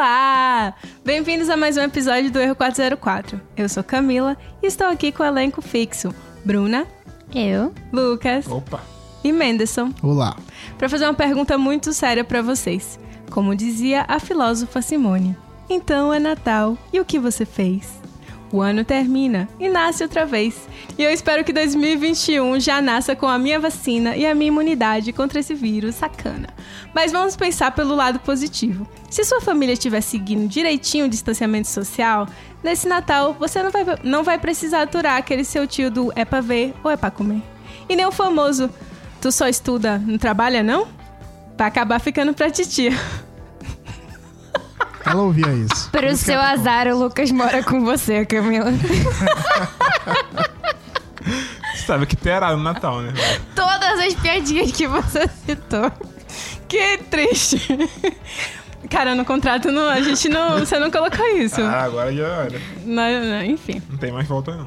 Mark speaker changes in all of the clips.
Speaker 1: Olá! Bem-vindos a mais um episódio do Erro 404. Eu sou Camila e estou aqui com o elenco fixo: Bruna,
Speaker 2: Eu?
Speaker 1: Lucas
Speaker 3: Opa.
Speaker 1: e Menderson,
Speaker 3: Olá.
Speaker 1: para fazer uma pergunta muito séria para vocês. Como dizia a filósofa Simone: Então é Natal e o que você fez? O ano termina e nasce outra vez. E eu espero que 2021 já nasça com a minha vacina e a minha imunidade contra esse vírus sacana. Mas vamos pensar pelo lado positivo. Se sua família estiver seguindo direitinho o distanciamento social, nesse Natal você não vai, não vai precisar aturar aquele seu tio do é pra ver ou é pra comer. E nem o famoso, tu só estuda, não trabalha não? Vai acabar ficando pra titia.
Speaker 3: Ela ouvia isso.
Speaker 2: Para o seu azar, o Lucas mora com você, Camila.
Speaker 4: Sabe que terá no Natal, né?
Speaker 2: Todas as piadinhas que você citou.
Speaker 1: Que triste. Cara, no contrato não, a gente não, você não colocou isso.
Speaker 4: Ah, agora já era.
Speaker 1: Não, não, enfim.
Speaker 4: Não tem mais volta, não.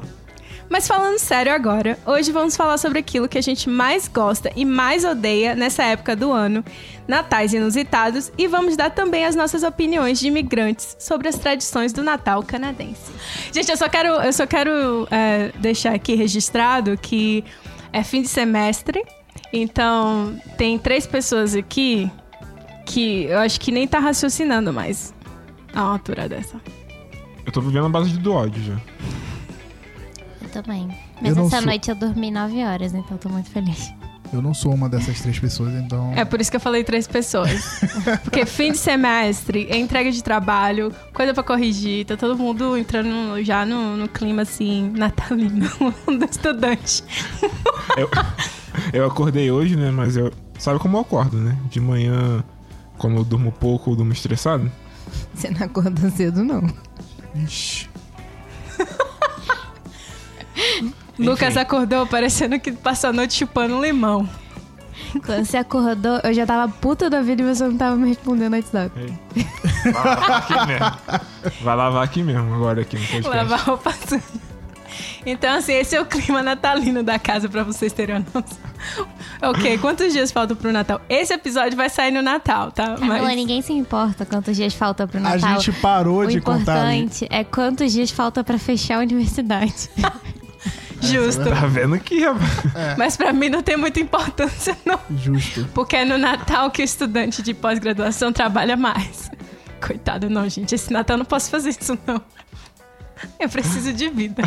Speaker 1: Mas falando sério agora, hoje vamos falar sobre aquilo que a gente mais gosta e mais odeia nessa época do ano, natais inusitados, e vamos dar também as nossas opiniões de imigrantes sobre as tradições do Natal canadense. Gente, eu só quero, eu só quero é, deixar aqui registrado que é fim de semestre, então tem três pessoas aqui que eu acho que nem tá raciocinando mais a uma altura dessa.
Speaker 4: Eu tô vivendo a base do ódio já.
Speaker 2: Eu também. Mas
Speaker 3: Eu não
Speaker 2: essa
Speaker 3: sou-
Speaker 2: noite eu dormi 9 horas, então tô muito feliz.
Speaker 3: Eu não sou uma dessas três pessoas, então.
Speaker 1: É por isso que eu falei três pessoas. Porque fim de semestre, é entrega de trabalho, coisa pra corrigir, tá todo mundo entrando já no, no clima assim, natalino do estudante.
Speaker 4: Eu, eu acordei hoje, né? Mas eu. Sabe como eu acordo, né? De manhã, quando eu durmo pouco, eu durmo estressado.
Speaker 2: Você não acorda cedo, não.
Speaker 3: Ixi.
Speaker 1: Lucas acordou parecendo que passou a noite chupando limão.
Speaker 2: Quando você acordou, eu já tava puta da vida e você não tava me respondendo no WhatsApp.
Speaker 4: Ei. Vai lavar aqui mesmo. Vai lavar aqui mesmo, agora aqui no podcast.
Speaker 1: Lavar roupa suja. Então, assim, esse é o clima natalino da casa, pra vocês terem uma noção. ok, quantos dias faltam pro Natal? Esse episódio vai sair no Natal, tá?
Speaker 2: Camila, ninguém se importa quantos dias falta pro
Speaker 3: A
Speaker 2: Natal.
Speaker 3: gente parou
Speaker 2: o
Speaker 3: de contar. né? ali.
Speaker 2: importante é quantos dias falta pra fechar a universidade.
Speaker 1: Justo.
Speaker 4: Tá vendo que
Speaker 1: Mas pra mim não tem muita importância, não.
Speaker 3: Justo.
Speaker 1: Porque é no Natal que o estudante de pós-graduação trabalha mais. Coitado, não, gente. Esse Natal eu não posso fazer isso, não. Eu preciso de vida.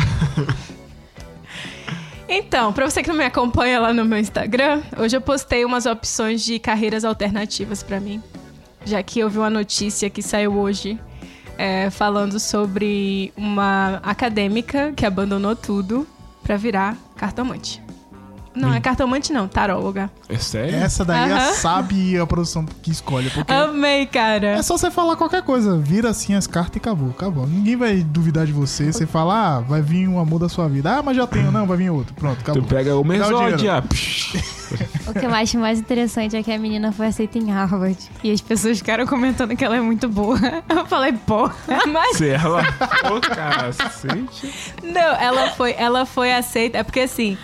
Speaker 1: Então, pra você que não me acompanha lá no meu Instagram, hoje eu postei umas opções de carreiras alternativas pra mim. Já que eu vi uma notícia que saiu hoje é, falando sobre uma acadêmica que abandonou tudo pra virar cartomante. Não, é cartomante não, taróloga.
Speaker 4: É sério?
Speaker 3: Essa daí
Speaker 1: Aham.
Speaker 3: é sabe a produção que escolhe. Porque
Speaker 1: Amei, cara.
Speaker 3: é só você falar qualquer coisa. Vira assim as cartas e acabou. Acabou. Ninguém vai duvidar de você. Você fala, ah, vai vir um amor da sua vida. Ah, mas já tenho. Não, vai vir outro. Pronto, acabou.
Speaker 4: Tu pega o
Speaker 3: um
Speaker 4: ah,
Speaker 3: dinheiro.
Speaker 4: mesódia.
Speaker 2: O que eu acho mais interessante é que a menina foi aceita em Harvard. E as pessoas ficaram comentando que ela é muito boa. Eu falei, porra.
Speaker 1: Mas
Speaker 4: Se ela. Ô, cacete.
Speaker 1: não, ela foi, ela foi aceita, é porque assim,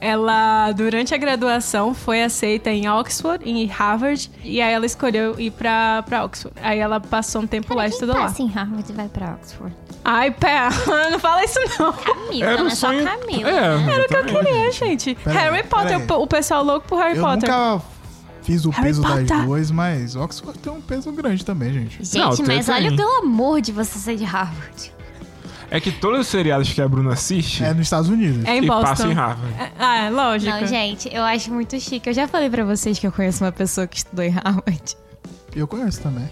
Speaker 1: ela durante a graduação foi aceita em Oxford, em Harvard, e aí ela escolheu ir pra, pra Oxford. Aí ela passou um tempo lá e estudou lá.
Speaker 2: Passa tá assim em Harvard e vai pra Oxford.
Speaker 1: Ai, pé, não fala isso não.
Speaker 2: Camila,
Speaker 4: Era um
Speaker 2: não é só
Speaker 4: sonho.
Speaker 2: Camila.
Speaker 4: É,
Speaker 1: Era o que eu
Speaker 4: exatamente.
Speaker 1: queria, gente.
Speaker 3: Pera aí,
Speaker 1: Harry Potter,
Speaker 3: pera aí.
Speaker 1: pô, o pessoal louco por Harry
Speaker 3: Eu
Speaker 1: Potter.
Speaker 3: nunca fiz o
Speaker 1: Harry
Speaker 3: peso
Speaker 1: Potter.
Speaker 3: das duas, mas Oxford tem um peso grande também, gente.
Speaker 4: Não,
Speaker 2: Gente,
Speaker 4: tem-
Speaker 2: mas
Speaker 4: tem.
Speaker 2: olha o glamour de você ser de Harvard.
Speaker 4: É que todos os seriados que a Bruna assiste
Speaker 3: É nos Estados Unidos.
Speaker 1: É em
Speaker 4: e passa
Speaker 1: Boston.
Speaker 4: em Harvard.
Speaker 1: Ah, é lógico.
Speaker 2: Não, gente, eu acho muito chique. Eu já falei pra vocês que eu conheço uma pessoa que estudou em Harvard.
Speaker 3: Eu conheço também.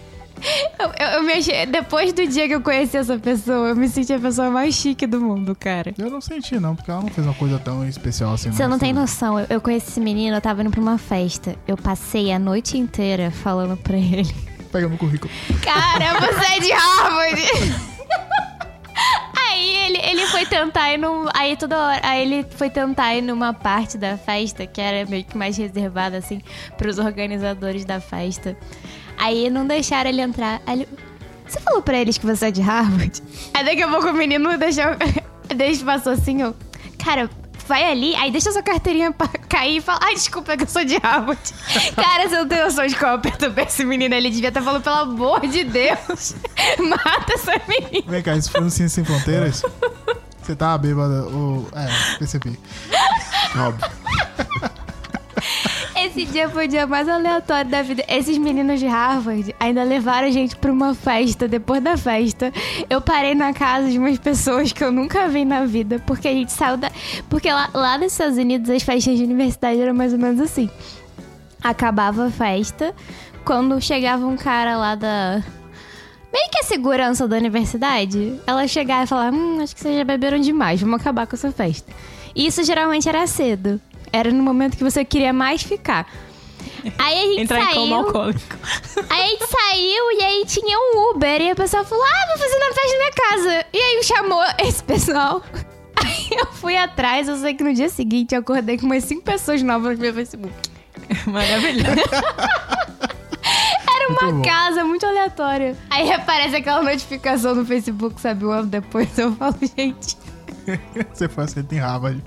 Speaker 2: Eu, eu- eu me achei- depois do dia que eu conheci essa pessoa, eu me senti a pessoa mais chique do mundo, cara.
Speaker 3: Eu não senti, não, porque ela não fez uma coisa tão especial assim.
Speaker 2: Você não tem
Speaker 3: Estados
Speaker 2: noção, eu, eu conheci esse menino, eu tava indo pra uma festa. Eu passei a noite inteira falando pra ele.
Speaker 3: Unidos. Pega meu currículo.
Speaker 2: Cara, você é de Harvard! Aí ele, ele foi tentar ir num. Aí toda hora. Aí ele foi tentar ir numa parte da festa que era meio que mais reservada, assim, pros organizadores da festa. Aí não deixaram ele entrar. Aí ele, você falou pra eles que você é de Harvard? Aí daqui a pouco o menino deixou. Deixa passou assim, eu. Cara, vai ali, aí deixa sua carteirinha pra cair e fala, ai, desculpa, é que eu sou de Harvard. Cara, você não tem noção de qual eu perturbei esse menino, ele devia estar falando, pelo amor de Deus, mata essa menina.
Speaker 3: Vem cá, isso foi no Ciência Sem Fronteiras? Você tava bêbada ou... É, percebi.
Speaker 4: Óbvio.
Speaker 2: Esse dia foi o dia mais aleatório da vida. Esses meninos de Harvard ainda levaram a gente pra uma festa. Depois da festa, eu parei na casa de umas pessoas que eu nunca vi na vida, porque a gente saiu da. Porque lá, lá nos Estados Unidos as festas de universidade eram mais ou menos assim. Acabava a festa, quando chegava um cara lá da. Meio que a segurança da universidade, ela chegava e falava: Hum, acho que vocês já beberam demais, vamos acabar com essa festa. E isso geralmente era cedo. Era no momento que você queria mais ficar. Aí a gente
Speaker 1: Entrar em
Speaker 2: saiu.
Speaker 1: coma alcoólico.
Speaker 2: Aí a gente saiu e aí tinha um Uber e a pessoa falou: Ah, vou fazer na festa da minha casa. E aí chamou esse pessoal. Aí eu fui atrás, eu sei que no dia seguinte eu acordei com umas cinco pessoas novas no meu Facebook.
Speaker 1: Maravilhoso.
Speaker 2: Era uma
Speaker 3: Muito bom.
Speaker 2: casa muito aleatória. Aí aparece aquela notificação no Facebook, sabe, um ano depois. Eu falo, gente.
Speaker 3: Você foi aceito em Harvard.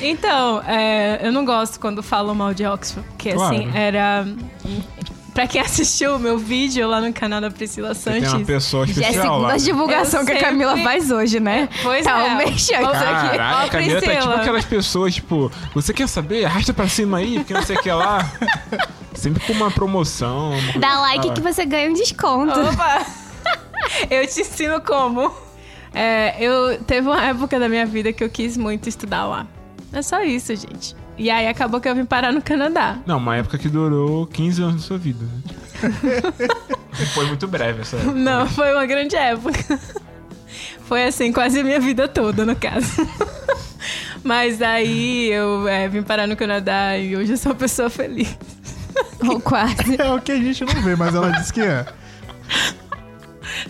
Speaker 1: Então, é, eu não gosto quando falam mal de Oxford, porque
Speaker 4: Claro.
Speaker 1: assim, era. hum, Pra quem assistiu o meu vídeo lá no canal da Priscila
Speaker 4: Tem
Speaker 1: Sanches.
Speaker 4: uma pessoa
Speaker 2: Já é a
Speaker 4: especial lá.
Speaker 3: né?"
Speaker 2: segunda divulgação
Speaker 1: Eu
Speaker 2: que a
Speaker 1: sempre-
Speaker 2: Camila faz hoje, né?
Speaker 1: Pois
Speaker 2: tá,
Speaker 1: é.
Speaker 2: um mexer aqui.
Speaker 1: Ó,
Speaker 4: Caraca, a Camila tá tipo
Speaker 1: Priscila.
Speaker 4: aquelas pessoas, tipo, você quer saber? Arrasta pra cima aí, porque não sei o que lá. Sempre com uma promoção. uma coisa-
Speaker 2: Dá like
Speaker 4: Ah,
Speaker 2: que você ganha um desconto.
Speaker 1: Opa! eu te ensino como. É, eu teve uma época da minha vida que eu quis muito estudar lá. É só isso, gente. E aí acabou que eu vim parar no Canadá.
Speaker 4: Não, uma época que durou 15 anos da sua vida. né? Foi muito breve essa época.
Speaker 1: Não, foi uma grande época. Foi assim, quase a minha vida toda, no caso. Mas aí eu é, vim parar no Canadá e hoje eu sou uma pessoa feliz.
Speaker 2: Ou quase.
Speaker 3: É o que a gente não vê, mas ela disse que é.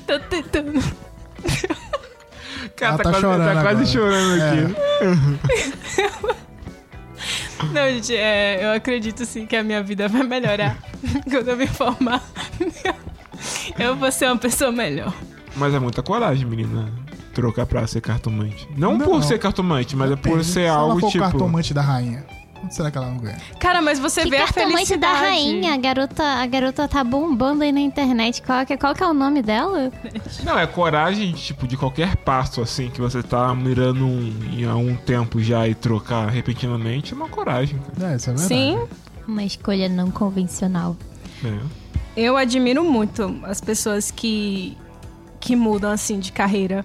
Speaker 1: Tô tentando.
Speaker 4: Cara,
Speaker 3: Ela
Speaker 4: tá,
Speaker 3: tá
Speaker 4: quase,
Speaker 3: chorando
Speaker 4: tá quase
Speaker 3: agora. É.
Speaker 4: chorando aqui.
Speaker 1: Não, gente, é, eu acredito sim que a minha vida vai melhorar quando eu me formar. Eu vou ser uma pessoa melhor.
Speaker 4: Mas é muita coragem, menina. Trocar pra ser cartomante. Não,
Speaker 3: Não.
Speaker 4: por ser cartomante, mas é por
Speaker 3: Se
Speaker 4: ser
Speaker 3: ela
Speaker 4: algo
Speaker 3: for
Speaker 4: tipo.
Speaker 3: cartomante da rainha, quanto será que ela não ganha?
Speaker 1: Cara, mas você
Speaker 2: Que
Speaker 1: vê a
Speaker 2: cartomante
Speaker 1: felicidade.
Speaker 2: da rainha, a garota, a garota tá bombando aí na internet. Qual que, qual que é o nome dela?
Speaker 4: Não, é coragem, tipo, de qualquer passo, assim, que você tá mirando um, em um tempo já e trocar repentinamente, é uma coragem, cara.
Speaker 3: É, isso é verdade.
Speaker 1: Sim,
Speaker 2: Uma escolha não convencional.
Speaker 4: É.
Speaker 1: eu admiro muito as pessoas que, que mudam assim de carreira.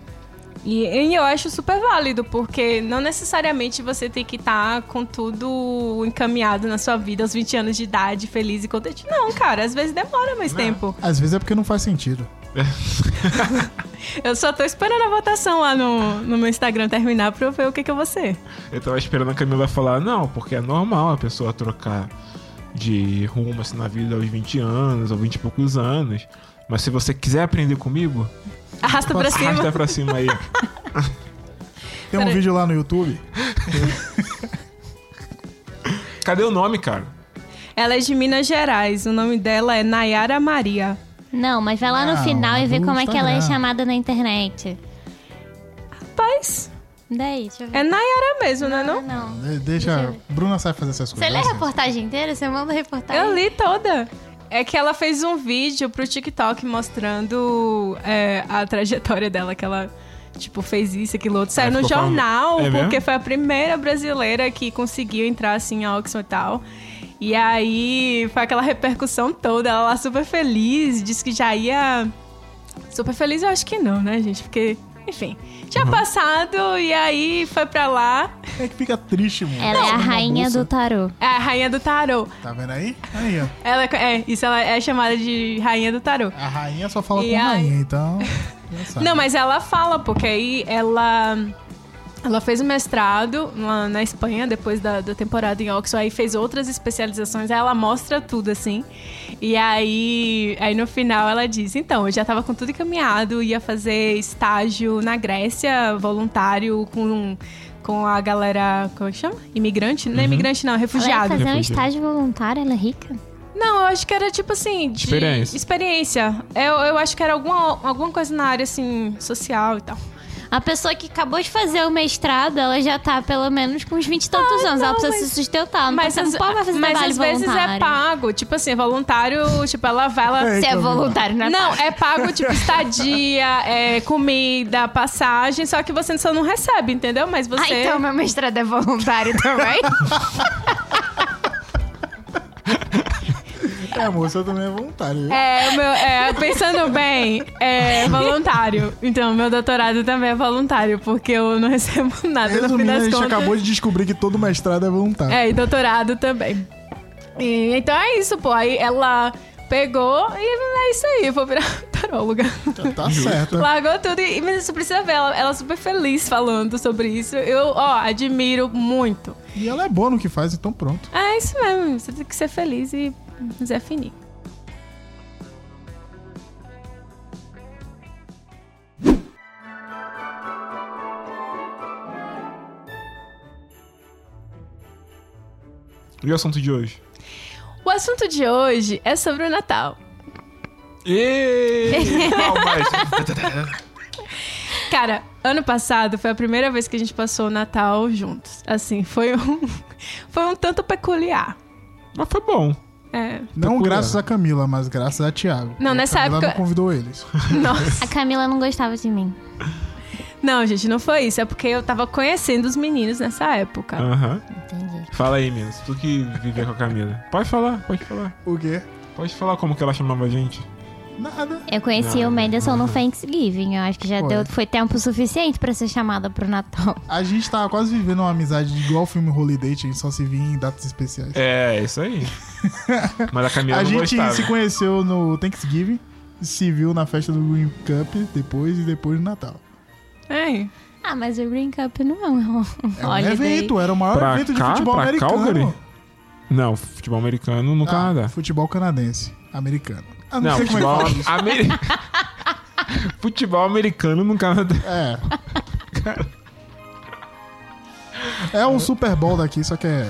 Speaker 1: E, e eu acho super válido, porque não necessariamente você tem que estar com tudo encaminhado na sua vida aos 20 anos de idade, feliz e contente. Não, cara, às vezes demora mais
Speaker 4: Não.
Speaker 1: tempo.
Speaker 3: Às vezes é porque não faz sentido.
Speaker 1: Eu só tô esperando a votação lá no, no meu Instagram terminar pra eu ver o que, que eu vou ser.
Speaker 4: Eu tava esperando a Camila falar, não, porque é normal a pessoa trocar de rumo assim na vida aos 20 anos, ou 20 e poucos anos. Mas se você quiser aprender comigo,
Speaker 1: Arrasta pra cima.
Speaker 4: arrasta pra cima aí.
Speaker 3: Tem um
Speaker 1: Peraí.
Speaker 3: vídeo lá no YouTube.
Speaker 4: Cadê o nome, cara?
Speaker 1: Ela é de Minas Gerais. O nome dela é Nayara Maria.
Speaker 2: Não, mas vai lá no
Speaker 3: Não,
Speaker 2: final e vê
Speaker 3: no
Speaker 2: como é que ela é
Speaker 3: Instagram.
Speaker 2: chamada na internet.
Speaker 1: Rapaz,
Speaker 2: Daí, deixa eu ver.
Speaker 1: é Nayara mesmo, não é não?
Speaker 2: Não.
Speaker 3: De- né, Deixa. Bruna sai fazer essas
Speaker 2: Você
Speaker 3: coisas.
Speaker 2: lê a
Speaker 3: dá licença.
Speaker 2: reportagem inteira? Você manda a reportagem?
Speaker 1: Eu li toda. É que ela fez um vídeo pro TikTok mostrando é, a trajetória dela, que ela, tipo, fez isso, aquilo outro. Saiu
Speaker 4: Ah,
Speaker 1: no
Speaker 4: ficou fam-
Speaker 1: jornal,
Speaker 4: É mesmo?
Speaker 1: porque foi a primeira brasileira que conseguiu entrar, assim, em Oxford e tal. E aí, foi aquela repercussão toda. Ela lá super feliz, disse que já ia... Super feliz eu acho que não, né, gente? Porque, enfim, tinha
Speaker 4: Uhum.
Speaker 1: passado e aí foi pra lá.
Speaker 3: É que fica triste, mano.
Speaker 2: Ela é a
Speaker 3: Uma
Speaker 2: rainha
Speaker 3: bolsa.
Speaker 2: do tarô.
Speaker 1: É a rainha do tarô.
Speaker 3: Tá vendo aí? Aí, ó.
Speaker 1: Ela, é, isso ela é chamada de rainha do tarô.
Speaker 3: A rainha só fala
Speaker 1: E
Speaker 3: com a
Speaker 1: aí?
Speaker 3: rainha, então. já sabe.
Speaker 1: Não, mas ela fala, porque aí ela. Ela fez o mestrado na, na Espanha, depois da, da temporada em Oxford, aí fez outras especializações, aí ela mostra tudo, assim. E aí, aí no final ela diz, então, eu já tava com tudo encaminhado, ia fazer estágio na Grécia, voluntário, com, com a galera, como é que chama? Imigrante? Não é imigrante não, é
Speaker 2: Ela ia
Speaker 1: refugiado.
Speaker 2: fazer um
Speaker 4: Refugiado.
Speaker 2: estágio voluntário, ela é rica?
Speaker 1: Não, eu acho que era tipo assim. De
Speaker 4: Experiência.
Speaker 1: Experiência. Eu, eu acho que era alguma, alguma coisa na área, assim, social e tal.
Speaker 2: A pessoa que acabou de fazer o mestrado, ela já tá pelo menos com uns 20 e tantos anos. ela
Speaker 1: não,
Speaker 2: precisa
Speaker 1: mas-
Speaker 2: se sustentar. Não, tá
Speaker 1: mas
Speaker 2: pode-
Speaker 1: às-
Speaker 2: não pode mais fazer
Speaker 1: mas
Speaker 2: trabalho
Speaker 1: às vezes é
Speaker 2: voluntário.
Speaker 1: pago. Tipo assim, é voluntário, tipo, ela vai lá.
Speaker 3: É,
Speaker 2: Se é
Speaker 3: então,
Speaker 2: voluntário, né?
Speaker 1: Não, é pago, tipo, estadia, é, comida, passagem, só que você só não recebe, entendeu? Mas você.
Speaker 2: Ah, então meu mestrado é voluntário também.
Speaker 3: É, a moça também é voluntária.
Speaker 1: É, o meu, é, pensando bem, é voluntário. Então, meu doutorado também é voluntário, porque eu não recebo nada no fim
Speaker 3: Resumindo, a
Speaker 1: das
Speaker 3: gente
Speaker 1: contas.
Speaker 3: acabou de descobrir que todo mestrado é voluntário.
Speaker 1: É, e doutorado também. E, então é isso, pô. Aí ela pegou e é isso aí, vou virar taróloga.
Speaker 3: Tá certo.
Speaker 1: Largou tudo e, mas você precisa ver, ela, ela super feliz falando sobre isso. Eu, ó, admiro muito.
Speaker 3: E ela é boa no que faz, então pronto.
Speaker 1: É isso mesmo, você tem que ser feliz e Zé Fini.
Speaker 4: E o assunto de hoje?
Speaker 1: O assunto de hoje é sobre o Natal.
Speaker 4: E... Palmas.
Speaker 1: Cara, ano passado foi a primeira vez que a gente passou o Natal juntos. Assim, foi um, foi um tanto peculiar.
Speaker 4: Mas foi bom.
Speaker 1: É,
Speaker 3: Não
Speaker 4: Procura.
Speaker 3: graças a Camila, mas graças a Thiago.
Speaker 1: Não,
Speaker 3: A
Speaker 1: nessa
Speaker 3: Camila
Speaker 1: época-
Speaker 3: não convidou eles.
Speaker 1: nossa.
Speaker 2: A Camila não gostava de mim.
Speaker 1: Não, gente, não foi isso. É porque eu tava conhecendo os meninos nessa época.
Speaker 4: Aham.
Speaker 2: Entendi.
Speaker 4: Fala aí, Minas. Tu que vivia com a Camila. Pode falar, pode falar.
Speaker 3: O quê?
Speaker 4: Pode falar como que ela chamava a gente.
Speaker 3: Nada.
Speaker 2: Eu conheci
Speaker 4: Não,
Speaker 2: o Mendelssohn
Speaker 4: não.
Speaker 2: no Thanksgiving. Eu acho que já
Speaker 3: Foi.
Speaker 2: deu, foi tempo suficiente pra ser chamada pro Natal.
Speaker 3: A gente tava quase vivendo uma amizade de igual o filme Holiday, que a gente só se via em datas especiais.
Speaker 4: É, isso aí. Mas a Camila
Speaker 3: a
Speaker 4: não
Speaker 3: gente
Speaker 4: gostava.
Speaker 3: se conheceu no Thanksgiving, se viu na festa do Green Cup depois e depois no Natal.
Speaker 1: É.
Speaker 2: Ah, mas o Green Cup não é um
Speaker 3: É um
Speaker 2: holiday.
Speaker 3: evento, era o maior
Speaker 4: Pra
Speaker 3: evento de
Speaker 4: cá?
Speaker 3: futebol
Speaker 4: Pra
Speaker 3: americano.
Speaker 4: Calgary? Não, futebol americano no
Speaker 3: Ah,
Speaker 4: Canadá.
Speaker 3: Futebol canadense, americano. Ah, não,
Speaker 4: Não,
Speaker 3: sei
Speaker 4: futebol,
Speaker 3: como é que fala
Speaker 4: ameri- futebol americano no Canadá.
Speaker 3: isso. É. É um Super Bowl daqui, só que é.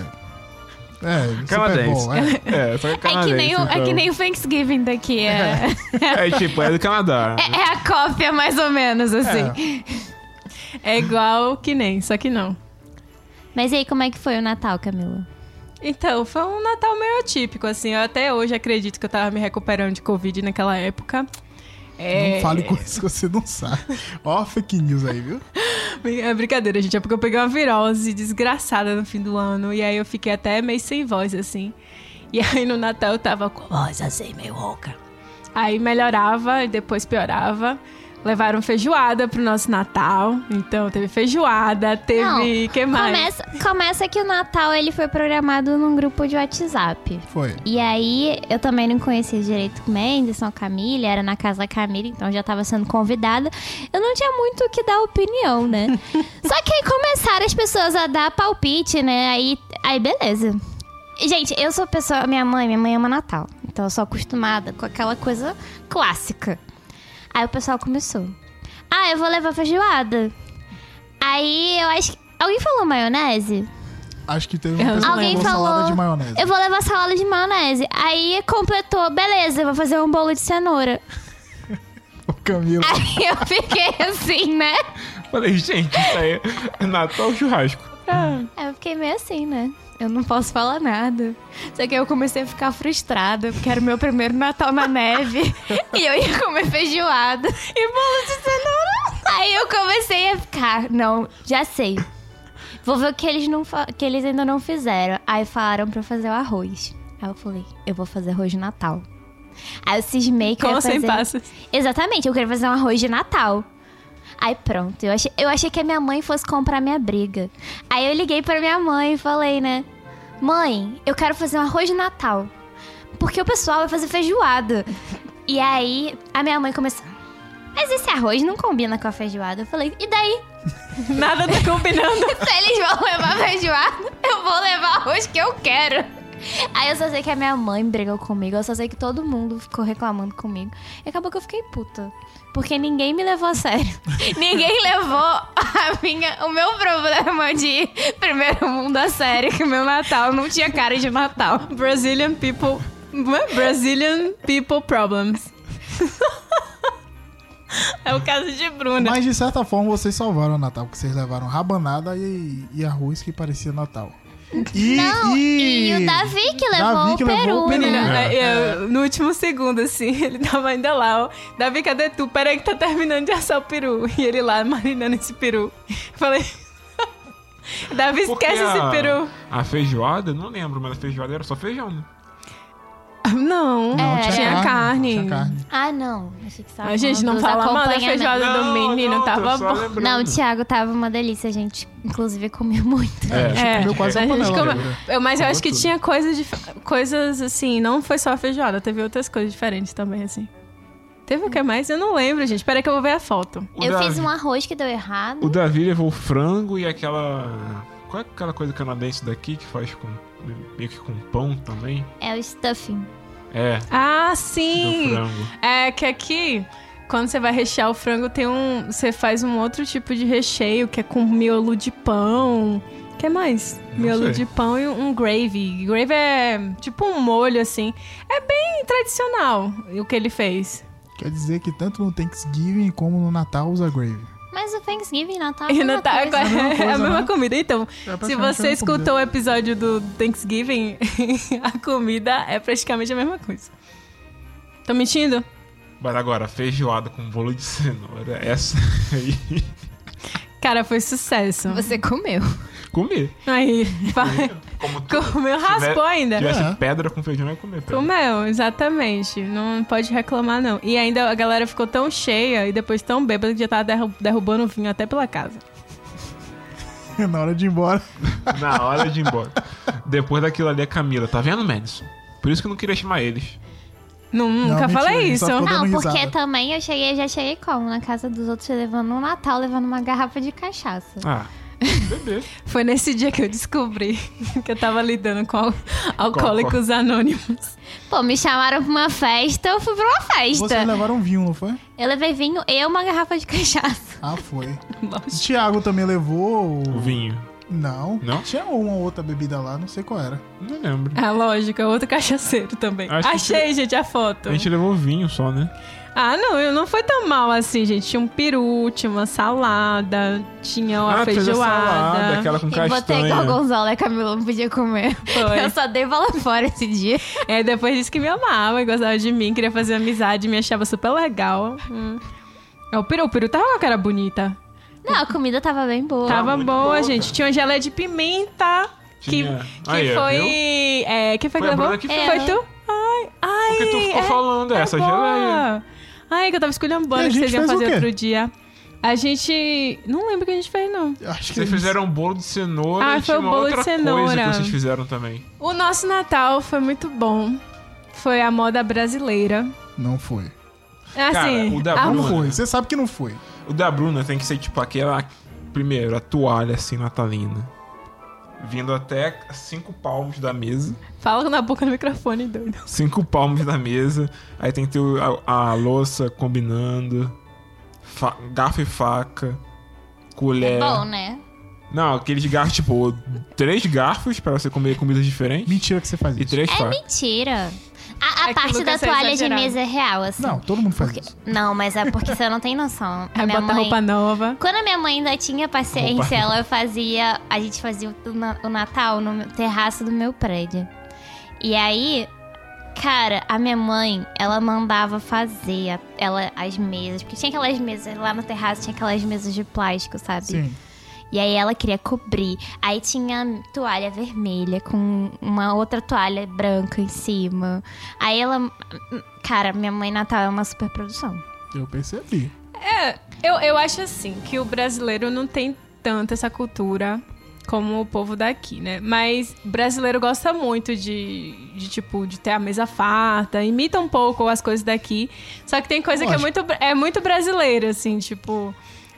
Speaker 3: É, Super
Speaker 4: Canadense.
Speaker 3: Bowl. É.
Speaker 4: É, só que
Speaker 2: É
Speaker 4: canadense,
Speaker 2: que, nem o, é
Speaker 4: então.
Speaker 2: que nem o Thanksgiving daqui. É,
Speaker 4: É tipo, é do Canadá.
Speaker 2: é, é a cópia, mais ou menos, assim.
Speaker 3: É.
Speaker 1: É igual que nem, só que não.
Speaker 2: Mas e aí, como é que foi o Natal, Camila?
Speaker 1: Então, foi um Natal meio atípico, assim. Eu até hoje acredito que eu tava me recuperando de Covid naquela época. É...
Speaker 3: Não fale coisas que você não sabe. Ó, fake news aí, viu?
Speaker 1: É brincadeira, gente. É porque eu peguei uma virose desgraçada no fim do ano. E aí eu fiquei até meio sem voz, assim. E aí no Natal eu tava com a voz assim, meio rouca. Aí melhorava e depois piorava. Levaram feijoada pro nosso Natal. Então teve feijoada, teve.
Speaker 2: Não,
Speaker 1: que mais?
Speaker 2: Começa, começa que o Natal ele foi programado num grupo de WhatsApp.
Speaker 3: Foi.
Speaker 2: E aí, eu também não conhecia direito o Menderson, a Camila, era na casa da Camila, então já tava sendo convidada. Eu não tinha muito o que dar opinião, né? Só que aí começaram as pessoas a dar palpite, né? Aí, aí beleza. Gente, eu sou pessoa. Minha mãe, minha mãe ama Natal. Então eu sou acostumada com aquela coisa clássica. Aí o pessoal começou. Ah, eu vou levar feijoada. Aí eu acho que. Alguém falou maionese?
Speaker 3: Acho que
Speaker 1: Eu
Speaker 3: teve uma
Speaker 1: não
Speaker 3: pessoa que
Speaker 2: Alguém
Speaker 3: falou
Speaker 2: falou-
Speaker 3: salada de maionese.
Speaker 2: Eu vou levar salada de maionese. Aí completou, beleza, eu vou fazer um bolo de cenoura.
Speaker 3: Ô, Camila.
Speaker 2: Aí eu fiquei assim, né?
Speaker 4: Falei, gente, isso aí é Natal churrasco.
Speaker 2: Aí eu fiquei meio assim, né? Eu não posso falar nada. Só que aí eu comecei a ficar frustrada, porque era o meu primeiro Natal na neve. e eu ia comer feijoada. E bolo de cenoura. Aí eu comecei a ficar, não, já sei. Vou ver o que eles, não fa- que eles ainda não fizeram. Aí falaram pra eu fazer o arroz. Aí eu falei, eu vou fazer arroz de Natal. Aí eu cismei que eu
Speaker 1: Com
Speaker 2: ia
Speaker 1: ou sem
Speaker 2: fazer...
Speaker 1: passas?
Speaker 2: Exatamente, eu queria fazer um arroz de Natal. Aí pronto, eu achei, eu achei que a minha mãe fosse comprar minha briga. Aí eu liguei pra minha mãe e falei, né? Mãe, eu quero fazer um arroz de Natal. Porque o pessoal vai fazer feijoada. E aí a minha mãe começou. Mas esse arroz não combina com a feijoada. Eu falei, e daí?
Speaker 1: Nada tá combinando.
Speaker 2: Se eles vão levar feijoada, eu vou levar arroz que eu quero. Aí eu só sei que a minha mãe brigou comigo, eu só sei que todo mundo ficou reclamando comigo. E acabou que eu fiquei puta. Porque ninguém me levou a sério. ninguém levou a minha, o meu problema de primeiro mundo a sério, que o meu Natal não tinha cara de Natal.
Speaker 1: Tá, Brazilian people é Brazilian people problems. é o caso de Bruna.
Speaker 3: Mas de certa forma vocês salvaram o Natal, porque vocês levaram rabanada e, e arroz que parecia Natal. E,
Speaker 2: Não, e... o Davi que levou
Speaker 3: Davi que
Speaker 2: o
Speaker 3: levou
Speaker 2: Peru.
Speaker 3: o Peru.
Speaker 2: né?
Speaker 1: Menina,
Speaker 4: É.
Speaker 1: eu- no último segundo, assim, ele tava ainda lá, ó. Davi, cadê tu? Peraí que tá terminando de assar o peru. E ele lá, marinando esse peru. Eu falei... Davi,
Speaker 4: Porque
Speaker 1: esquece esse
Speaker 4: a-
Speaker 1: peru.
Speaker 4: A feijoada, não lembro, mas a feijoada era só feijão, né?
Speaker 1: Não,
Speaker 2: É.
Speaker 1: tinha,
Speaker 3: não
Speaker 1: carne.
Speaker 3: Tinha carne.
Speaker 2: Ah, não. Achei que tava
Speaker 1: A gente
Speaker 2: falando
Speaker 1: não
Speaker 2: dos
Speaker 1: fala mal da
Speaker 2: acompanhamentos.
Speaker 1: feijoada do menino,
Speaker 4: tô
Speaker 1: tava
Speaker 4: só
Speaker 1: bom.
Speaker 4: lembrando.
Speaker 2: Não, o Thiago tava uma delícia, a gente inclusive comeu muito.
Speaker 4: É.
Speaker 1: É,
Speaker 3: comeu quase
Speaker 1: a
Speaker 3: uma
Speaker 1: gente
Speaker 3: panela,
Speaker 1: comeu-
Speaker 3: né?
Speaker 1: Eu- mas eu
Speaker 4: Comeu
Speaker 1: acho que
Speaker 4: tudo.
Speaker 1: tinha coisas, dif- coisas assim, não foi só a feijoada, teve outras coisas diferentes também, assim. Teve o que mais? Eu não lembro, gente. Peraí que eu vou ver a foto.
Speaker 4: O
Speaker 2: eu
Speaker 4: Davi-
Speaker 2: fiz um arroz que deu errado.
Speaker 4: O Davi levou frango e aquela. Qual é aquela coisa canadense daqui que faz com. meio que com pão também?
Speaker 2: É o stuffing.
Speaker 4: É,
Speaker 1: Ah,
Speaker 4: do
Speaker 1: sim!
Speaker 4: frango.
Speaker 1: É que aqui, quando você vai rechear o frango, tem um. Você faz um outro tipo de recheio que é com miolo de pão. O que mais?
Speaker 4: Não
Speaker 1: Miolo
Speaker 4: sei.
Speaker 1: de pão e um gravy. Gravy é tipo um molho, assim. É bem tradicional o que ele fez.
Speaker 3: Quer dizer que tanto no Thanksgiving como no Natal usa gravy.
Speaker 2: Mas o Thanksgiving e Natal. é a
Speaker 1: E
Speaker 2: mesma
Speaker 1: não tá,
Speaker 2: coisa.
Speaker 1: é,
Speaker 3: mesma
Speaker 1: a
Speaker 3: coisa,
Speaker 1: mesma
Speaker 3: né?
Speaker 1: comida. Então,
Speaker 3: É
Speaker 1: se
Speaker 3: praticamente
Speaker 1: você
Speaker 3: a mesma comida.
Speaker 1: escutou o episódio do Thanksgiving, a comida é praticamente a mesma coisa. Tô mentindo?
Speaker 4: Mas agora, feijoada com bolo de cenoura, essa aí.
Speaker 1: Cara, foi sucesso.
Speaker 2: Você comeu.
Speaker 4: comer.
Speaker 1: Aí, vai.
Speaker 4: Como tu.
Speaker 1: Comeu, raspou ainda.
Speaker 4: tivesse
Speaker 3: É.
Speaker 4: pedra com feijão, ia comer. pedra.
Speaker 1: Comeu, exatamente. Não pode reclamar, não. E ainda a galera ficou tão cheia e depois tão bêbada que já tava derru- derrubando o vinho até pela casa.
Speaker 3: Na hora de ir embora.
Speaker 4: Na hora de ir embora. Depois daquilo ali, a Camila, tá vendo, Madison? Por isso que eu não queria chamar eles.
Speaker 1: Não, nunca
Speaker 3: mentira,
Speaker 1: falei
Speaker 3: ele
Speaker 1: isso.
Speaker 3: só ficou- Tô
Speaker 2: Não,
Speaker 3: dando
Speaker 2: porque
Speaker 3: risada.
Speaker 2: também eu cheguei, já cheguei como? Na casa dos outros levando um Natal, levando uma garrafa de cachaça.
Speaker 4: Ah, bebê.
Speaker 1: Foi nesse dia que eu descobri que eu tava lidando com al- alcoólicos anônimos.
Speaker 2: Pô, me chamaram pra uma festa, eu fui pra uma festa.
Speaker 3: Vocês levaram vinho, não foi?
Speaker 2: Eu levei vinho e uma garrafa de cachaça.
Speaker 3: Ah, foi.
Speaker 1: Lógico.
Speaker 3: Tiago também levou.
Speaker 4: O vinho.
Speaker 3: Não.
Speaker 4: Não?
Speaker 3: Tinha uma ou outra bebida lá, não sei qual era.
Speaker 4: Não lembro.
Speaker 1: Ah, lógico, é outro cachaceiro também.
Speaker 4: Acho que-
Speaker 1: Achei, gente, a foto.
Speaker 4: A gente levou vinho só, né?
Speaker 1: Ah, não, eu não foi tão mal assim, gente. Tinha um peru, tinha uma salada, tinha uma
Speaker 4: ah, tu fez a
Speaker 1: feijoada.
Speaker 4: salada, aquela
Speaker 3: Um
Speaker 4: com
Speaker 2: E botei
Speaker 4: castanha.
Speaker 2: gorgonzola, e Camila não podia comer.
Speaker 1: Foi.
Speaker 2: Eu só dei bola fora esse dia.
Speaker 1: É, depois disse que me amava e gostava de mim, queria fazer amizade, me achava super legal. Hum. É, O peru, o peru tava com a cara bonita.
Speaker 2: Não, a comida tava bem boa.
Speaker 3: Tá,
Speaker 1: tava boa,
Speaker 4: muito boa,
Speaker 1: gente.
Speaker 4: cara.
Speaker 1: Tinha uma geleia de pimenta. Que,
Speaker 4: Tinha.
Speaker 1: que
Speaker 4: Aí, ó,
Speaker 1: foi. É, quem foi que
Speaker 4: Foi a
Speaker 1: levou?
Speaker 4: Bruna que
Speaker 1: foi
Speaker 2: fez.
Speaker 1: tu? Ai, ai.
Speaker 4: Porque tu ficou
Speaker 1: é,
Speaker 4: falando
Speaker 1: é
Speaker 4: essa
Speaker 1: boa.
Speaker 4: geleia.
Speaker 1: Ai, que eu tava esculhambando
Speaker 3: E a
Speaker 1: que vocês
Speaker 3: gente
Speaker 1: iam
Speaker 3: fez o
Speaker 1: fazer
Speaker 3: quê?
Speaker 1: outro dia. A gente. Não lembro o que a gente fez, não.
Speaker 3: Acho que
Speaker 4: Vocês fizeram um bolo de cenoura
Speaker 1: Ah, foi
Speaker 4: e tinha
Speaker 1: o
Speaker 4: uma
Speaker 1: bolo de
Speaker 4: outra coisa
Speaker 1: cenoura.
Speaker 4: que vocês fizeram também.
Speaker 1: O nosso Natal foi muito bom. Foi a moda brasileira.
Speaker 3: Não foi.
Speaker 1: Assim,
Speaker 4: o da
Speaker 1: a-
Speaker 4: Bruna-
Speaker 3: Não foi. Você sabe que não foi.
Speaker 4: O da Bruna tem que ser tipo aquela. Primeiro, a toalha assim natalina. Vindo até cinco palmos da mesa.
Speaker 1: Fala na boca do microfone, doido.
Speaker 4: Cinco palmos da mesa. Aí tem que ter o- a, a louça combinando. fa- garfo e faca. Colher.
Speaker 2: Bom, né?
Speaker 4: Não, aqueles garfos, tipo, três garfos pra você comer comidas diferentes.
Speaker 3: Mentira que você faz
Speaker 4: E
Speaker 3: isso.
Speaker 4: três
Speaker 2: É
Speaker 4: facas.
Speaker 2: mentira. A, a
Speaker 1: É que o
Speaker 2: parte da
Speaker 1: Lucas é
Speaker 2: toalha de
Speaker 1: exagerado.
Speaker 2: mesa é real, assim.
Speaker 3: Não, todo mundo faz isso.
Speaker 2: Não, mas é porque você não tem noção. A
Speaker 1: Aí
Speaker 2: minha
Speaker 1: bota
Speaker 2: mãe...
Speaker 1: É roupa nova.
Speaker 2: Quando a minha mãe ainda tinha paciência,
Speaker 4: Roupa.
Speaker 2: ela fazia. A gente fazia o, na- o Natal no meu- terraço do meu prédio. E aí, cara, a minha mãe, ela mandava fazer a- ela, as mesas. Porque tinha aquelas mesas lá no terraço, tinha aquelas mesas de plástico, sabe?
Speaker 3: Sim.
Speaker 2: E aí ela queria cobrir. Aí tinha toalha vermelha com uma outra toalha branca em cima. Aí ela. Cara, minha mãe Natal é uma super produção.
Speaker 3: Eu percebi.
Speaker 1: Eu, eu acho assim, que o brasileiro não tem tanto essa cultura como o povo daqui, né? Mas brasileiro gosta muito de, de tipo, de ter a mesa farta, imita um pouco as coisas daqui. Só que tem coisa que é
Speaker 3: Lógico.
Speaker 1: muito, bra- é muito brasileira, assim, tipo...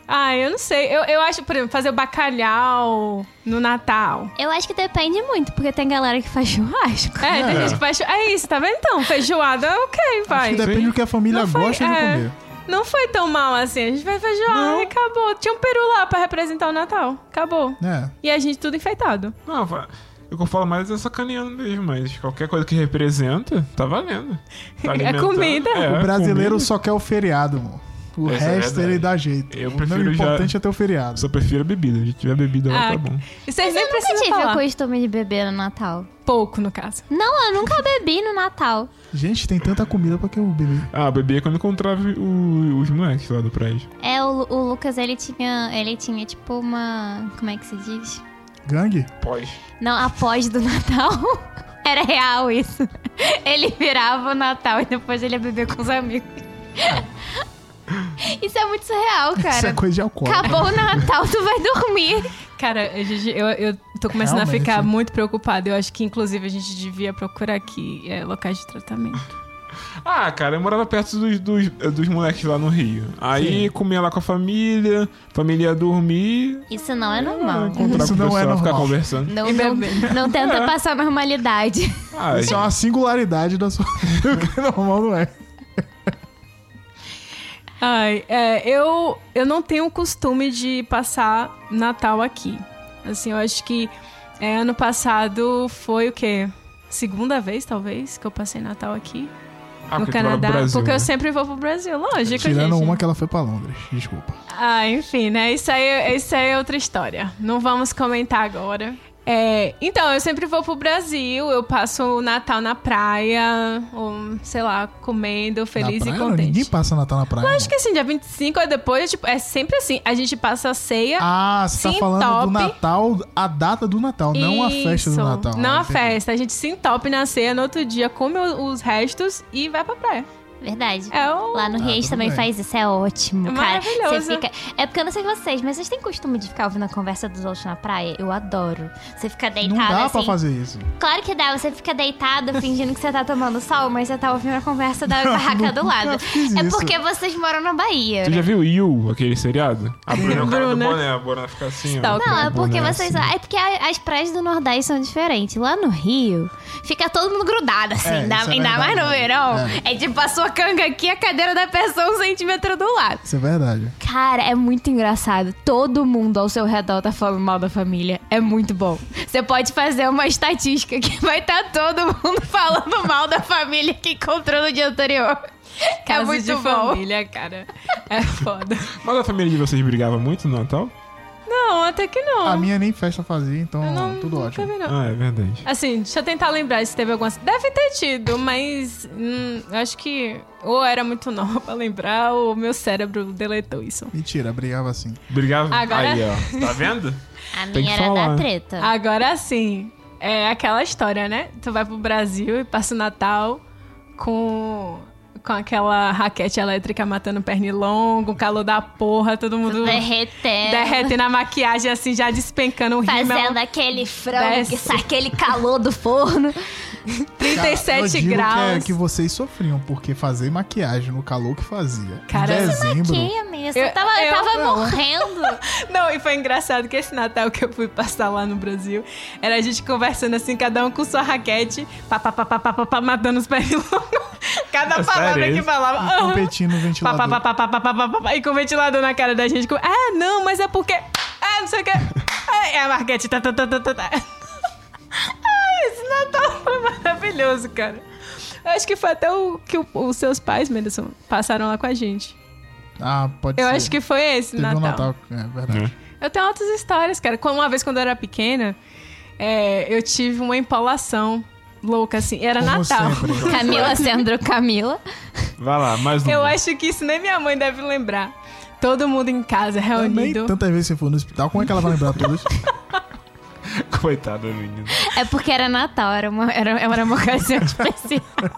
Speaker 1: Ah, eu não sei. Eu, eu acho, por exemplo, fazer o bacalhau no Natal.
Speaker 2: Eu acho que depende muito, porque tem galera que faz churrasco.
Speaker 1: É, tem gente que faz... É isso, tá vendo então? Feijoada, ok, vai.
Speaker 3: Acho que depende do que a família
Speaker 1: Não foi-
Speaker 3: gosta de
Speaker 1: é.
Speaker 3: comer.
Speaker 1: Não foi tão mal assim. A gente vai feijoada e acabou. Tinha um peru lá pra representar o Natal. Acabou.
Speaker 3: É.
Speaker 1: E a gente tudo enfeitado.
Speaker 4: Não, fa- O que eu falo mais é sacaneando mesmo, mas qualquer coisa que representa, tá valendo. Tá
Speaker 1: É
Speaker 4: alimentando.
Speaker 1: comida.
Speaker 4: É,
Speaker 3: O brasileiro
Speaker 4: comida.
Speaker 3: só quer o feriado, mano. O
Speaker 4: Essa é
Speaker 3: resto ele
Speaker 4: verdade.
Speaker 3: dá jeito.
Speaker 4: Eu
Speaker 3: o
Speaker 4: prefiro já-
Speaker 3: importante é ter o feriado.
Speaker 4: Só prefiro a bebida. Se tiver bebida, lá
Speaker 1: Ah,
Speaker 4: tá bom.
Speaker 1: E vocês nem
Speaker 2: Eu nunca
Speaker 1: precisam
Speaker 2: tive
Speaker 1: falar.
Speaker 2: o costume de beber no Natal.
Speaker 1: Pouco, no caso.
Speaker 2: Não, eu nunca bebi no Natal.
Speaker 3: Gente, tem tanta comida pra que eu beber.
Speaker 4: Ah, bebi é quando encontrava o- os moleques lá do prédio.
Speaker 2: É, o, Lu- o Lucas, ele tinha, ele tinha tipo uma... Como é que se diz?
Speaker 3: Gangue?
Speaker 4: Pós.
Speaker 2: Não, após do Natal. Era real isso. Ele virava o Natal e depois ele ia beber com os amigos. Isso é muito surreal,
Speaker 3: Isso
Speaker 2: cara.
Speaker 3: é coisa de alcoólatra.
Speaker 2: Acabou o Natal, tu vai dormir.
Speaker 1: Cara, a gente- eu, eu tô começando a
Speaker 3: Realmente.
Speaker 1: ficar muito preocupada. Eu acho que, inclusive, a gente devia procurar aqui é, locais de tratamento.
Speaker 4: Ah, cara, eu morava perto dos, dos, dos moleques lá no Rio. Aí comia lá com a família, família ia dormir.
Speaker 2: Isso não é normal.
Speaker 4: Encontrar
Speaker 3: Isso
Speaker 4: com o
Speaker 3: não é
Speaker 4: pessoal, ficar
Speaker 3: normal.
Speaker 4: conversando.
Speaker 2: Não,
Speaker 1: E
Speaker 2: não,
Speaker 1: beber.
Speaker 2: não tenta passar normalidade.
Speaker 4: Ah,
Speaker 3: Isso é uma singularidade da sua vida, que normal não é.
Speaker 1: Ai, é, eu, eu não tenho o costume de passar Natal aqui. Assim, eu acho que é, ano passado foi o quê? Segunda vez, talvez, que eu passei Natal aqui
Speaker 4: ah,
Speaker 1: no
Speaker 4: porque tu mora no
Speaker 1: Canadá.
Speaker 4: Brasil,
Speaker 1: porque
Speaker 4: né?
Speaker 1: eu sempre vou pro Brasil, lógico,
Speaker 3: Tirando
Speaker 1: gente.
Speaker 3: uma que ela foi pra Londres, desculpa.
Speaker 1: Ah, enfim, né? Isso aí, isso aí é outra história. Não vamos comentar agora. É, então, eu sempre vou pro Brasil, eu passo o Natal na praia, ou, sei lá, comendo, feliz
Speaker 3: na praia,
Speaker 1: e
Speaker 3: não,
Speaker 1: contente.
Speaker 3: Ninguém passa Natal na praia.
Speaker 1: Acho que assim, dia 25 é depois, tipo, é sempre assim. A gente passa a ceia.
Speaker 3: Ah, você tá
Speaker 1: é Sim,
Speaker 3: falando
Speaker 1: top.
Speaker 3: do Natal, a data do Natal, Ah, não a festa do
Speaker 1: Isso,
Speaker 3: Natal.
Speaker 1: Não
Speaker 3: Ah,
Speaker 1: a
Speaker 3: entendi.
Speaker 1: festa. A gente se entope na ceia no outro dia, come o- os restos e vai pra praia.
Speaker 2: Verdade.
Speaker 1: É o.
Speaker 2: Lá no
Speaker 3: Ah,
Speaker 2: Reis
Speaker 3: tudo
Speaker 2: também
Speaker 3: bem.
Speaker 2: faz isso, é ótimo,
Speaker 1: É
Speaker 2: cara.
Speaker 1: maravilhoso.
Speaker 2: Você fica... É porque eu não sei vocês, mas vocês têm costume de ficar ouvindo a conversa dos outros na praia? Eu adoro. Você fica
Speaker 3: Não
Speaker 2: deitado
Speaker 3: dá
Speaker 2: assim.
Speaker 3: pra fazer isso.
Speaker 2: Claro que dá, você fica deitado fingindo que você tá tomando sol, mas você tá ouvindo a conversa da barraca do lado.
Speaker 3: nunca fiz
Speaker 2: É
Speaker 3: isso.
Speaker 2: porque vocês moram na Bahia.
Speaker 4: Tu já viu You, aquele seriado? A Bruna é o cara do
Speaker 1: Bruna.
Speaker 4: boné, a Bruna fica assim, ó.
Speaker 1: Stalker.
Speaker 2: Não, é
Speaker 4: com o boné
Speaker 2: porque vocês.
Speaker 4: assim.
Speaker 2: É porque a- as praias do Nordeste são diferentes. Lá no Rio, fica todo mundo grudado, assim.
Speaker 3: É,
Speaker 2: ainda
Speaker 3: isso é
Speaker 2: ainda mais no
Speaker 3: verdade.
Speaker 2: verão. É. tipo a sua canga aqui e a cadeira da pessoa um centímetro do lado.
Speaker 3: Isso é verdade.
Speaker 2: Cara, é muito engraçado. Todo mundo ao seu redor tá falando mal da família. É muito bom. Você pode fazer uma estatística que vai estar todo mundo falando mal da família que encontrou no dia anterior. Que é
Speaker 1: Caso
Speaker 2: muito
Speaker 1: de
Speaker 2: bom.
Speaker 1: família, cara. É foda.
Speaker 4: Mas a família de vocês brigava muito no Natal?
Speaker 1: Não, até que não.
Speaker 3: A minha nem festa fazia, então
Speaker 1: Eu não,
Speaker 3: tudo
Speaker 1: nunca
Speaker 3: ótimo.
Speaker 1: vi, não.
Speaker 4: Ah, é verdade.
Speaker 1: Assim, deixa eu tentar lembrar se teve alguma. Deve ter tido, mas hum, eu acho que ou era muito nova pra lembrar ou meu cérebro deletou isso.
Speaker 3: Mentira, brigava assim.
Speaker 4: Brigava
Speaker 1: Agora-
Speaker 4: aí, ó. Tá vendo?
Speaker 2: A
Speaker 4: Tem que
Speaker 2: minha era
Speaker 4: falar.
Speaker 2: da treta.
Speaker 1: Agora sim, é aquela história, né? Tu vai pro Brasil e passa o Natal com, com aquela raquete elétrica matando pernilongo, calor da porra, todo mundo
Speaker 2: Derretendo.
Speaker 1: derretendo a maquiagem assim, já despencando o rímel.
Speaker 2: Fazendo aquele frango
Speaker 1: Desce.
Speaker 2: que sai aquele calor do forno.
Speaker 3: Cara, eu
Speaker 1: 37
Speaker 3: digo que é-
Speaker 1: graus.
Speaker 3: Que, vocês sofriam, porque fazer maquiagem no calor que fazia.
Speaker 1: Cara,
Speaker 3: em
Speaker 1: você
Speaker 3: dezembro.
Speaker 2: Que, amiga? Você
Speaker 1: Eu-
Speaker 2: tava,
Speaker 1: eu-
Speaker 2: tava
Speaker 1: eu-
Speaker 2: morrendo.
Speaker 1: Não, e foi engraçado que esse Natal que eu fui passar lá no Brasil era a gente conversando assim, cada um com sua raquete, pá, pá, pá, pá, pá, pá, pá, matando os pernilongos. Cada
Speaker 4: É
Speaker 1: palavra
Speaker 4: sério
Speaker 1: que
Speaker 4: isso?
Speaker 1: falava.
Speaker 3: E
Speaker 1: aham.
Speaker 3: competindo no
Speaker 1: Pá,
Speaker 3: ventilador.
Speaker 1: pá, pá, pá, pá, pá, pá, pá, pá, pá, e com o ventilador na cara da gente. Com, ah, não, mas é porque. Ah, não sei o que. Ah, é a Marquete. Tá, tá, tá, tá, tá, tá. Ah, esse Natal foi maravilhoso, cara. Eu Acho que foi até o que o- os seus pais, Menderson, passaram lá com a gente.
Speaker 3: Ah, pode
Speaker 1: Eu
Speaker 3: ser.
Speaker 1: acho que foi esse
Speaker 3: Teve
Speaker 1: Natal.
Speaker 3: um Natal. É verdade.
Speaker 1: Eu tenho outras histórias, cara. Como uma vez quando eu era pequena, é, eu tive uma empolação louca, assim. Era
Speaker 3: Como
Speaker 1: Natal.
Speaker 3: sempre.
Speaker 2: Camila sendo Camila.
Speaker 4: Vai lá, mais um.
Speaker 1: Eu acho que isso nem minha mãe deve lembrar. Todo mundo em casa,
Speaker 3: Também,
Speaker 1: reunido.
Speaker 3: tantas vezes que você for no hospital, como é que ela vai lembrar todas?
Speaker 4: Coitada, menina.
Speaker 2: É porque era Natal, era uma, era, era uma ocasião específica.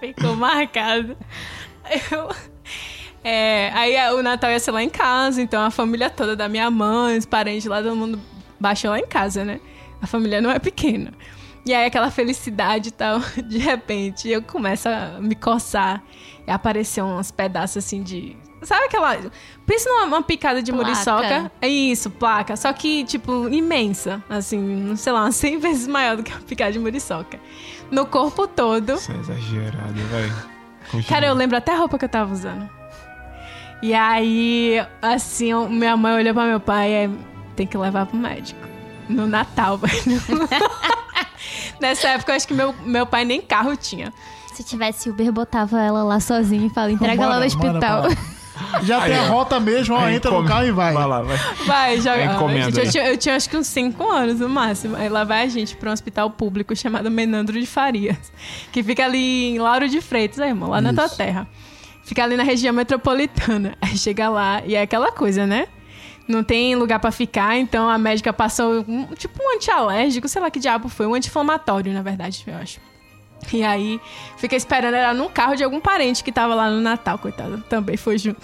Speaker 1: Ficou marcado. Eu- É, aí a- o Natal ia ser lá em casa, então a família toda da minha mãe, os parentes lá, todo mundo baixou lá em casa, né? A família não é pequena. E aí aquela felicidade e tal, de repente eu começo a me coçar e apareceu uns pedaços assim de. Sabe aquela. Pensa numa uma picada de
Speaker 2: Placa.
Speaker 1: muriçoca. É isso, placa. Só que, tipo, imensa. Assim, sei lá, umas 100 vezes maior do que uma picada de muriçoca. No corpo todo.
Speaker 4: Isso é exagerado, vai.
Speaker 1: Cara, eu lembro até a roupa que eu tava usando. E aí, assim, eu- minha mãe olhou pra meu pai e aí, tem que levar pro médico. No Natal, velho. Nessa época, eu acho que meu, meu pai nem carro tinha.
Speaker 5: Se tivesse Uber, botava ela lá sozinha e fala, entrega ela no
Speaker 3: Bora, bora pra
Speaker 5: hospital.
Speaker 3: lá. Já tem
Speaker 4: Aí,
Speaker 3: a
Speaker 4: ó.
Speaker 3: rota mesmo, ó,
Speaker 4: Aí
Speaker 3: entra no
Speaker 4: come-
Speaker 3: carro e vai.
Speaker 4: Vai lá, vai.
Speaker 1: Vai,
Speaker 4: É
Speaker 1: joga.
Speaker 4: encomenda,
Speaker 1: Gente, eu,
Speaker 4: né?
Speaker 1: tinha, eu tinha acho que uns 5 anos no máximo. Aí lá vai a gente pra um hospital público chamado Menandro de Farias, que fica ali em Lauro de Freitas, aí, irmão, lá na tua
Speaker 3: Isso.
Speaker 1: terra. Fica ali na região metropolitana. Aí chega lá e é aquela coisa, né? Não tem lugar pra ficar, então a médica passou um- tipo um antialérgico, sei lá que diabo foi, um anti-inflamatório, na verdade, eu acho. E aí, fica esperando, era num carro de algum parente que tava lá no Natal, coitado. Também foi junto.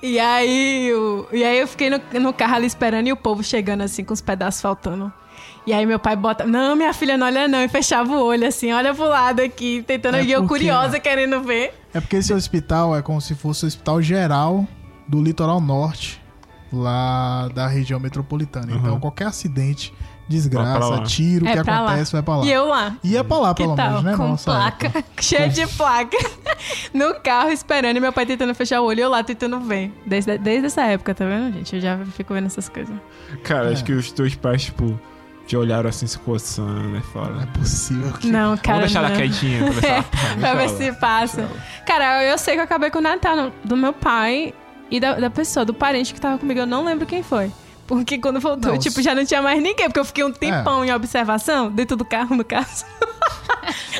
Speaker 1: E aí, o- e aí eu fiquei no, no carro ali esperando e o povo chegando assim, com os pedaços faltando. E aí meu pai bota, não, minha filha, não olha não. E fechava o olho assim, olha pro lado aqui, tentando,
Speaker 3: É
Speaker 1: e eu
Speaker 3: porque-
Speaker 1: curiosa, querendo ver.
Speaker 3: É porque esse hospital é como se fosse o hospital geral do litoral norte, lá da região metropolitana. Então, qualquer acidente,
Speaker 4: Uhum. Vai pra
Speaker 3: desgraça,
Speaker 4: lá.
Speaker 3: tiro, o
Speaker 1: é
Speaker 3: que
Speaker 1: pra
Speaker 3: acontece,
Speaker 1: lá.
Speaker 3: vai pra lá.
Speaker 1: E eu lá.
Speaker 3: Ia pra lá,
Speaker 1: Que
Speaker 3: pelo
Speaker 1: tal?
Speaker 3: menos, né? na
Speaker 5: Com
Speaker 3: nossa
Speaker 5: placa.
Speaker 3: época. É.
Speaker 1: Cheia de placa. No carro, esperando, e meu pai tentando fechar o olho, e eu lá tentando ver. Desde, desde essa época, tá vendo, gente? Eu já fico vendo essas coisas.
Speaker 4: Cara,
Speaker 3: É.
Speaker 4: acho que os teus pais, tipo, te olharam assim, se coçando, né?
Speaker 3: Não
Speaker 4: Falaram.
Speaker 3: é possível. que-
Speaker 1: Não, cara,
Speaker 4: Vamos deixar ela
Speaker 1: não.
Speaker 4: quietinha pra ver se ela
Speaker 1: É, pra ver se passa. Cara, eu, eu sei que eu acabei com o Natal no- do meu pai e da, da pessoa, do parente que tava comigo. Eu não lembro quem foi. Porque quando voltou,
Speaker 3: Não, É.
Speaker 1: tipo,
Speaker 3: se-
Speaker 1: já não tinha mais ninguém. Porque eu fiquei um tempão em observação, dentro do carro, no caso.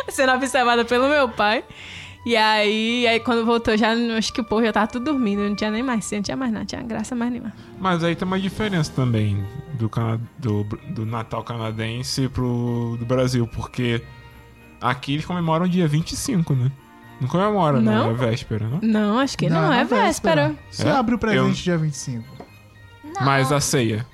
Speaker 1: Sendo observada pelo meu pai. E aí, aí quando voltou, já não- acho que o povo já tava tudo dormindo. Não tinha nem mais cedo, não tinha mais nada, não tinha graça mais nenhuma.
Speaker 4: Mas aí tem uma diferença também do, cana do, do Natal canadense pro do Brasil, porque aqui eles comemoram dia 25, né? Não comemora, não,
Speaker 1: Não?
Speaker 4: é véspera, não?
Speaker 1: Não, acho que não,
Speaker 3: na
Speaker 1: é véspera.
Speaker 3: Você
Speaker 4: É?
Speaker 3: abre o presente
Speaker 4: Eu-
Speaker 3: dia 25.
Speaker 2: Não,
Speaker 4: Mas a ceia.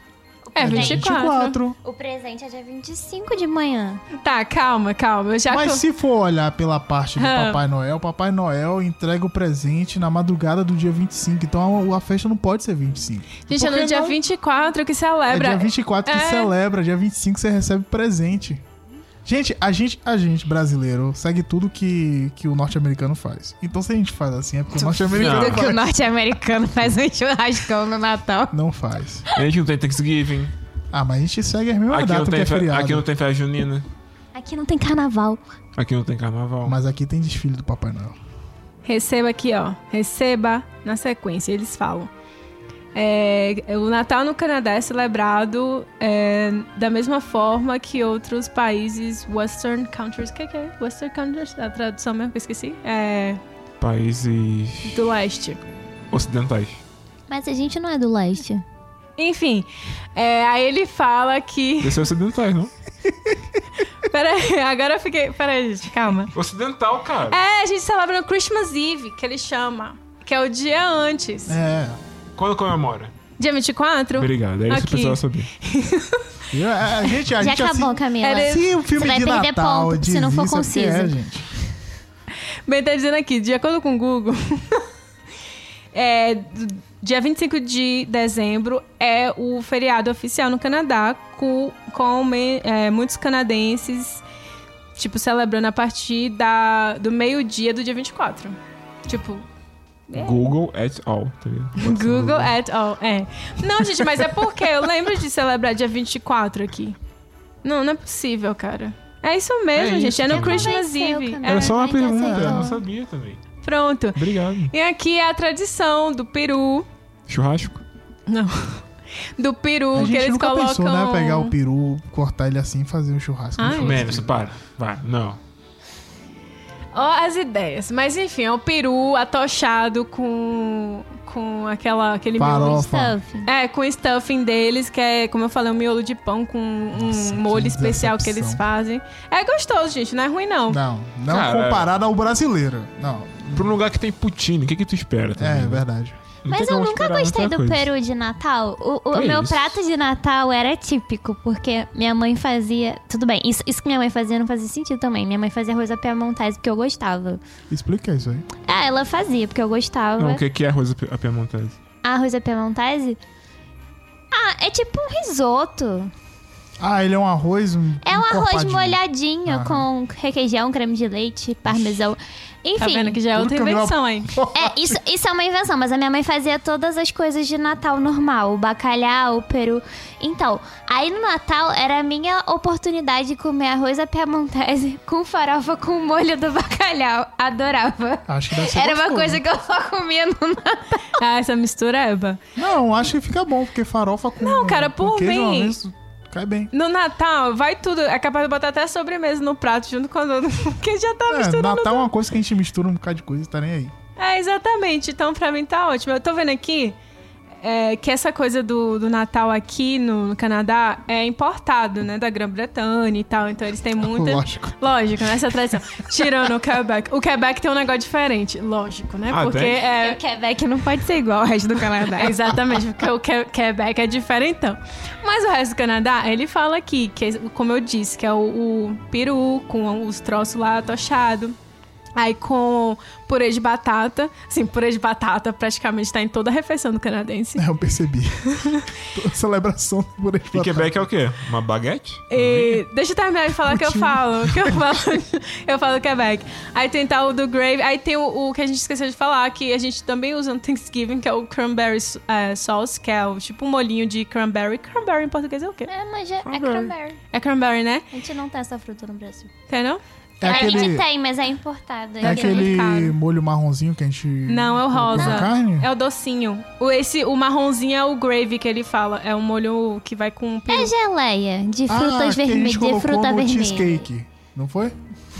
Speaker 1: É
Speaker 2: Tem.
Speaker 1: 24.
Speaker 2: o presente é dia 25 de manhã.
Speaker 1: Tá, calma, calma. Eu já
Speaker 3: Mas
Speaker 1: co-
Speaker 3: se for olhar pela parte do
Speaker 1: Tá Ah.
Speaker 3: Papai Noel, Papai Noel entrega o presente na madrugada do dia 25. Então a, a festa não pode ser 25.
Speaker 1: Gente, é
Speaker 3: Por
Speaker 1: no
Speaker 3: que
Speaker 1: dia
Speaker 3: não?
Speaker 1: 24 que
Speaker 3: É
Speaker 1: celebra.
Speaker 3: dia 24 que
Speaker 1: É.
Speaker 3: celebra, dia 25 você recebe presente. Gente, a gente, a gente brasileiro segue tudo que, que o norte-americano faz. Então se a gente faz assim é porque o norte-americano
Speaker 4: Não.
Speaker 5: Tudo que
Speaker 3: faz-
Speaker 5: o norte-americano faz um churrascão no Natal.
Speaker 3: não faz.
Speaker 4: A gente não tem Thanksgiving.
Speaker 3: Ah, mas a gente segue as mesmas
Speaker 4: Aqui não,
Speaker 3: datas que
Speaker 4: tem
Speaker 3: é
Speaker 4: fe...
Speaker 3: feriado.
Speaker 4: aqui não tem festa junina.
Speaker 2: Aqui não tem carnaval.
Speaker 4: Aqui não tem carnaval.
Speaker 3: Mas aqui tem desfile do Papai Noel.
Speaker 1: Receba aqui, ó. Receba na sequência. Eles falam. É, o Natal no Canadá é celebrado é, da mesma forma que outros países Western countries. O que, que é? Western countries? A tradução mesmo que eu esqueci. É,
Speaker 4: Países
Speaker 1: do leste.
Speaker 4: ocidentais.
Speaker 2: Mas a gente não é do leste.
Speaker 1: Enfim, é, aí ele fala que.
Speaker 4: Esse é ocidentais, não?
Speaker 1: Peraí, agora eu fiquei. Peraí, gente, calma.
Speaker 4: Ocidental, cara.
Speaker 1: É, a gente celebra no Christmas Eve, que ele chama. Que é o dia antes.
Speaker 3: É.
Speaker 4: Quando comemora?
Speaker 1: Dia 24?
Speaker 4: Obrigado, é isso que
Speaker 1: Aqui.
Speaker 4: eu precisava saber.
Speaker 3: Eu- é, a, a gente, a
Speaker 2: Já
Speaker 3: gente
Speaker 2: acabou,
Speaker 3: assim,
Speaker 2: Camila.
Speaker 1: Era-
Speaker 3: se o filme
Speaker 2: Você vai
Speaker 3: de
Speaker 2: perder
Speaker 3: Natal
Speaker 2: ponto,
Speaker 3: diz
Speaker 2: se não for
Speaker 3: isso, é porque é,
Speaker 2: conciso.
Speaker 3: gente.
Speaker 1: Bem, tá dizendo aqui, de acordo com o Google, é, d- dia 25 de dezembro é o feriado oficial no Canadá, com, com me- é, muitos canadenses, tipo, celebrando a partir da, do meio-dia do dia 24. Tipo,
Speaker 4: Google at all, tá ligado? Pode ser
Speaker 1: Google at all, é. Não, gente, mas é porque eu lembro de celebrar dia 24 aqui. Não, não é possível, cara. É isso mesmo,
Speaker 4: É
Speaker 1: gente.
Speaker 4: isso,
Speaker 1: é no
Speaker 4: Camila.
Speaker 1: Christmas
Speaker 2: Convenceu,
Speaker 1: Eve.
Speaker 2: Camila.
Speaker 4: Era só uma
Speaker 2: Ai, já
Speaker 4: pergunta, eu não
Speaker 2: aceitou.
Speaker 4: sabia também.
Speaker 1: É, pronto.
Speaker 4: Obrigado.
Speaker 1: E aqui é a tradição do Peru.
Speaker 4: Churrasco?
Speaker 1: Não. Do
Speaker 3: A
Speaker 1: peru
Speaker 3: gente
Speaker 1: que eles
Speaker 3: nunca
Speaker 1: colocam.
Speaker 3: pensou, né? Pegar o peru, cortar ele assim e fazer um churrasco.
Speaker 1: Ai.
Speaker 3: no
Speaker 4: Menos, para. Vai, não.
Speaker 1: Ó, as ideias. Mas enfim, é um peru atochado com. com aquela, aquele miolo.
Speaker 3: Farofa.
Speaker 2: Stuff.
Speaker 1: É, com o stuffing deles, que é, como eu falei, um miolo de pão com um
Speaker 3: Nossa, que
Speaker 1: molho especial que
Speaker 3: decepção.
Speaker 1: eles fazem. É gostoso, gente, não é ruim não.
Speaker 3: Não, não
Speaker 4: Cara,
Speaker 3: comparado ao brasileiro. Não,
Speaker 4: Pra um lugar que tem poutine, o que que tu espera também? né?
Speaker 3: é verdade.
Speaker 4: Não
Speaker 2: Mas
Speaker 4: tem
Speaker 2: eu
Speaker 4: como
Speaker 2: nunca
Speaker 4: esperar
Speaker 2: gostei
Speaker 4: muita
Speaker 2: do
Speaker 4: coisa.
Speaker 2: peru de Natal. O, o
Speaker 4: Que
Speaker 2: meu
Speaker 4: isso?
Speaker 2: prato de Natal era típico, porque minha mãe fazia. Tudo bem, isso, isso que minha mãe fazia não fazia sentido também. Minha mãe fazia arroz à piemontese porque eu gostava.
Speaker 3: Explica isso aí.
Speaker 2: Ah, ela fazia porque eu gostava.
Speaker 4: Não, o que que é arroz à pi- à piemontese?
Speaker 2: Arroz à piemontese? Ah, é tipo um risoto.
Speaker 3: Ah, ele é um arroz. Um,
Speaker 2: É um arroz
Speaker 3: encorpadinho.
Speaker 2: molhadinho
Speaker 3: Ah.
Speaker 2: com requeijão, creme de leite, parmesão. Enfim.
Speaker 1: Tá vendo que já é
Speaker 3: Tudo
Speaker 1: outra
Speaker 3: que eu vi lá-
Speaker 1: invenção, hein?
Speaker 2: É, isso, isso é uma invenção, mas a minha mãe fazia todas as coisas de Natal normal, o bacalhau, o peru. Então, aí no Natal era a minha oportunidade de comer arroz à piamontese com farofa com molho do bacalhau. Adorava.
Speaker 3: Acho que deve ser
Speaker 2: Era uma
Speaker 3: gostoso.
Speaker 2: coisa que eu só comia no Natal.
Speaker 1: Ah, essa mistura é.
Speaker 3: Não, acho que fica bom, porque farofa com.
Speaker 1: Não, cara,
Speaker 3: com
Speaker 1: por
Speaker 3: queijo,
Speaker 1: mim.
Speaker 3: uma vez, Cai bem.
Speaker 1: No Natal, vai tudo. É capaz de botar até sobremesa no prato junto com a Porque já tá
Speaker 3: É,
Speaker 1: misturando.
Speaker 3: Natal é uma coisa que a gente mistura um bocado de coisa e tá nem aí.
Speaker 1: É, exatamente. Então, pra mim tá ótimo. Eu tô vendo aqui é, que essa coisa do, do Natal aqui no, Canadá é importado, né? Da Grã-Bretanha e tal. Então, eles têm muita.
Speaker 3: Lógico.
Speaker 1: Lógico, nessa tradição. Tirando o Quebec. O Quebec tem um negócio diferente, lógico, né?
Speaker 4: Ah,
Speaker 1: Porque
Speaker 4: tem?
Speaker 1: é,
Speaker 2: O Quebec não pode ser igual ao resto do Canadá.
Speaker 1: é, Exatamente, porque o Que- Quebec é diferentão. Mas o resto do Canadá, ele fala aqui, que, é- como eu disse, que é o, o peru com os troços lá tochado. Aí com purê de batata. Assim, purê de batata praticamente tá em toda a refeição do canadense.
Speaker 3: É, eu percebi. Toda celebração do purê de
Speaker 4: E
Speaker 3: batata.
Speaker 4: Quebec é o quê? Uma baguete?
Speaker 2: É,
Speaker 1: E deixa eu terminar de falar o que eu falo. Que eu falo, eu falo Quebec. Aí tem tal o do Grave. Aí tem o, o que a gente esqueceu de falar, que a gente também usa no Thanksgiving, que é o cranberry eh, sauce, que é o, tipo um molinho de cranberry. Cranberry em português é o quê?
Speaker 2: É, mas é, é
Speaker 4: Cranberry.
Speaker 2: cranberry.
Speaker 1: É cranberry, né?
Speaker 2: A gente não tem essa fruta no Brasil.
Speaker 1: Entendeu?
Speaker 3: É
Speaker 2: A gente
Speaker 3: aquele,
Speaker 2: tem, mas é importada.
Speaker 3: é aquele
Speaker 1: caro.
Speaker 3: molho marronzinho que a gente.
Speaker 1: Não, é o rosa.
Speaker 3: coloca na carne?
Speaker 1: É o docinho. O, esse, o marronzinho é o gravy que ele fala. É um molho que vai com... peru.
Speaker 2: É geleia de
Speaker 3: Ah,
Speaker 2: frutas
Speaker 3: que a gente
Speaker 2: vermelhas, de
Speaker 3: colocou
Speaker 2: fruta
Speaker 3: no
Speaker 2: vermelha.
Speaker 3: cheesecake. Não foi?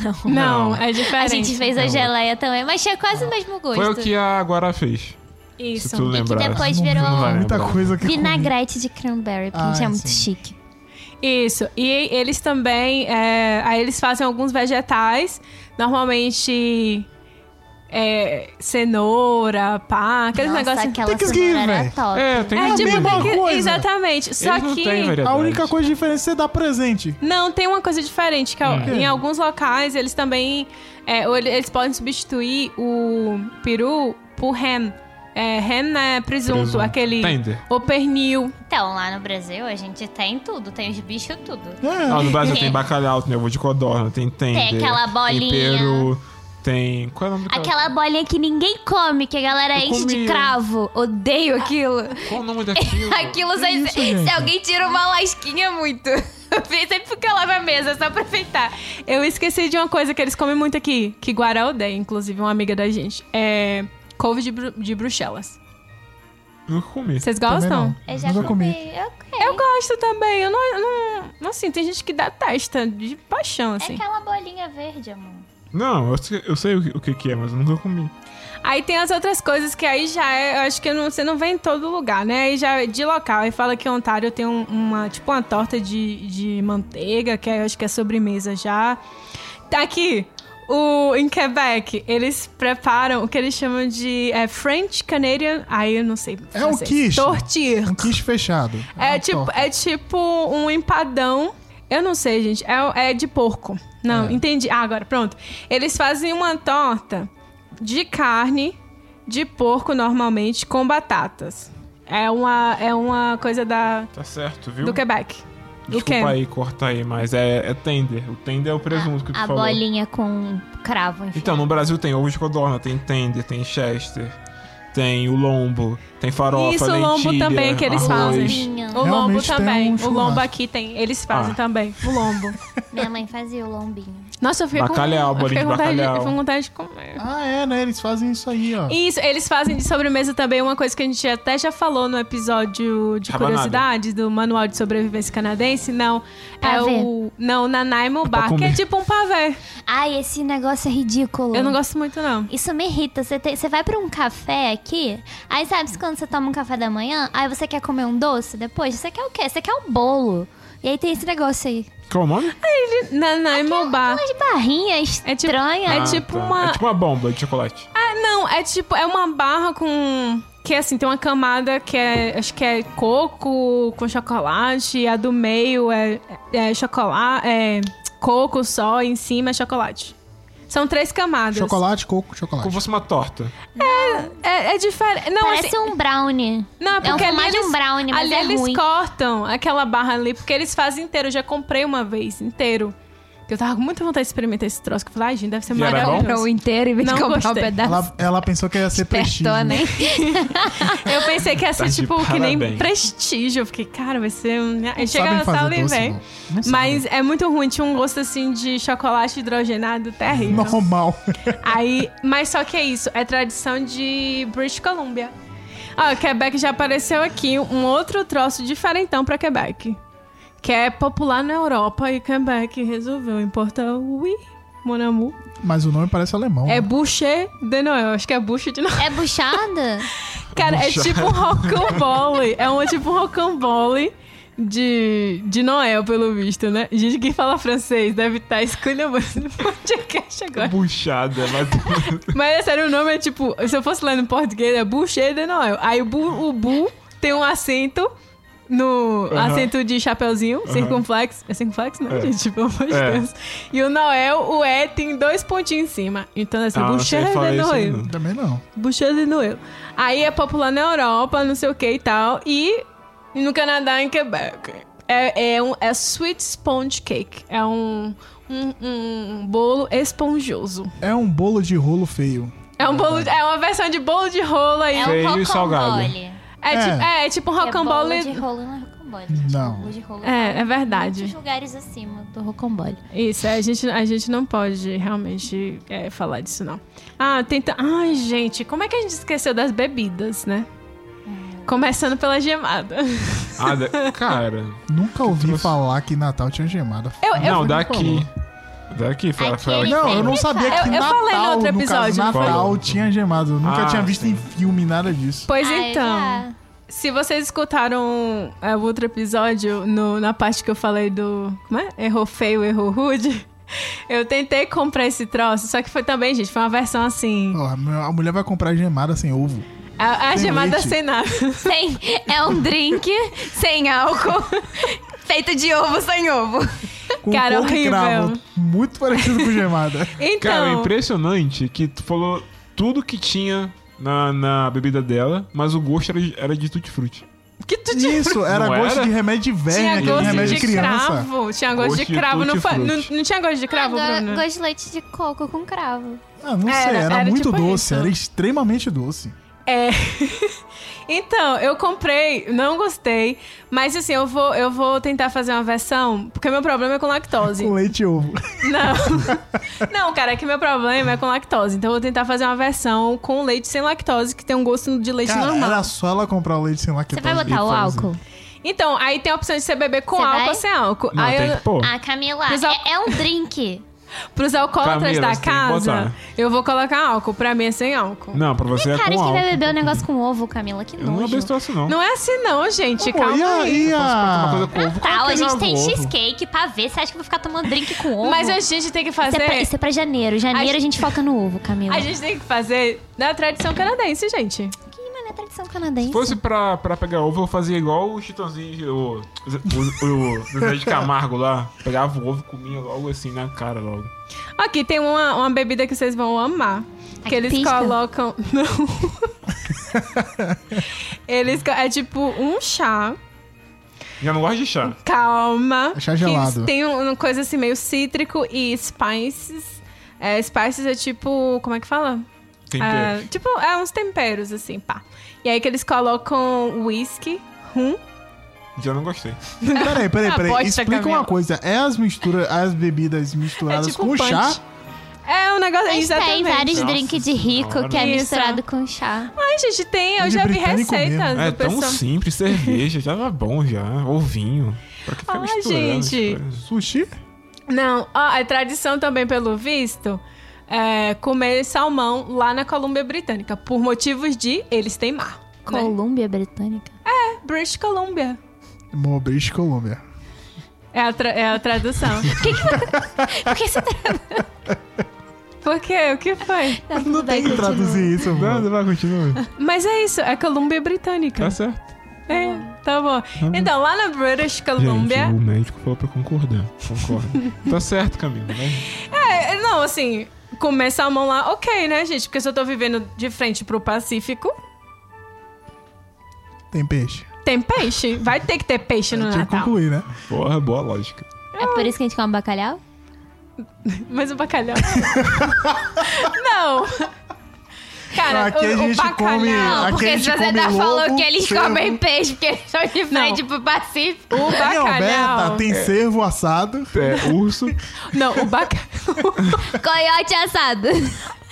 Speaker 1: Não,
Speaker 4: Não.
Speaker 1: é
Speaker 2: A
Speaker 1: diferente.
Speaker 2: gente fez a
Speaker 4: Não.
Speaker 2: geleia também, mas tinha quase o mesmo gosto.
Speaker 4: Foi o que a Guará fez.
Speaker 1: Isso.
Speaker 4: Se tu
Speaker 2: E que
Speaker 4: lembrar.
Speaker 2: depois
Speaker 3: Não
Speaker 2: virou
Speaker 3: lembro,
Speaker 4: Vai
Speaker 3: muita
Speaker 4: lembrar.
Speaker 3: coisa que. comi.
Speaker 2: Vinagrete de cranberry, porque a gente
Speaker 3: Ah,
Speaker 2: é muito
Speaker 3: sim.
Speaker 2: chique.
Speaker 1: Isso. E eles também. é, aí eles fazem alguns vegetais. Normalmente. é, cenoura, pá, aqueles
Speaker 2: Nossa,
Speaker 1: negócios.
Speaker 2: aquela
Speaker 3: Tem que seguir,
Speaker 2: cenoura era
Speaker 3: velho.
Speaker 2: top.
Speaker 4: É, tem
Speaker 1: É
Speaker 4: que
Speaker 1: tipo
Speaker 4: ver.
Speaker 3: mesma
Speaker 1: tem que-
Speaker 3: coisa.
Speaker 1: Exatamente. Só
Speaker 4: Eles não
Speaker 1: que.
Speaker 4: têm variedade.
Speaker 3: A única coisa diferente é você dar presente.
Speaker 1: Não, tem uma coisa diferente, que é-
Speaker 3: Hum.
Speaker 1: em alguns locais eles também. é, ou ele- eles podem substituir o peru por ren. É, ren é presunto,
Speaker 4: Presunto.
Speaker 1: aquele.
Speaker 4: Tender.
Speaker 1: Ou pernil.
Speaker 2: Então, lá no Brasil, a gente tem tudo. Tem os bichos, tudo.
Speaker 3: É.
Speaker 4: Ah, no Brasil
Speaker 2: É.
Speaker 4: tem bacalhau, tem ovo de codorna, tem tender.
Speaker 2: aquela bolinha.
Speaker 4: Tem peru, tem... Qual é o nome daquela?
Speaker 2: Aquela bolinha que ninguém come, que a galera
Speaker 4: Eu
Speaker 2: enche de
Speaker 4: comia.
Speaker 2: cravo. Odeio aquilo.
Speaker 4: Qual é o nome daquilo?
Speaker 2: Aquilo, só-
Speaker 3: isso,
Speaker 2: se
Speaker 3: gente?
Speaker 2: alguém tira uma lasquinha, é muito. Sempre fica lá na mesa, só pra
Speaker 1: Aproveitar. Eu esqueci de uma coisa que eles comem muito aqui, que Guará odeia, inclusive, uma amiga da gente. É. Couve de, bru- de Bruxelas.
Speaker 4: Nunca comi.
Speaker 1: Vocês
Speaker 3: Também
Speaker 1: gostam?
Speaker 3: não. Nunca comi.
Speaker 2: Eu,
Speaker 1: Eu gosto também. Eu não, eu não- não. Assim, tem gente que detesta de paixão, assim.
Speaker 2: É aquela bolinha verde, amor.
Speaker 4: Não, eu sei, eu sei o, que, o que que é, mas eu nunca comi.
Speaker 1: Aí tem as outras coisas que aí já é. Eu acho que eu não- você não vê em todo lugar, né? Aí já é de local. Aí fala que em Ontário tem um- uma. Tipo uma torta de, de manteiga, que eu acho que é sobremesa já. Tá aqui. O, em Quebec, eles preparam o que eles chamam de é, French Canadian. Aí eu não sei.
Speaker 3: É um
Speaker 1: francês.
Speaker 3: quiche.
Speaker 1: Tortir.
Speaker 3: Um quiche fechado.
Speaker 1: É
Speaker 3: Ah,
Speaker 1: tipo,
Speaker 3: top.
Speaker 1: é tipo um empadão. Eu não sei, gente. É, é de porco. Não,
Speaker 3: É.
Speaker 1: entendi. Ah, agora, pronto. Eles fazem uma torta de carne de porco, normalmente, com batatas. É uma, é uma coisa da,
Speaker 4: Tá certo, viu?
Speaker 1: do é Quebec. Do
Speaker 4: Desculpa
Speaker 1: Ken.
Speaker 4: aí, corta aí, mas é, é tender. O tender é o presunto que tu
Speaker 2: a
Speaker 4: falou.
Speaker 2: bolinha com cravo, enfim.
Speaker 4: Então, no Brasil tem ovo de codorna, tem tender, tem chester, tem o lombo, tem farofa,
Speaker 1: Isso, o
Speaker 4: lentilha,
Speaker 1: lombo também que eles
Speaker 4: arroz.
Speaker 1: fazem.
Speaker 2: Bolinha.
Speaker 1: O lombo
Speaker 3: Realmente tem
Speaker 1: também.
Speaker 3: um
Speaker 1: o lombo
Speaker 3: churrasco.
Speaker 1: aqui tem. Eles fazem
Speaker 4: Ah.
Speaker 1: também. O lombo.
Speaker 2: Minha mãe fazia o lombinho.
Speaker 1: Nossa, eu fiquei
Speaker 4: Bacalhau,
Speaker 1: com, eu fiquei
Speaker 4: bolinho de
Speaker 1: com vontade,
Speaker 4: bacalhau.
Speaker 1: eu fiquei com vontade de comer.
Speaker 3: Ah, é, né? Eles fazem isso aí, ó.
Speaker 1: Isso, eles fazem de sobremesa também uma coisa que a gente até já falou no episódio de
Speaker 4: Rabanada.
Speaker 1: curiosidades do Manual de Sobrevivência Canadense. Não, é
Speaker 2: Pavê.
Speaker 1: o. Não, Nanaimo
Speaker 4: pra
Speaker 1: Bar, que é
Speaker 4: comer.
Speaker 1: tipo um pavê.
Speaker 2: Ai, esse negócio é ridículo.
Speaker 1: Eu não gosto muito, não.
Speaker 2: Isso me irrita. Você, tem- você vai pra um café aqui, aí sabe se quando você toma um café da manhã, aí você quer comer um doce depois? Você quer o quê? Você quer um bolo. E aí tem esse negócio aí.
Speaker 4: Qual o nome?
Speaker 1: Nanaimo Bar.
Speaker 2: Umas barrinhas
Speaker 1: É tipo-
Speaker 2: estranhas.
Speaker 1: é tipo uma-
Speaker 4: É tipo uma bomba de chocolate.
Speaker 1: Ah, não, é tipo. É uma barra com. Que assim, tem uma camada que é. Acho que é coco com chocolate. A do meio é, é chocolate. É coco só, e em cima é chocolate. São três camadas.
Speaker 3: Chocolate, coco, chocolate.
Speaker 4: Como se fosse uma torta.
Speaker 1: É, é diferente. Não,
Speaker 2: Parece
Speaker 1: assim,
Speaker 2: um brownie.
Speaker 1: não, é porque
Speaker 2: é um
Speaker 1: ali
Speaker 2: formato de
Speaker 1: eles,
Speaker 2: um brownie, mas
Speaker 1: ali
Speaker 2: é
Speaker 1: eles
Speaker 2: ruim.
Speaker 1: cortam aquela barra ali, porque eles fazem inteiro. Eu já comprei uma vez, inteiro. Que Eu tava com muita vontade de experimentar esse troço. Que eu falei, ai, gente, deve ser
Speaker 4: E era bom?
Speaker 1: maravilhoso.
Speaker 6: Comprou o inteiro em vez
Speaker 1: Não
Speaker 6: de comprar
Speaker 1: gostei.
Speaker 6: um pedaço.
Speaker 3: Ela, ela pensou que ia ser prestígio.
Speaker 6: Apertou, né?
Speaker 1: Eu pensei que ia ser,
Speaker 4: Tá de
Speaker 1: tipo, que nem
Speaker 4: parabéns.
Speaker 1: prestígio. Eu fiquei, cara, vai ser... um- Aí Chega
Speaker 3: sabem
Speaker 1: na
Speaker 3: fazer
Speaker 1: sala e
Speaker 3: doce,
Speaker 1: vem.
Speaker 3: não. Não sabem.
Speaker 1: Mas é muito ruim. Tinha um gosto, assim, de chocolate hidrogenado terrível.
Speaker 3: Normal.
Speaker 1: Aí, mas só que é isso. É tradição de British Columbia. Ah, Quebec já apareceu aqui. Um outro troço diferentão pra Quebec. Que é popular na Europa e Quebec resolveu importar o... Ui, mon amour.
Speaker 3: Mas o nome parece alemão.
Speaker 1: É
Speaker 3: né?
Speaker 1: boucher de Noël. Acho que é boucher de Noël.
Speaker 2: É buchada?
Speaker 1: Cara, é
Speaker 4: Puxa.
Speaker 1: tipo um rocambole. É um tipo um rocambole de, de Noel, pelo visto, né? Gente, quem fala francês deve estar escolhendo no podcast
Speaker 4: É
Speaker 1: agora.
Speaker 4: Puxada. Mas...
Speaker 1: Mas é sério, o nome é tipo... Se eu fosse ler no português, é Boucher de Noel. Aí o bu, o bu tem um acento... No
Speaker 4: Aham.
Speaker 1: acento de chapeuzinho, circunflexo. É circunflexo, né,
Speaker 4: É.
Speaker 1: gente? Pelo amor de
Speaker 4: É.
Speaker 1: Deus. E o Noel, o E, tem dois pontinhos em cima. Então, assim,
Speaker 4: Ah, não sei
Speaker 1: Boucher
Speaker 4: falar
Speaker 1: de
Speaker 4: isso aí,
Speaker 1: Noel.
Speaker 4: não.
Speaker 3: Também não.
Speaker 1: Bucha de Noel. Aí é popular na Europa, não sei o que e tal. E no Canadá, em Quebec. É, é, um, é sweet sponge cake. É um, um, um bolo esponjoso.
Speaker 3: É um bolo de rolo feio.
Speaker 1: É, um bolo, de- é uma versão de bolo de rolo aí.
Speaker 2: É
Speaker 1: É,
Speaker 2: um
Speaker 4: Feio e
Speaker 2: rocambole.
Speaker 4: salgado.
Speaker 3: É.
Speaker 1: tipo, é, é tipo um rocambole.
Speaker 2: É bolo de rolo não é rocambole. né?
Speaker 3: Não.
Speaker 2: Bolo de rolo
Speaker 1: É, é
Speaker 2: Muitos
Speaker 1: verdade.
Speaker 2: lugares acima do rocambole.
Speaker 1: Isso, é, a gente, a gente não pode realmente é, falar disso, não. Ah, tenta. Ai, gente, como é que a gente esqueceu das bebidas, né?
Speaker 2: É.
Speaker 1: Começando pela gemada.
Speaker 4: Ah, da- cara.
Speaker 3: Nunca ouvi
Speaker 4: trouxe?
Speaker 3: falar que Natal tinha gemada.
Speaker 1: Eu- eu-
Speaker 4: não,
Speaker 3: Não
Speaker 4: daqui.
Speaker 3: falou.
Speaker 4: Daqui, foi
Speaker 2: Aqui
Speaker 4: Rafael.
Speaker 2: ele
Speaker 3: Não, eu não
Speaker 2: Sempre
Speaker 3: sabia
Speaker 2: fala.
Speaker 3: que
Speaker 1: Eu- eu
Speaker 3: Natal,
Speaker 1: falei no outro
Speaker 3: no caso,
Speaker 1: episódio, não
Speaker 3: Natal
Speaker 4: falou?
Speaker 3: tinha gemada. Eu nunca
Speaker 4: Ah,
Speaker 3: tinha visto
Speaker 4: sim.
Speaker 3: em filme nada disso.
Speaker 1: Pois
Speaker 2: Ah, eu
Speaker 1: então.
Speaker 2: já-
Speaker 1: Se vocês escutaram é, o outro episódio, no- na parte que eu falei do. Como é? Errou feio, errou rude. Eu tentei comprar esse troço, só que foi também, gente, foi uma versão assim.
Speaker 3: Ó, A mulher vai comprar gemada sem ovo.
Speaker 1: A, a
Speaker 3: Tem
Speaker 1: gemada
Speaker 3: leite?
Speaker 1: sem nada.
Speaker 6: Sem, é um drink sem álcool, feito de ovo sem ovo.
Speaker 3: Com
Speaker 1: Cara,
Speaker 3: coco e
Speaker 1: horrível.
Speaker 3: cravo. Muito parecido com gemada.
Speaker 1: Então.
Speaker 4: Cara, é impressionante que tu falou tudo que tinha na, na bebida dela, mas o gosto era, de- era de tutti-frutti.
Speaker 1: que tu tinha?
Speaker 3: Isso, era
Speaker 4: Não
Speaker 3: gosto
Speaker 4: era?
Speaker 3: de remédio de
Speaker 1: Tinha
Speaker 3: verme, aquele
Speaker 1: gosto
Speaker 3: É, remédio
Speaker 1: de
Speaker 3: de criança.
Speaker 1: cravo. Tinha gosto, de
Speaker 4: Gosto de
Speaker 1: cravo. Não, fa- não,
Speaker 4: tutti-frutti.
Speaker 1: não tinha gosto de cravo,
Speaker 2: Agora,
Speaker 1: Bruno?
Speaker 2: gosto de leite de coco com cravo.
Speaker 3: Ah, não sei,
Speaker 1: Era,
Speaker 3: era,
Speaker 1: era
Speaker 3: muito
Speaker 1: tipo
Speaker 3: doce,
Speaker 1: isso.
Speaker 3: era extremamente doce.
Speaker 1: É. então, eu comprei, não gostei. Mas assim, eu vou, eu vou tentar fazer uma versão, porque meu problema é com lactose.
Speaker 3: Com leite e ovo.
Speaker 1: Não. Não, cara, é que meu problema é com lactose. Então eu vou tentar fazer uma versão com leite sem lactose, que tem um gosto de leite
Speaker 3: Cara,
Speaker 1: normal.
Speaker 3: era só ela comprar o leite sem é lactose.
Speaker 2: Você vai botar o
Speaker 3: e fazer.
Speaker 2: álcool?
Speaker 1: Então, aí tem a opção de você beber com
Speaker 2: Você
Speaker 1: álcool
Speaker 2: vai?
Speaker 1: ou sem álcool.
Speaker 4: Não,
Speaker 1: aí
Speaker 4: tem
Speaker 1: eu,
Speaker 4: que pôr.
Speaker 2: Ah, Camila,
Speaker 1: Mas a-
Speaker 2: é, é um drink.
Speaker 1: pros alcoólatras
Speaker 4: Camila,
Speaker 1: da
Speaker 4: você tem que
Speaker 1: casa,
Speaker 4: botar.
Speaker 1: eu vou colocar álcool. Pra mim é sem álcool. Não,
Speaker 4: Não, pra você é
Speaker 2: Cara, de
Speaker 4: com
Speaker 2: que vai
Speaker 4: álcool.
Speaker 2: beber um negócio com ovo, Camila, que
Speaker 4: Eu não
Speaker 2: nojo.
Speaker 4: abençoo isso, não.
Speaker 1: é assim não, gente.
Speaker 3: Pô,
Speaker 1: Calma
Speaker 3: e a,
Speaker 1: aí.
Speaker 3: e
Speaker 4: Uma
Speaker 3: a...
Speaker 4: coisa com ovo,
Speaker 2: Natal,
Speaker 4: qualquer
Speaker 2: Ah, tá, a gente
Speaker 4: coisa
Speaker 2: tem
Speaker 4: com ovo.
Speaker 2: cheesecake pra ver. Você acha que eu vou ficar tomando drink com ovo?
Speaker 1: Mas a gente tem que
Speaker 2: Isso
Speaker 1: fazer...
Speaker 2: é, pra, isso é pra janeiro. Janeiro a,
Speaker 1: A
Speaker 2: gente foca no ovo, Camila.
Speaker 1: A gente tem que fazer na tradição canadense, gente.
Speaker 2: Que mané tradição canadense.
Speaker 4: Se fosse pra, pra pegar ovo, eu fazia igual o Chitãozinho, o, o, o, o Zezé de Camargo lá. Pegava o ovo e comia logo assim na cara, logo.
Speaker 1: Aqui tem uma, uma bebida que vocês vão amar. Que eles
Speaker 2: pisca?
Speaker 1: colocam. Não. eles. co- É tipo um chá.
Speaker 4: Já não gosto de chá.
Speaker 1: Calma.
Speaker 3: É chá gelado.
Speaker 1: Que tem um- uma coisa assim meio cítrico e spices. É, spices é tipo. Como é que fala?
Speaker 4: Tem
Speaker 1: É,
Speaker 4: que...
Speaker 1: tipo, é uns temperos, assim, pá. E aí que eles colocam whisky, rum.
Speaker 4: Já não gostei.
Speaker 3: Peraí,
Speaker 1: É
Speaker 3: peraí, peraí.
Speaker 1: Aposta,
Speaker 3: Explica
Speaker 1: Camila.
Speaker 3: uma coisa. É as misturas, as bebidas
Speaker 1: É
Speaker 3: misturadas
Speaker 1: tipo
Speaker 3: com
Speaker 1: um punch.
Speaker 3: chá?
Speaker 1: É um negócio.
Speaker 2: Mas tem
Speaker 1: exatamente.
Speaker 2: vários
Speaker 4: Nossa
Speaker 2: drinks de rico
Speaker 4: senhora.
Speaker 2: que é
Speaker 1: Isso.
Speaker 2: misturado com chá.
Speaker 1: Ai, gente, tem. Eu
Speaker 3: De
Speaker 1: já vi
Speaker 3: britânico
Speaker 1: receitas
Speaker 3: mesmo.
Speaker 1: do
Speaker 4: É tão
Speaker 1: pessoal.
Speaker 4: simples, cerveja, já tá bom já. Ovinho. Pra que ficar
Speaker 1: Ah,
Speaker 4: misturando as
Speaker 1: gente.
Speaker 4: coisas?
Speaker 3: Sushi?
Speaker 1: Não, ó, é tradição também, pelo visto, é comer salmão lá na Colômbia Britânica, por motivos de eles têm mar. Né?
Speaker 2: Colômbia Britânica.
Speaker 1: British Columbia.
Speaker 3: Mobrish Colômbia.
Speaker 1: É a, tra- é a tradução.
Speaker 2: Por que você tá...
Speaker 1: por quê? O que foi?
Speaker 3: Não tem que traduzir isso, né?
Speaker 4: Não,
Speaker 3: mano.
Speaker 4: não vai, continua.
Speaker 1: Mas é isso, é Colômbia
Speaker 4: Tá
Speaker 1: Britânica.
Speaker 4: certo.
Speaker 1: É, tá bom. Então, lá na British é?
Speaker 4: Gente,
Speaker 1: Columbia.
Speaker 4: o médico falou pra concordar. Concordo. tá certo, Camila, né?
Speaker 1: É, não, assim. comer salmão lá, ok, né, gente? Porque se eu tô vivendo de frente pro Pacífico,
Speaker 3: Tem peixe.
Speaker 1: tem peixe. Vai ter que ter peixe no
Speaker 3: Tinha que
Speaker 1: Natal.
Speaker 3: concluir, né?
Speaker 4: Porra, boa lógica.
Speaker 2: É por isso que a gente come bacalhau?
Speaker 1: Mas o bacalhau. não! Cara,
Speaker 3: Aqui
Speaker 1: o,
Speaker 3: a
Speaker 1: o
Speaker 3: gente
Speaker 1: bacalhau.
Speaker 3: come-
Speaker 6: Não,
Speaker 3: Aqui a
Speaker 6: porque
Speaker 1: é
Speaker 3: gente
Speaker 6: se você
Speaker 3: come
Speaker 6: ainda
Speaker 3: lobo,
Speaker 6: falou que eles
Speaker 3: cervo.
Speaker 6: comem peixe, porque eles estão de frente pro Pacífico.
Speaker 1: O
Speaker 3: Em
Speaker 1: bacalhau. É.
Speaker 3: Alberta tem cervo assado.
Speaker 4: É, urso.
Speaker 1: Não, o bacalhau.
Speaker 2: Coiote assado.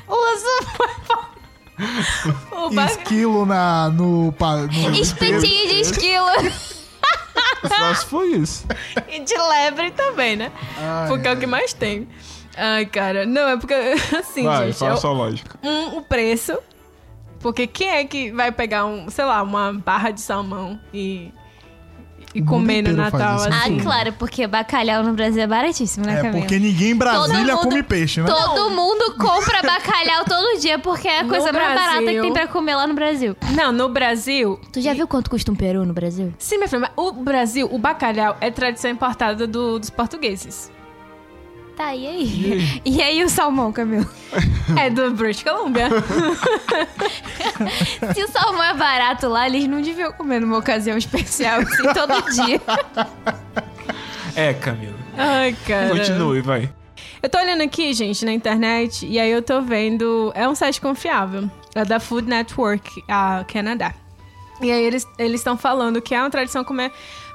Speaker 1: o urso. o bacalhau.
Speaker 3: Esquilo na, no, pa- no-
Speaker 2: Espetinho de esquilo.
Speaker 4: Só se foi isso.
Speaker 1: E de lebre também, né?
Speaker 3: Ai,
Speaker 1: porque é o que mais tem. Ai, cara. Não, é porque, assim,
Speaker 4: Vai,
Speaker 1: gente.
Speaker 4: fala
Speaker 1: eu-
Speaker 4: sua lógica.
Speaker 1: um, o preço. Porque quem é que vai pegar um, sei lá, uma barra de salmão e, e
Speaker 3: O
Speaker 1: comer
Speaker 3: mundo
Speaker 1: no
Speaker 3: inteiro faz
Speaker 1: Natal
Speaker 3: isso,
Speaker 2: Ah,
Speaker 1: assim?
Speaker 2: claro, porque bacalhau no Brasil é baratíssimo, né,
Speaker 3: É
Speaker 2: Camila?
Speaker 3: porque ninguém em Brasília
Speaker 2: mundo-
Speaker 3: come peixe, né?
Speaker 2: Todo mundo compra bacalhau todo dia, porque é a
Speaker 1: No
Speaker 2: coisa mais barata que
Speaker 1: Brasil.
Speaker 2: tem pra comer lá no Brasil.
Speaker 3: assim.
Speaker 1: Não, no Brasil.
Speaker 2: Tu já viu quanto custa um peru no Brasil?
Speaker 1: Sim, minha filha, mas o Brasil, o bacalhau é tradição importada do- dos portugueses.
Speaker 2: Tá, e aí? E aí o salmão, Camila?
Speaker 1: É do British Columbia.
Speaker 2: Se o salmão é barato lá, eles não deviam comer numa ocasião especial, assim, todo dia.
Speaker 4: É, Camila.
Speaker 1: Ai, cara.
Speaker 4: Uhum. Continue, vai.
Speaker 1: Eu tô olhando aqui, gente, na internet, e aí eu tô vendo. É um site confiável. É da Food Network, a Canadá. E aí eles eles estão falando que é uma tradição comer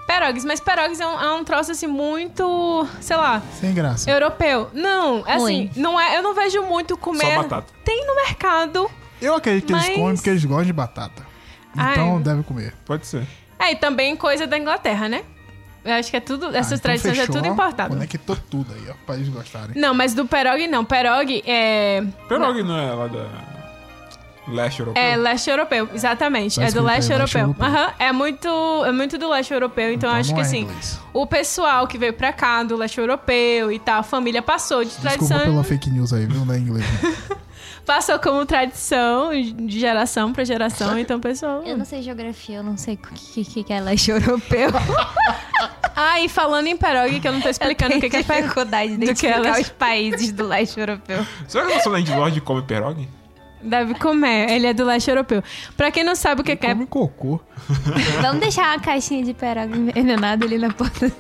Speaker 1: pierogies, mas pierogies é um, é um troço assim muito, sei lá,
Speaker 3: Sem graça.
Speaker 1: europeu. Não, é assim,
Speaker 2: Ruim.
Speaker 1: não é, eu não vejo muito comer.
Speaker 4: Só batata.
Speaker 1: Tem no mercado.
Speaker 3: Eu acredito que
Speaker 1: Mas-
Speaker 3: eles comem porque eles gostam de batata.
Speaker 1: Ai.
Speaker 3: Então deve comer.
Speaker 4: Pode ser.
Speaker 1: É, e também coisa da Inglaterra, né? Eu acho que é tudo,
Speaker 3: Ah,
Speaker 1: essas
Speaker 3: então
Speaker 1: tradições
Speaker 3: fechou,
Speaker 1: é tudo importado.
Speaker 3: Conectou tudo aí, ó, pra eles gostarem.
Speaker 1: Não, mas do pierogi não. Pierogi é
Speaker 4: Perogue não é lá da leste europeu?
Speaker 1: É leste europeu, exatamente.
Speaker 3: Tá
Speaker 1: é do
Speaker 3: escrito aí,
Speaker 1: leste
Speaker 3: leste
Speaker 1: europeu.
Speaker 3: europeu.
Speaker 1: Aham, é muito, é muito do leste europeu, então, acho
Speaker 3: não
Speaker 1: que
Speaker 3: é
Speaker 1: assim,
Speaker 3: inglês.
Speaker 1: o pessoal que veio pra cá do leste europeu e tal, a família passou de
Speaker 3: Desculpa
Speaker 1: tradição,
Speaker 3: pela fake news aí, viu? Na inglês.
Speaker 1: passou como tradição de geração pra geração, então pessoal.
Speaker 2: Eu não sei geografia, eu não sei o que, que, que é leste europeu.
Speaker 1: Ah, e falando em pierogi que eu não tô explicando o que, que é pierogi.
Speaker 6: dificuldade de
Speaker 1: do que
Speaker 6: identificar
Speaker 1: elas-
Speaker 6: os países do leste europeu.
Speaker 4: Será que o nosso landlord come perogue?
Speaker 1: Deve comer, ele é do leste europeu. Pra quem não sabe o que, que é
Speaker 3: Come cocô.
Speaker 2: Vamos deixar uma caixinha de peroga envenenada ali na porta.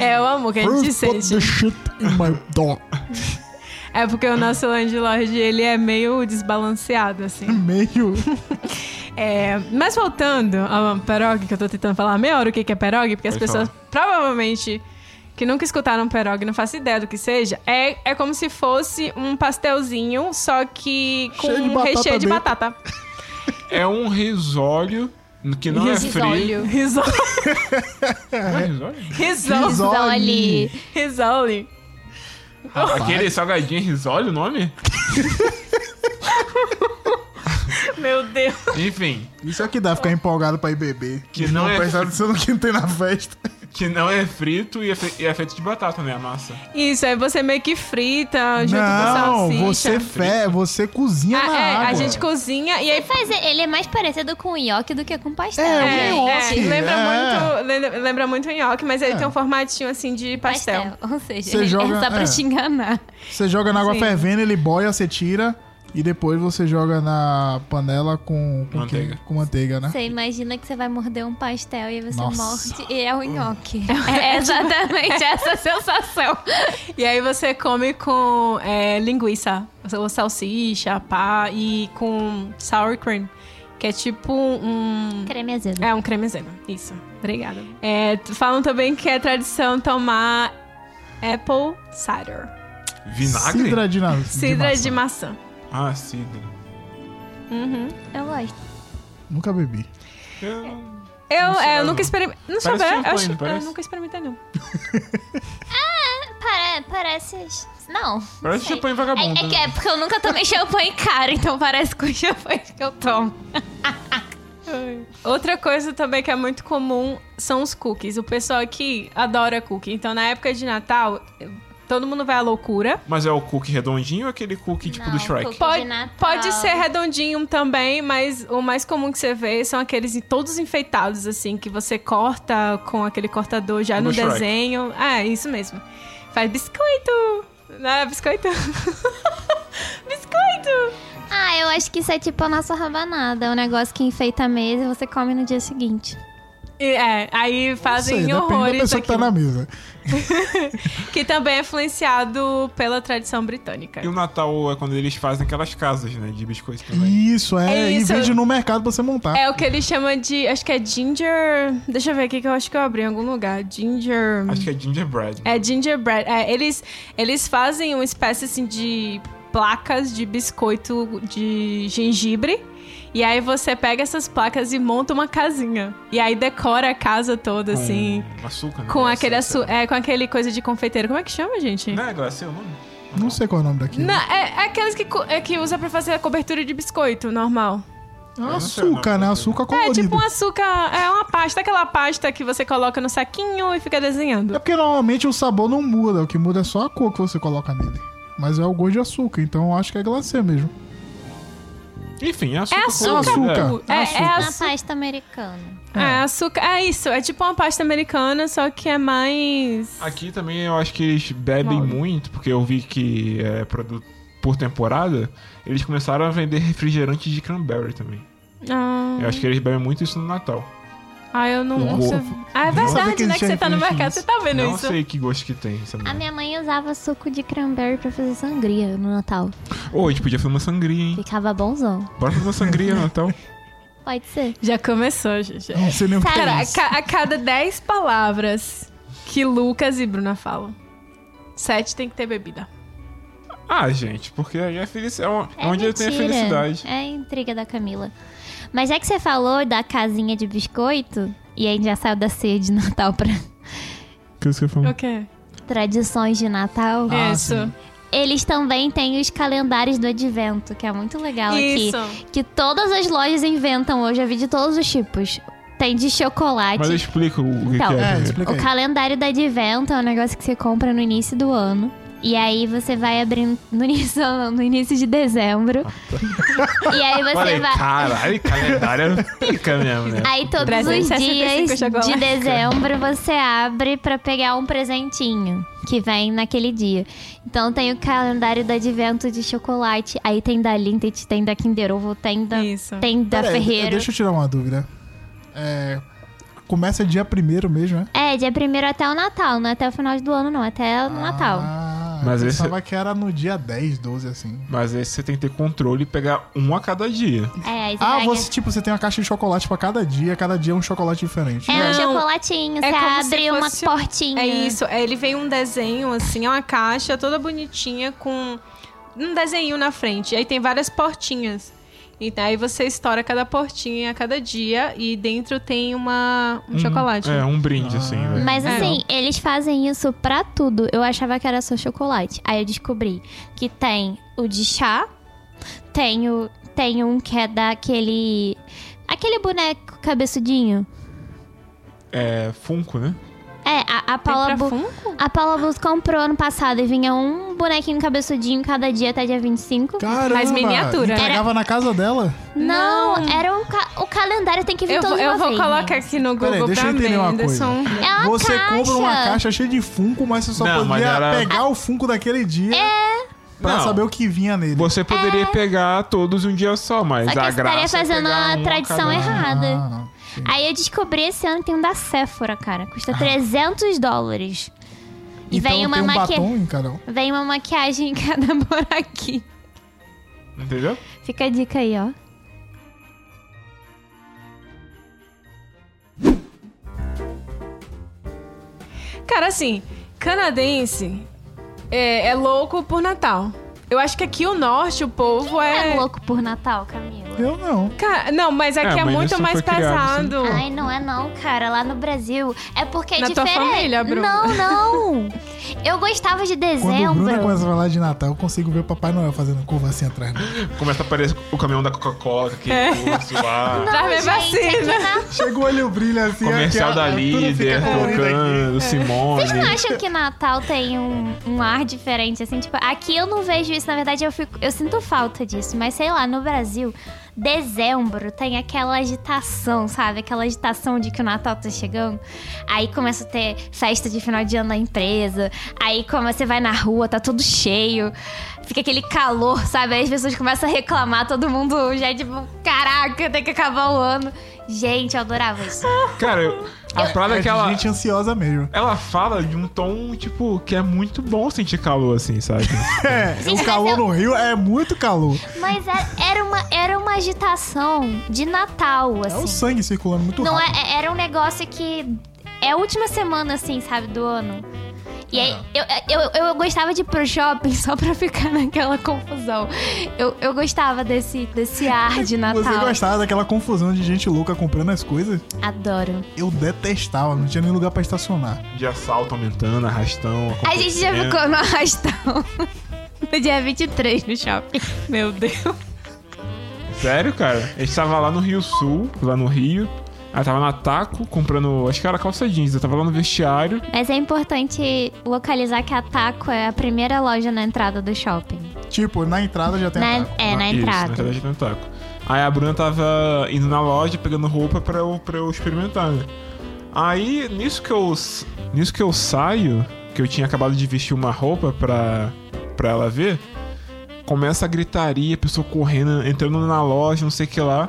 Speaker 1: É o amor que a gente
Speaker 3: First put
Speaker 1: sente.
Speaker 3: the shit in my dog.
Speaker 1: É porque o nosso landlord, ele é meio desbalanceado, assim.
Speaker 3: Meio.
Speaker 1: É, mas voltando ao perogue, que eu tô tentando falar meia hora o que que é perogue, porque as
Speaker 4: Pode
Speaker 1: pessoas provavelmente que nunca escutaram perogue, não faço ideia do que seja, é, é como se fosse um pastelzinho, só que com
Speaker 3: Cheio de
Speaker 1: um
Speaker 3: batata
Speaker 1: recheio de
Speaker 3: dentro.
Speaker 1: batata.
Speaker 4: É um risólio que não é frio.
Speaker 1: Risole.
Speaker 4: Não é risólio?
Speaker 1: Risole.
Speaker 2: Olhe.
Speaker 1: Risole.
Speaker 4: Aquele salgadinho é risólio o nome?
Speaker 1: Meu Deus.
Speaker 4: Enfim,
Speaker 3: Isso é que dá ficar empolgado pra ir beber.
Speaker 4: Que
Speaker 3: E
Speaker 4: não é-
Speaker 3: prestar atenção no que tem na festa.
Speaker 4: que não é frito e é, fe- e é feito de batata, né? A massa.
Speaker 1: Isso, aí você meio que frita junto
Speaker 3: Não,
Speaker 1: com
Speaker 3: você
Speaker 1: salsicha.
Speaker 3: fé, você cozinha
Speaker 1: Ah,
Speaker 3: na
Speaker 1: é,
Speaker 3: água.
Speaker 1: a gente cozinha e aí
Speaker 2: Mas ele é mais parecido com nhoque do que com pastel.
Speaker 3: É,
Speaker 2: né?
Speaker 1: É,
Speaker 3: um nhoque,
Speaker 1: é, lembra,
Speaker 3: é.
Speaker 1: Muito, lembra, lembra muito nhoque, mas ele tem um formatinho assim de pastel.
Speaker 2: Ou seja,
Speaker 3: Você joga-
Speaker 2: é só pra
Speaker 3: é.
Speaker 2: te enganar.
Speaker 3: Você joga na água
Speaker 1: Sim.
Speaker 3: fervendo, ele boia, você tira. E depois você joga na panela com, com
Speaker 4: Manteiga.
Speaker 3: que- com manteiga, né?
Speaker 2: Você imagina que você vai morder um pastel e você
Speaker 3: Nossa.
Speaker 2: morde e é um nhoque. É exatamente essa sensação.
Speaker 1: E aí você come com é, linguiça, ou salsicha, pá, e com sour cream, que é tipo um...
Speaker 2: Creme azedo.
Speaker 1: É um cremezeno, isso. Obrigada. É, t- falam também que é tradição tomar apple cider,
Speaker 4: Vinagre?
Speaker 3: Cidra de, na,
Speaker 1: cidra
Speaker 3: maçã.
Speaker 1: de maçã.
Speaker 4: Ah, cidra.
Speaker 2: Eu gosto.
Speaker 3: Nunca bebi.
Speaker 4: Eu-
Speaker 1: Eu,
Speaker 4: Não sei,
Speaker 1: é, eu
Speaker 4: não.
Speaker 1: nunca experimentei. Não
Speaker 4: Parece
Speaker 1: sabia, eu,
Speaker 4: champanhe,
Speaker 1: acho- eu
Speaker 4: parece.
Speaker 1: nunca experimentei, não.
Speaker 2: Pare- parece. Não.
Speaker 4: Parece
Speaker 2: sei.
Speaker 4: champanhe
Speaker 2: É,
Speaker 4: vagabundo. né?
Speaker 2: é que é porque eu nunca tomei champanhe caro, então parece com o champanhe que eu tomo.
Speaker 1: Outra coisa também que é muito comum são os cookies. O pessoal aqui adora cookie. Então, na época de Natal, todo mundo vai à loucura.
Speaker 4: Mas é o cookie redondinho ou aquele cookie tipo do
Speaker 2: Não,
Speaker 4: Shrek?
Speaker 2: cookie-
Speaker 1: Pode,
Speaker 2: de Natal.
Speaker 1: pode ser redondinho também, mas o mais comum que você vê são aqueles todos enfeitados, assim, que você corta com aquele cortador já
Speaker 4: Como
Speaker 1: no
Speaker 4: Shrek.
Speaker 1: desenho. É, isso mesmo. Faz Faz biscoito! Não é biscoito? biscoito!
Speaker 2: Ah, eu acho que isso é tipo a nossa rabanada. É um negócio que enfeita a mesa e você come no dia seguinte.
Speaker 1: E, é, aí fazem
Speaker 3: Isso aí, depende da
Speaker 1: horrores
Speaker 3: pessoa que tá
Speaker 1: daquilo,
Speaker 3: na mesa.
Speaker 1: que também é influenciado pela tradição britânica.
Speaker 4: E o Natal é quando eles fazem aquelas casas, né? De biscoito também.
Speaker 3: Isso, é.
Speaker 1: É isso.
Speaker 3: E vende no mercado pra você montar.
Speaker 1: É o que eles chamam de. Acho que é Ginger. Deixa eu ver aqui que eu acho que eu abri em algum lugar. Ginger.
Speaker 4: Acho que é gingerbread.
Speaker 1: É gingerbread. É, eles, eles fazem uma espécie assim de placas de biscoito de gengibre. E aí você pega essas placas e monta uma casinha. E aí decora a casa
Speaker 4: Hum.
Speaker 1: toda, assim.
Speaker 4: Com açúcar, né?
Speaker 1: Com aquele
Speaker 4: Glacê.
Speaker 1: açu é, com aquele coisa de confeiteiro. Como é que chama, gente?
Speaker 4: Não é glacê o nome?
Speaker 3: Não sei qual é o nome daquilo.
Speaker 1: Não, é, é aqueles que, co- é que usa pra fazer a cobertura de biscoito normal.
Speaker 3: É
Speaker 4: não sei o nome
Speaker 3: açúcar, né?
Speaker 4: daquilo.
Speaker 3: Açúcar
Speaker 1: É
Speaker 3: colorido.
Speaker 1: tipo um açúcar, é uma pasta, aquela pasta que você coloca no saquinho e fica desenhando.
Speaker 3: É porque normalmente o sabor não muda, o que muda é só a cor que você coloca nele. Mas é o gosto de açúcar, então eu acho que é glacê mesmo.
Speaker 4: Enfim, é açúcar.
Speaker 1: É açúcar,
Speaker 4: colorido,
Speaker 3: puro.
Speaker 1: É, é
Speaker 3: Açúcar.
Speaker 2: Na
Speaker 1: açúcar.
Speaker 2: pasta americana.
Speaker 1: É, açúcar. É isso, é tipo uma pasta americana, só que é mais.
Speaker 4: é. Aqui também eu acho que eles bebem
Speaker 1: Mole.
Speaker 4: muito, porque eu vi que é produto por temporada, eles começaram a vender refrigerante de cranberry também.
Speaker 1: Ah,
Speaker 4: Eu
Speaker 3: É.
Speaker 4: acho que eles bebem muito isso no Natal.
Speaker 1: ah, eu
Speaker 3: Um
Speaker 1: não.
Speaker 4: Nossa.
Speaker 1: Nossa. Ah, é
Speaker 3: Nossa,
Speaker 1: verdade,
Speaker 3: que
Speaker 1: né? Que
Speaker 3: tinha
Speaker 1: você tá no
Speaker 3: refrigerante
Speaker 1: mercado,
Speaker 3: nisso.
Speaker 1: você tá vendo
Speaker 4: Não
Speaker 1: isso.
Speaker 4: sei que gosto que tem essa
Speaker 2: A
Speaker 4: mulher.
Speaker 2: minha mãe usava suco de cranberry pra fazer sangria no Natal.
Speaker 4: Ô, a gente podia fazer uma sangria, hein?
Speaker 2: Ficava bonzão.
Speaker 4: Bora fazer uma sangria no Natal.
Speaker 2: Pode ser.
Speaker 1: Já começou, gente.
Speaker 3: Não sei nem o que
Speaker 2: Sabe-
Speaker 3: é.
Speaker 1: Cara, a,
Speaker 2: Isso.
Speaker 1: ca- a cada 10 palavras que Lucas e Bruna falam, 7 tem que ter bebida.
Speaker 4: Ah, gente, porque aí é felicidade. É, uma- é
Speaker 2: É
Speaker 4: onde tem a
Speaker 2: mentira.
Speaker 4: felicidade.
Speaker 2: É a intriga da Camila. Mas já que você falou da casinha de biscoito, e aí já saiu da ceia de Natal pra É.
Speaker 4: Que isso que eu
Speaker 3: Hum.
Speaker 4: falo.
Speaker 1: O quê?
Speaker 2: tradições de Natal,
Speaker 4: Ah,
Speaker 1: isso.
Speaker 2: eles também têm os calendários do advento, que é muito legal
Speaker 1: Isso.
Speaker 2: aqui. Que todas as lojas inventam hoje, eu vi de todos os tipos. Tem de chocolate.
Speaker 4: Mas eu explico o o que,
Speaker 2: É Então,
Speaker 4: que é.
Speaker 3: É,
Speaker 4: primeiro.
Speaker 3: explica
Speaker 2: O
Speaker 3: aí.
Speaker 2: calendário da Advento é um negócio que você compra no início do ano. E aí você vai abrindo no início, não, no início de dezembro.
Speaker 4: Ah, tá.
Speaker 2: e aí você
Speaker 4: Falei,
Speaker 2: vai.
Speaker 4: caralho, calendário é pica mesmo, né?
Speaker 2: Aí todos os
Speaker 1: 365
Speaker 2: dias de
Speaker 1: chocolate.
Speaker 2: dezembro você abre pra pegar um presentinho que vem naquele dia. Então tem o calendário do advento de chocolate, aí tem da Lindt, tem da Kinder Ovo, tem da,
Speaker 1: Isso.
Speaker 2: tem da
Speaker 3: Pera aí,
Speaker 2: Ferreiro.
Speaker 3: Deixa eu tirar uma dúvida. É, começa dia primeiro mesmo, né?
Speaker 2: É, dia primeiro até o Natal, não é até o final do ano não, até
Speaker 1: Um
Speaker 2: o Natal.
Speaker 3: Ah,
Speaker 4: Mas
Speaker 3: eu
Speaker 4: esse-
Speaker 3: pensava que era no dia 10, 12, assim.
Speaker 4: Mas aí você tem que ter controle e pegar um a cada dia.
Speaker 2: É, aí você
Speaker 3: Ah,
Speaker 2: vai-
Speaker 3: você, tipo, você tem uma caixa de chocolate pra cada dia, cada dia é um chocolate diferente.
Speaker 2: É um
Speaker 1: Não,
Speaker 2: chocolatinho,
Speaker 1: é
Speaker 2: você
Speaker 1: como se
Speaker 2: abre uma
Speaker 1: fosse-
Speaker 2: portinha.
Speaker 1: É isso, é, ele vem um desenho, assim, é uma caixa toda bonitinha com um desenho na frente. Aí tem várias portinhas. E aí você estoura cada portinha a cada dia e dentro tem uma,
Speaker 3: Uhum.
Speaker 1: um chocolate.
Speaker 4: É, um brinde,
Speaker 3: Ah.
Speaker 4: assim. né?
Speaker 2: Mas
Speaker 1: É.
Speaker 2: assim, eles fazem isso pra tudo. Eu achava que era só chocolate. Aí eu descobri que tem o de chá, tem, o, tem um que é daquele. Aquele boneco cabeçudinho.
Speaker 4: É Funko, né?
Speaker 2: É, a,
Speaker 1: Tem
Speaker 2: a Paula
Speaker 1: pra
Speaker 2: Bu-
Speaker 1: Funko?
Speaker 2: A Paula Bus comprou ano passado e vinha um bonequinho cabeçudinho cada dia até dia 25.
Speaker 3: Caramba!
Speaker 1: Mas miniatura.
Speaker 3: Entregava na casa dela?
Speaker 2: Não, era um ca- o calendário tem que vir
Speaker 1: Eu,
Speaker 2: todo
Speaker 1: vou-
Speaker 2: mundo.
Speaker 1: eu vou colocar
Speaker 2: né?
Speaker 1: aqui no
Speaker 3: Peraí,
Speaker 1: Google
Speaker 3: deixa eu
Speaker 1: pra
Speaker 3: entender uma coisa.
Speaker 1: Menderson.
Speaker 2: É uma
Speaker 3: você
Speaker 2: caixa.
Speaker 3: compra uma caixa cheia de Funko, mas você só
Speaker 4: Não, mas
Speaker 3: podia
Speaker 4: era-
Speaker 3: pegar o Funko daquele dia
Speaker 2: É.
Speaker 3: pra
Speaker 4: Não.
Speaker 3: saber o que vinha nele.
Speaker 4: Você poderia pegar todos um dia só, mas
Speaker 2: Só que
Speaker 4: a
Speaker 2: você estaria
Speaker 4: graça é
Speaker 2: fazendo
Speaker 4: pegar
Speaker 2: a
Speaker 4: um
Speaker 2: tradição
Speaker 4: cada um.
Speaker 2: errada. nada.
Speaker 3: Ah,
Speaker 2: Aí eu descobri esse ano que tem um da Sephora, cara. Custa 300 dólares. E
Speaker 3: Ah. então
Speaker 2: vem uma
Speaker 3: tem um
Speaker 2: maqui-
Speaker 3: batom em cada um.
Speaker 2: Vem uma maquiagem em cada buraquinho.
Speaker 4: Entendeu?
Speaker 2: Fica a dica aí, ó.
Speaker 1: Cara, assim, canadense é, é louco por Natal. Eu acho que aqui o norte, o povo
Speaker 2: É,
Speaker 1: é...
Speaker 2: louco por Natal, Camila?
Speaker 3: Eu não.
Speaker 1: Ca- Não, mas aqui
Speaker 4: É,
Speaker 3: Ah,
Speaker 1: é,
Speaker 4: mas
Speaker 1: muito
Speaker 4: isso
Speaker 1: mais
Speaker 4: foi criado, assim.
Speaker 1: pesado.
Speaker 2: Ai, não é não, cara. Lá no Brasil é porque é
Speaker 1: Na tua
Speaker 2: diferente.
Speaker 1: família, Bruna.
Speaker 2: Não, não. Eu gostava de
Speaker 3: Quando o Bruno
Speaker 2: dezembro.
Speaker 3: começa a falar de Natal, eu consigo ver o Papai Noel fazendo curva assim atrás. dele.
Speaker 4: Começa a aparecer o caminhão da Coca-Cola, aquele curso lá.
Speaker 2: Não,
Speaker 1: Traz minha
Speaker 2: gente, aqui
Speaker 1: vacina.
Speaker 2: na-
Speaker 3: Chegou o olho brilha assim.
Speaker 4: Comercial da
Speaker 3: aquela- tudo fica
Speaker 4: líder,
Speaker 3: colorido aqui.
Speaker 4: tocando,
Speaker 2: Vocês não
Speaker 4: Simone.
Speaker 2: acham que Natal tem um, um ar diferente, assim? Tipo, aqui eu não vejo isso. Na verdade, eu, fico, eu sinto falta disso. Mas sei lá, no Brasil, dezembro tem aquela agitação, sabe? Aquela agitação de que o Natal tá chegando. Aí começa a ter festa de final de ano na empresa. Aí como você vai na rua, tá tudo cheio. Fica aquele calor, sabe? Aí as pessoas começam a reclamar, todo mundo já é tipo, caraca, tem que acabar o ano. Gente, eu adorava isso.
Speaker 4: Cara, eu- a parada é que ela,
Speaker 3: Gente ansiosa mesmo.
Speaker 4: ela fala de um tom, tipo, que é muito bom sentir calor, assim, sabe?
Speaker 3: É,
Speaker 2: Gente,
Speaker 3: o calor
Speaker 2: mas eu-
Speaker 3: no Rio é muito calor.
Speaker 2: Mas era, era uma, era uma agitação de Natal,
Speaker 3: É o
Speaker 2: assim.
Speaker 3: sangue circulando muito
Speaker 2: Não é,
Speaker 3: rápido.
Speaker 2: é- era um negócio que é a última semana, assim, sabe, do ano. E aí, eu, eu, eu gostava de ir pro shopping só pra ficar naquela confusão. Eu, eu gostava desse, desse ar de
Speaker 3: Você
Speaker 2: Natal.
Speaker 3: gostava daquela confusão de gente louca comprando as coisas?
Speaker 2: Adoro.
Speaker 3: Eu detestava, não tinha nem lugar pra estacionar.
Speaker 4: De assalto aumentando, arrastão.
Speaker 2: A gente já
Speaker 4: acontecendo.
Speaker 2: ficou no arrastão. No dia 23 no shopping.
Speaker 1: Meu Deus.
Speaker 4: Sério, cara? A gente tava lá no Rio Sul, lá no Rio. Ela tava na Taco, comprando, acho que era calça jeans. Eu tava lá no vestiário.
Speaker 2: Mas é importante localizar que a Taco é a primeira loja na entrada do shopping.
Speaker 3: Tipo, na entrada já tem
Speaker 2: Na-
Speaker 3: a
Speaker 2: é, na
Speaker 4: Isso,
Speaker 2: entrada.
Speaker 4: na entrada de Taco. Aí a Bruna tava indo na loja, pegando roupa pra eu, pra eu experimentar, né? Aí, nisso que eu. s- Nisso que eu saio, que eu tinha acabado de vestir uma roupa pra, pra ela ver, começa a gritaria, pessoa correndo, entrando na loja, não sei o que lá.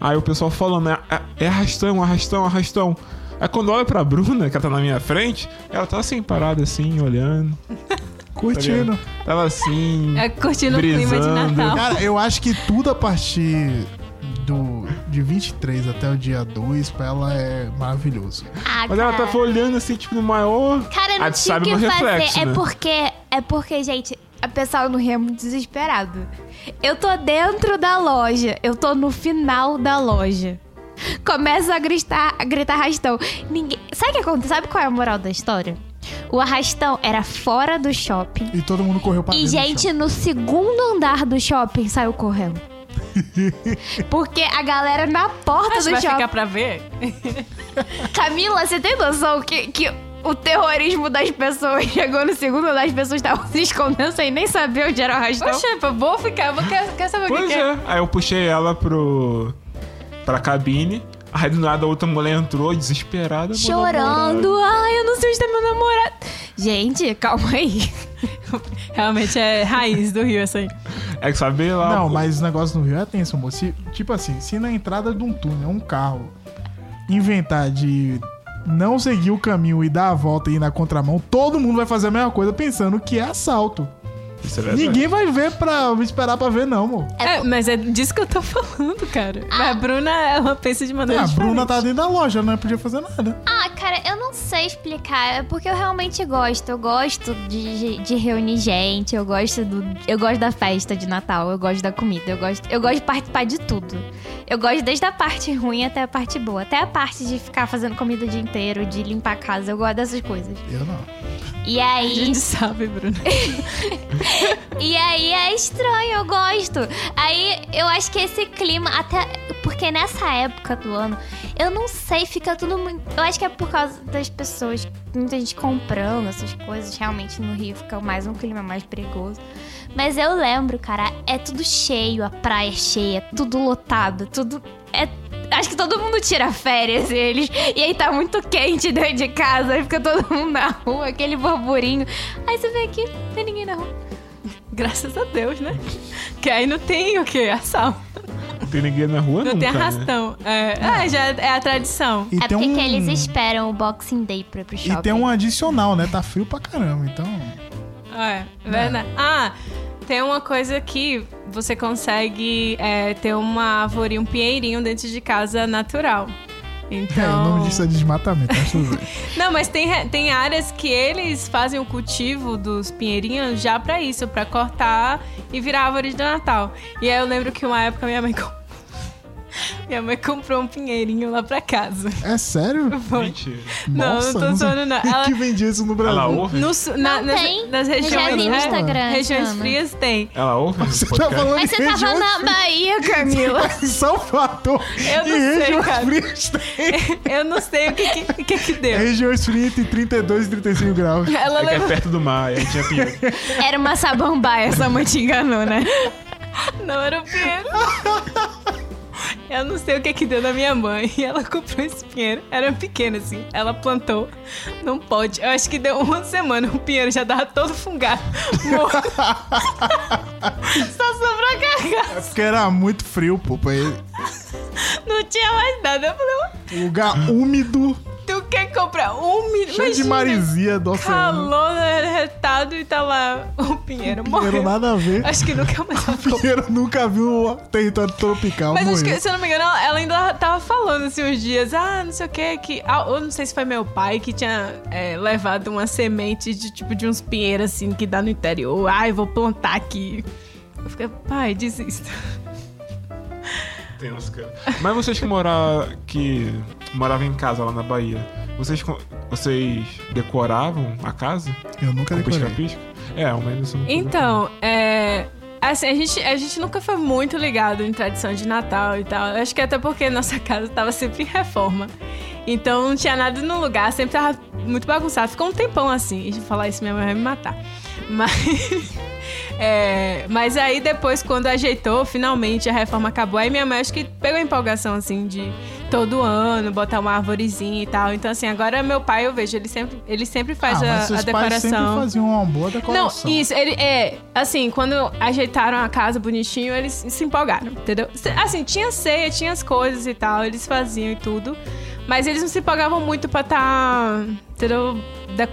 Speaker 4: Aí o pessoal falando, é, é arrastão, arrastão, arrastão. Aí quando olha pra Bruna, que ela tá na minha frente, ela tá assim, parada assim, olhando.
Speaker 3: curtindo.
Speaker 4: Tava assim.
Speaker 1: É, curtindo o clima de
Speaker 4: Brisando.
Speaker 1: Natal.
Speaker 3: Cara, eu acho que tudo a partir do de 23 até o dia 2 pra ela é maravilhoso.
Speaker 2: Ah,
Speaker 4: Mas ela
Speaker 2: cara.
Speaker 4: tava olhando assim, tipo, no maior.
Speaker 2: Cara, não
Speaker 4: Ah, tu
Speaker 2: tinha o
Speaker 4: sabe
Speaker 2: que
Speaker 4: no
Speaker 2: fazer.
Speaker 4: reflexo,
Speaker 2: é
Speaker 4: né?
Speaker 2: porque.
Speaker 6: É porque, gente, o pessoal no Rio é muito desesperado. Eu tô dentro da loja, eu tô no final da loja. Começa a gritar, a gritar arrastão. Ninguém... Sabe o que acontece? Sabe qual é a moral da história?
Speaker 2: O arrastão era fora do shopping.
Speaker 3: E todo mundo correu pra
Speaker 2: E
Speaker 3: dentro do
Speaker 2: gente no segundo andar do shopping saiu correndo.
Speaker 6: Porque a galera na porta
Speaker 1: Acho que
Speaker 6: do
Speaker 1: vai
Speaker 6: shopping.
Speaker 1: ficar pra ver.
Speaker 6: Camila, você tem noção que, que o terrorismo das pessoas chegou no segundo andar, as pessoas estavam se escondendo sem nem saber onde era o arrastão?
Speaker 1: Poxa, eu vou ficar. Vou, quer, quer saber o que
Speaker 4: Pois
Speaker 1: que é?
Speaker 4: é. Aí eu puxei ela pro. pra cabine. Aí do nada a outra mulher entrou, desesperada. mandou
Speaker 2: Chorando.
Speaker 6: Ai, eu não sei onde tá meu namorado. Gente, calma aí.
Speaker 1: Realmente é raiz do Rio essa aí.
Speaker 4: embora. É que sabe lá.
Speaker 3: Não,
Speaker 4: pô,
Speaker 3: mas o negócio no Rio é tenso, moço. Se- Tipo assim, se na entrada de um túnel, um carro inventar de não seguir o caminho e dar a volta e ir na contramão, todo mundo vai fazer a mesma coisa pensando que é assalto.
Speaker 4: isso é verdade.
Speaker 3: Ninguém vai ver pra esperar pra ver, não, amor.
Speaker 1: É, mas é disso que eu tô falando, cara. A Bruna, ela pensa de maneira
Speaker 3: a
Speaker 1: diferente.
Speaker 3: Bruna tá dentro da loja, não podia fazer nada.
Speaker 2: Ah, cara, eu não sei explicar. É porque eu realmente gosto. Eu gosto de, de reunir gente. Eu gosto do. Eu gosto da festa de Natal. Eu gosto da comida. Eu gosto, eu gosto de participar de tudo. Eu gosto desde a parte ruim até a parte boa. Até a parte de ficar fazendo comida o dia inteiro, de limpar a casa. Eu gosto dessas coisas.
Speaker 3: Eu não.
Speaker 2: E
Speaker 1: A
Speaker 2: aí.
Speaker 1: gente sabe, Bruna.
Speaker 2: E aí é estranho, eu gosto. Aí eu acho que esse clima, até porque nessa época do ano, eu não sei, fica tudo muito. Eu acho que é por causa das pessoas, muita gente comprando essas coisas. Realmente no Rio fica mais um clima mais perigoso. Mas eu lembro, cara, é tudo cheio, a praia é cheia, tudo lotado, tudo. É, acho que todo mundo tira férias eles. E aí tá muito quente dentro de casa, aí fica todo mundo na rua, aquele burburinho. Aí você vem aqui, não tem ninguém na rua.
Speaker 1: Graças a Deus, né? Que aí não tem o quê? Assalto.
Speaker 4: Não tem ninguém na rua,
Speaker 1: Não
Speaker 4: nunca,
Speaker 1: tem
Speaker 4: né?
Speaker 1: arrastão. É, ah, já é a tradição.
Speaker 3: E
Speaker 2: é
Speaker 3: tem
Speaker 2: porque
Speaker 3: um...
Speaker 2: que eles esperam o Boxing Day pra ir pro shopping.
Speaker 3: E tem um adicional, né? Tá frio pra caramba, então.
Speaker 1: É, verdade. Ah, tem uma coisa que você consegue é, ter uma árvore, um pinheirinho dentro de casa natural.
Speaker 3: É, o
Speaker 1: Então.
Speaker 3: nome disso é desmatamento, mas tudo bem.
Speaker 1: Não, mas tem, re- tem áreas que eles fazem o cultivo dos pinheirinhos já pra isso, pra cortar e virar árvores do Natal. E aí eu lembro que uma época minha mãe com- minha mãe comprou um pinheirinho lá pra casa.
Speaker 3: É sério?
Speaker 1: Foi.
Speaker 4: Mentira.
Speaker 1: Não,
Speaker 3: Nossa,
Speaker 1: não tô
Speaker 3: sei-
Speaker 1: zoando, não. Ela-
Speaker 3: que vendia isso no Brasil?
Speaker 4: Ela ouve?
Speaker 1: No su- na-
Speaker 2: Não
Speaker 1: nas,
Speaker 2: tem.
Speaker 1: nas
Speaker 2: Eu
Speaker 1: regiões,
Speaker 2: já vi no
Speaker 1: né?
Speaker 2: Instagram.
Speaker 1: regiões
Speaker 2: Ana.
Speaker 1: frias tem.
Speaker 4: Ela ouve?
Speaker 3: Você
Speaker 4: Podcast?
Speaker 3: tá falando
Speaker 2: Mas
Speaker 3: de
Speaker 2: você tava
Speaker 3: região
Speaker 2: na
Speaker 3: fria
Speaker 2: Bahia, Camila.
Speaker 3: em Salvador
Speaker 1: Eu não
Speaker 3: e
Speaker 1: sei,
Speaker 3: regiões
Speaker 1: cara.
Speaker 3: frias tem.
Speaker 1: Eu não sei o que que, o que, que deu.
Speaker 3: Regiões frias entre 32 e 35 graus.
Speaker 1: Ela
Speaker 4: É que é
Speaker 1: levou...
Speaker 4: perto do mar, aí tinha pinheiro.
Speaker 6: Era Ah, uma sabambaia, essa mãe te enganou, né?
Speaker 1: Não era o Pinheiro. Eu não sei o que que deu na minha mãe. Ela comprou esse pinheiro. Era pequeno, assim. Ela plantou. Não pode. Eu acho que deu uma semana. O pinheiro já tava todo fungado. Morto. Só sobrou carcaça.
Speaker 3: Porque era muito frio, pô. pra ele. É.
Speaker 1: Não tinha mais nada. Eu falei, "Ué,
Speaker 3: Lugar úmido,
Speaker 1: tu quer comprar um milhão?
Speaker 3: cheio de marisia do oceano.
Speaker 1: Calor retado e tá lá o pinheiro
Speaker 3: Pinheiro
Speaker 1: morreu.
Speaker 3: nada a ver.
Speaker 1: Acho que nunca mais ela comprou.
Speaker 3: Pinheiro nunca viu o território tropical.
Speaker 1: Mas acho
Speaker 3: morreu.
Speaker 1: que, se eu não me engano, ela ela ainda tava falando assim uns dias, ah, não sei o que, que. Ah, eu não sei se foi meu pai que tinha é, levado uma semente de tipo de uns pinheiros assim que dá no interior. Ah, eu vou plantar aqui. Eu fiquei, pai, desista.
Speaker 4: Tenso, cara. Mas vocês que moravam que moravam em casa lá na Bahia, vocês co- vocês decoravam a casa?
Speaker 3: Eu nunca
Speaker 4: Com
Speaker 3: decorei.
Speaker 4: pisca-pisca? É, ao menos isso não-
Speaker 1: Então, é. Assim, a gente, a gente nunca foi muito ligado em tradição de Natal e tal. Eu acho que é até porque nossa casa tava sempre em reforma. Então não tinha nada no lugar, sempre tava muito bagunçado. Ficou um tempão assim. E de falar isso, minha mãe vai me matar. Mas. é, mas aí depois, quando ajeitou, finalmente a reforma acabou. Aí minha mãe acho que pegou a empolgação assim de todo ano botar uma arvorezinha e tal. Então, assim, agora meu pai, eu vejo, ele sempre, ele sempre faz
Speaker 3: ah,
Speaker 1: a,
Speaker 3: mas seus
Speaker 1: a
Speaker 3: pais
Speaker 1: decoração.
Speaker 3: sempre faziam uma boa
Speaker 1: Não,
Speaker 3: decoração.
Speaker 1: isso, ele é. Assim, quando ajeitaram a casa bonitinho, eles se empolgaram, entendeu? Se- Assim, tinha ceia, tinha as coisas e tal, eles faziam e tudo. Mas eles não se empolgavam muito pra tá, entendeu?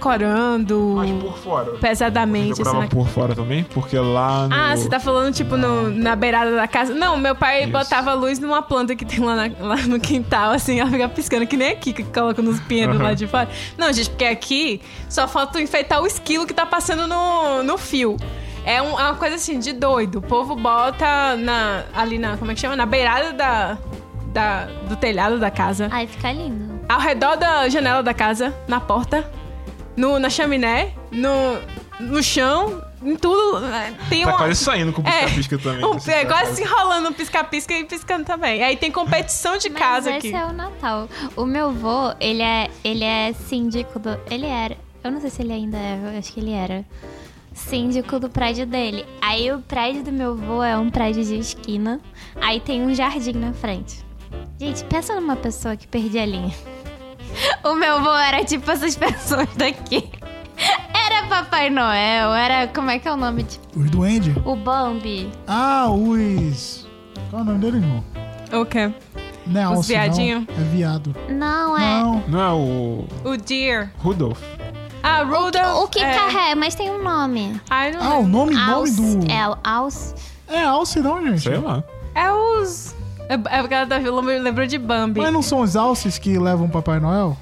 Speaker 1: Decorando
Speaker 4: Mas por fora. Vocês
Speaker 1: pesadamente, assim,
Speaker 4: decoravam
Speaker 1: na-
Speaker 4: por fora também? Porque lá no...
Speaker 1: Ah, você tá falando, tipo, no- na beirada da casa? Não, meu pai
Speaker 4: Isso.
Speaker 1: botava luz numa planta que tem lá, na- lá no quintal, assim, ela fica piscando, que nem aqui, que coloca nos pinheiros
Speaker 4: Aham.
Speaker 1: lá de fora. Não, gente, porque aqui só falta enfeitar o esquilo que tá passando no, no fio. É, um- é uma coisa assim, de doido. O povo bota na, ali na, como é que chama? Na beirada da, da- do telhado da casa,
Speaker 2: Ai, fica lindo.
Speaker 1: ao redor da janela da casa, na porta, no, na chaminé, no, no chão, em tudo. né? Tem
Speaker 4: Tá
Speaker 1: uma,
Speaker 4: quase saindo com o
Speaker 1: É.
Speaker 4: pisca-pisca também.
Speaker 1: um,
Speaker 4: assim,
Speaker 1: é
Speaker 4: pra
Speaker 1: quase
Speaker 4: casa.
Speaker 1: se enrolando um pisca-pisca e piscando também. Aí tem competição de
Speaker 2: Mas
Speaker 1: casa
Speaker 2: esse
Speaker 1: aqui.
Speaker 2: é o Natal. O meu vô, ele é, ele é síndico do... Ele era... Eu não sei se ele ainda é, eu acho que ele era. Síndico do prédio dele. Aí o prédio do meu vô é um prédio de esquina. Aí tem um jardim na frente. Gente, pensa numa pessoa que perdia a linha.
Speaker 6: O meu vô era tipo essas pessoas daqui. Era Papai Noel, era. Como é que é o nome? Tipo,
Speaker 3: Os duende.
Speaker 2: O Bambi.
Speaker 3: Ah, os... Qual é o nome dele, irmão?
Speaker 1: O quê?
Speaker 3: Não é
Speaker 1: Os
Speaker 3: alce, não.
Speaker 1: viadinho.
Speaker 3: É viado.
Speaker 2: Não, é...
Speaker 3: Não.
Speaker 4: Não é o
Speaker 1: O Deer.
Speaker 4: Rudolf?
Speaker 1: Ah, Rudolph.
Speaker 2: O que
Speaker 1: é.
Speaker 2: carrega, mas tem um nome.
Speaker 1: Ai, não
Speaker 3: Ah, o nome, nome
Speaker 2: Alce.
Speaker 3: do...
Speaker 2: É, o Alce.
Speaker 3: É alce não, gente?
Speaker 4: Sei lá.
Speaker 1: É os... É é porque ela tá- lembrou de Bambi.
Speaker 3: Mas não são os alces que levam Papai Noel?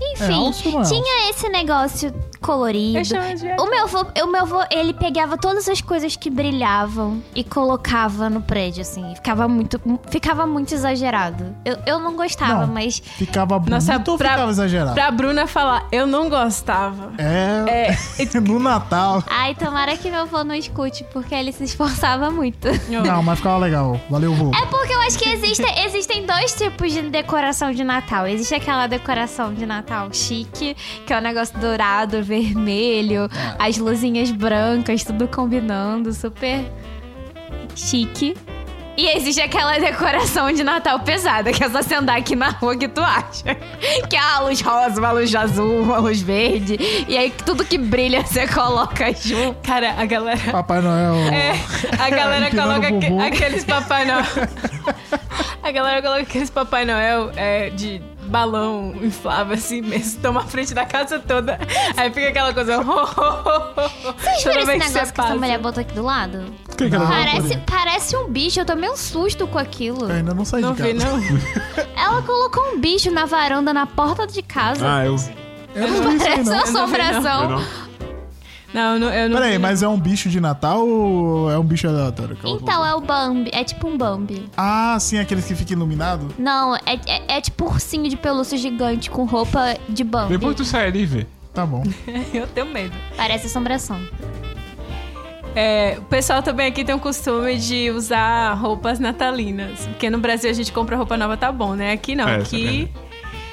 Speaker 3: É
Speaker 2: Enfim,
Speaker 3: alce ou não é alce?
Speaker 2: tinha esse negócio colorido.
Speaker 1: Eu chamo de...
Speaker 2: O meu vô, o meu vô, ele pegava todas as coisas que brilhavam e colocava no prédio, assim. Ficava muito, ficava muito exagerado. Eu, eu não gostava,
Speaker 3: Não.
Speaker 2: mas
Speaker 3: Ficava bonito
Speaker 1: Nossa,
Speaker 3: ou
Speaker 1: pra-
Speaker 3: ficava exagerado?
Speaker 1: Pra Bruna falar, eu não gostava.
Speaker 3: É...
Speaker 1: É,
Speaker 3: no Natal.
Speaker 2: ai, tomara que meu vô não escute, porque ele se esforçava muito.
Speaker 3: Não, mas ficava legal. Valeu, vô.
Speaker 2: É porque eu acho que existe, existem dois tipos de decoração de Natal. Existe aquela decoração de Natal chique, que é o negócio dourado, vermelho,
Speaker 4: Ah.
Speaker 2: as luzinhas brancas, tudo combinando, super chique.
Speaker 6: E existe aquela decoração de Natal pesada, que é só você andar aqui na rua que tu acha. Que é a luz rosa, uma luz azul, uma luz verde. E aí tudo que brilha você coloca junto.
Speaker 1: cara, a galera...
Speaker 3: Papai Noel.
Speaker 1: É, a galera
Speaker 3: Empinando
Speaker 1: coloca
Speaker 3: o
Speaker 1: aque-
Speaker 3: bumbum.
Speaker 1: aqueles Papai Noel. a galera coloca aqueles Papai Noel é, de balão inflável assim mesmo, toma a frente da casa toda. Aí fica aquela coisa.
Speaker 2: Vocês viram
Speaker 1: Vocês
Speaker 2: esse negócio que essa mulher botou aqui do lado?
Speaker 4: Quem que
Speaker 3: Não.
Speaker 4: era?
Speaker 2: Parece,
Speaker 3: olha.
Speaker 2: parece um bicho, eu tomei um susto com aquilo.
Speaker 3: Eu
Speaker 4: É.
Speaker 3: ainda não saí
Speaker 1: Não
Speaker 3: de
Speaker 1: vi,
Speaker 3: casa.
Speaker 1: não.
Speaker 2: Ela colocou um bicho na varanda, na porta de casa.
Speaker 4: Ah, eu,
Speaker 3: Eu não vi isso aí, não.
Speaker 6: Essa
Speaker 1: vi, não.
Speaker 4: eu
Speaker 6: assombração.
Speaker 4: não.
Speaker 1: Não, eu não, eu não
Speaker 3: Peraí,
Speaker 1: vi,
Speaker 3: mas é um bicho de Natal ou é um bicho aleatório? que ela
Speaker 2: então,
Speaker 3: colocou?
Speaker 2: é o Bambi. É tipo um Bambi.
Speaker 3: Ah, sim, aqueles que ficam iluminados?
Speaker 2: Não, é, é, é tipo um ursinho de pelúcia gigante com roupa de Bambi.
Speaker 4: Depois tu sai ali e vê.
Speaker 3: Tá bom.
Speaker 1: não. Eu tenho medo.
Speaker 2: Parece assombração.
Speaker 1: É, o pessoal também aqui tem o costume de usar roupas natalinas. Porque no Brasil a gente compra roupa nova, tá bom, né? Aqui não.
Speaker 4: É, isso é
Speaker 1: aqui.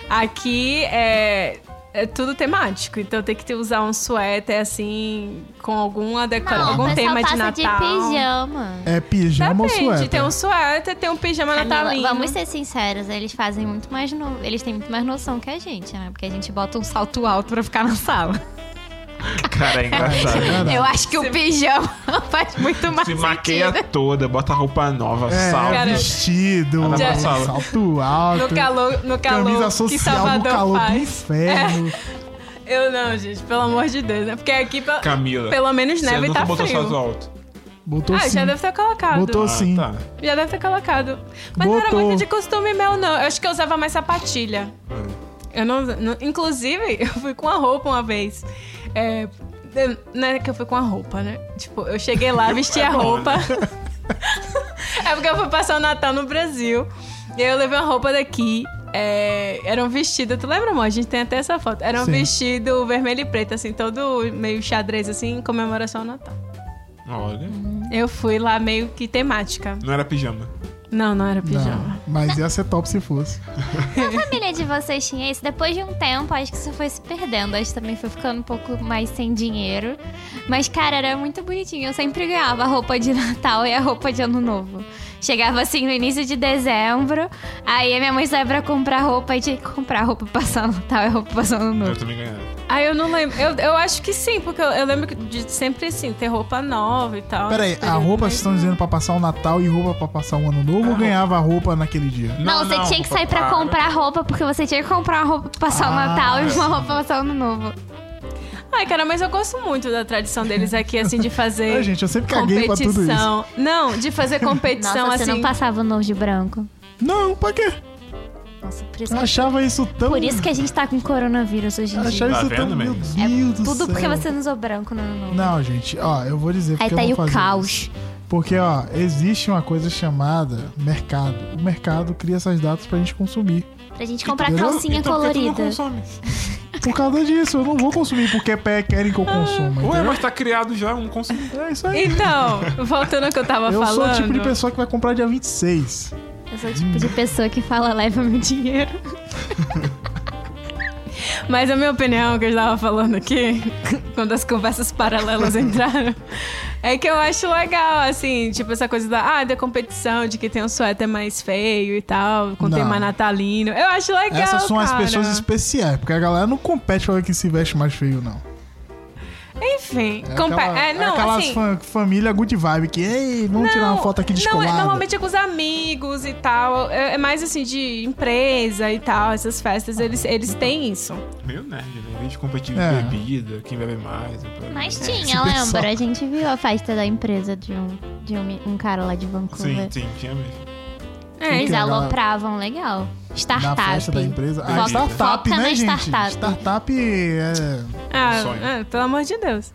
Speaker 1: aqui é. é tudo temático, então tem que ter, usar um suéter assim, com alguma decora,
Speaker 2: Não, o
Speaker 1: algum
Speaker 2: pessoal
Speaker 1: tema de
Speaker 2: passa
Speaker 1: Natal.
Speaker 2: de pijama.
Speaker 3: É pijama ou
Speaker 1: Depende,
Speaker 3: suéter?
Speaker 1: tem um suéter, tem um pijama
Speaker 2: Camila,
Speaker 1: natalino.
Speaker 2: vamos ser sinceros, eles fazem muito mais. No... Eles têm muito mais noção que a gente, né? Porque a gente bota um salto alto pra ficar na sala.
Speaker 4: Cara, é engraçado.
Speaker 3: Caralho.
Speaker 1: Ah,
Speaker 6: Eu acho que o pijama faz muito mais
Speaker 4: Se
Speaker 6: sentido.
Speaker 4: maqueia toda, bota roupa nova,
Speaker 3: É,
Speaker 4: salto.
Speaker 1: Cara,
Speaker 3: vestido,
Speaker 4: Ela
Speaker 1: vai
Speaker 4: pra
Speaker 3: salto alto,
Speaker 1: No calor, no
Speaker 3: camisa
Speaker 1: calor que
Speaker 3: social, no
Speaker 1: Salvador
Speaker 3: calor do
Speaker 1: faz. É.
Speaker 3: inferno.
Speaker 1: Eu não, gente, pelo amor de Deus, né? Porque aqui, pe-
Speaker 4: Camila,
Speaker 1: pelo menos,
Speaker 4: você
Speaker 1: neve
Speaker 4: nunca
Speaker 1: tá
Speaker 4: botou salto
Speaker 1: frio.
Speaker 4: alto.
Speaker 3: Botou
Speaker 1: Ah,
Speaker 3: sim.
Speaker 1: já deve ter colocado.
Speaker 3: Botou sim.
Speaker 4: tá.
Speaker 1: Já deve ter colocado. Mas não era
Speaker 3: Botou.
Speaker 1: muito de costume meu, não. Eu acho que eu usava mais sapatilha.
Speaker 3: É.
Speaker 1: Eu não, não- Inclusive, eu fui com a roupa uma vez. É, eu- não é que eu fui com a roupa, né? Tipo, eu cheguei lá, vesti a roupa. é porque eu fui passar o Natal no Brasil. E aí eu levei uma roupa daqui. é, era um vestido, tu lembra, amor? A gente tem até essa foto. Era um
Speaker 3: Sim.
Speaker 1: vestido vermelho e preto, assim, todo meio xadrez, assim, em comemoração ao Natal.
Speaker 4: Olha,
Speaker 1: Eu fui lá meio que temática.
Speaker 4: não era pijama.
Speaker 1: Não, não era pijama.
Speaker 3: Não, mas ia ser top se fosse.
Speaker 2: A família de vocês tinha isso? Depois de um tempo, acho que isso foi se perdendo. Acho que também foi ficando um pouco mais sem dinheiro. Mas, cara, era muito bonitinho. Eu sempre ganhava a roupa de Natal e a roupa de Ano Novo. Chegava assim no início de dezembro, aí a minha mãe saía pra comprar roupa e tinha que comprar roupa pra passar o Natal e roupa pra passar o Ano Novo.
Speaker 4: Eu também ganhava.
Speaker 1: Ah, eu não lembro. Eu, eu acho que sim, porque eu, eu lembro de sempre assim, ter roupa nova e tal.
Speaker 3: Peraí, a roupa vocês estão dizendo pra passar o Natal e roupa pra passar o Ano Novo ou ganhava a roupa naquele dia?
Speaker 2: Não, você tinha que sair pra comprar roupa, porque você tinha que comprar uma roupa pra passar o
Speaker 3: Ah,
Speaker 2: Natal e
Speaker 3: sim.
Speaker 2: uma roupa pra passar o Ano Novo.
Speaker 1: Ai, cara, mas eu gosto muito da tradição deles aqui, assim, de fazer.
Speaker 3: Ah, gente, eu sempre caguei pra tudo isso.
Speaker 1: competição. Não, de fazer
Speaker 2: Nossa,
Speaker 1: competição
Speaker 2: você
Speaker 1: assim.
Speaker 2: não passava o novo de branco.
Speaker 3: Não, pra quê?
Speaker 2: Nossa, por isso,
Speaker 3: Eu achava isso tão...
Speaker 2: por isso que a gente tá com coronavírus hoje em
Speaker 3: Eu
Speaker 2: dia.
Speaker 3: achava
Speaker 4: Tá
Speaker 3: isso
Speaker 4: vendo,
Speaker 3: tão... Meu
Speaker 4: Mendes?
Speaker 3: Deus do
Speaker 2: É Tudo
Speaker 3: céu.
Speaker 2: porque você não usou branco no Ano Novo.
Speaker 3: Não, gente, ó, eu vou dizer
Speaker 2: Aí
Speaker 3: porque
Speaker 2: tá
Speaker 3: eu
Speaker 2: aí
Speaker 3: não
Speaker 2: o
Speaker 3: fazia
Speaker 2: caos.
Speaker 3: isso. Porque, ó, existe uma coisa chamada mercado. O mercado cria essas datas pra gente consumir.
Speaker 2: Pra gente comprar
Speaker 3: Entendeu?
Speaker 2: calcinha
Speaker 4: então, por que tu não
Speaker 2: colorida.
Speaker 4: consome?
Speaker 3: Por causa disso, eu não vou consumir porque pé querem que eu consuma.
Speaker 4: Ué,
Speaker 3: entendeu?
Speaker 4: mas tá criado já, um consumo.
Speaker 3: É isso aí.
Speaker 1: Então, voltando ao que eu tava
Speaker 3: Eu
Speaker 1: falando.
Speaker 3: sou o tipo de pessoa que vai comprar dia 26.
Speaker 2: Eu sou o tipo de pessoa que fala, leva meu dinheiro.
Speaker 1: Mas a minha opinião que eu estava falando aqui, quando as conversas paralelas entraram, é que eu acho legal, assim, tipo essa coisa da, ah, da competição, de que tem um suéter mais feio e tal, com
Speaker 3: Não.
Speaker 1: tema natalino. Eu acho legal.
Speaker 3: Essas são as
Speaker 1: cara.
Speaker 3: pessoas especiais, porque a galera não compete pra ver quem se veste mais feio, não.
Speaker 1: Enfim,
Speaker 3: É
Speaker 1: compa-
Speaker 3: aquela-
Speaker 1: é, não,
Speaker 3: aquelas
Speaker 1: assim.
Speaker 3: fa- família good vibe que, ei, vamos tirar uma foto aqui
Speaker 1: não,
Speaker 3: descolada.
Speaker 1: é- normalmente é com os amigos e tal. É, é mais assim de empresa e tal. Essas festas, eles, eles têm isso.
Speaker 4: Meio nerd, né? Em vez de competir
Speaker 3: É.
Speaker 4: de bebida, quem bebe mais. né?
Speaker 2: Mas
Speaker 4: É.
Speaker 2: tinha,
Speaker 3: Esse pessoal.
Speaker 2: lembra? A gente viu a festa da empresa de um, de um, um cara lá de
Speaker 4: Sim,
Speaker 2: Vancouver.
Speaker 4: sim, tinha mesmo.
Speaker 1: É,
Speaker 2: Eles
Speaker 3: Que era-
Speaker 2: alopravam legal.
Speaker 3: Na
Speaker 2: Startup.
Speaker 3: festa da empresa. Ah,
Speaker 2: Foca- foca
Speaker 3: startup, né,
Speaker 2: na
Speaker 3: gente?
Speaker 2: startup.
Speaker 3: é.
Speaker 1: Ah,
Speaker 4: sonho.
Speaker 1: ah, pelo amor de Deus.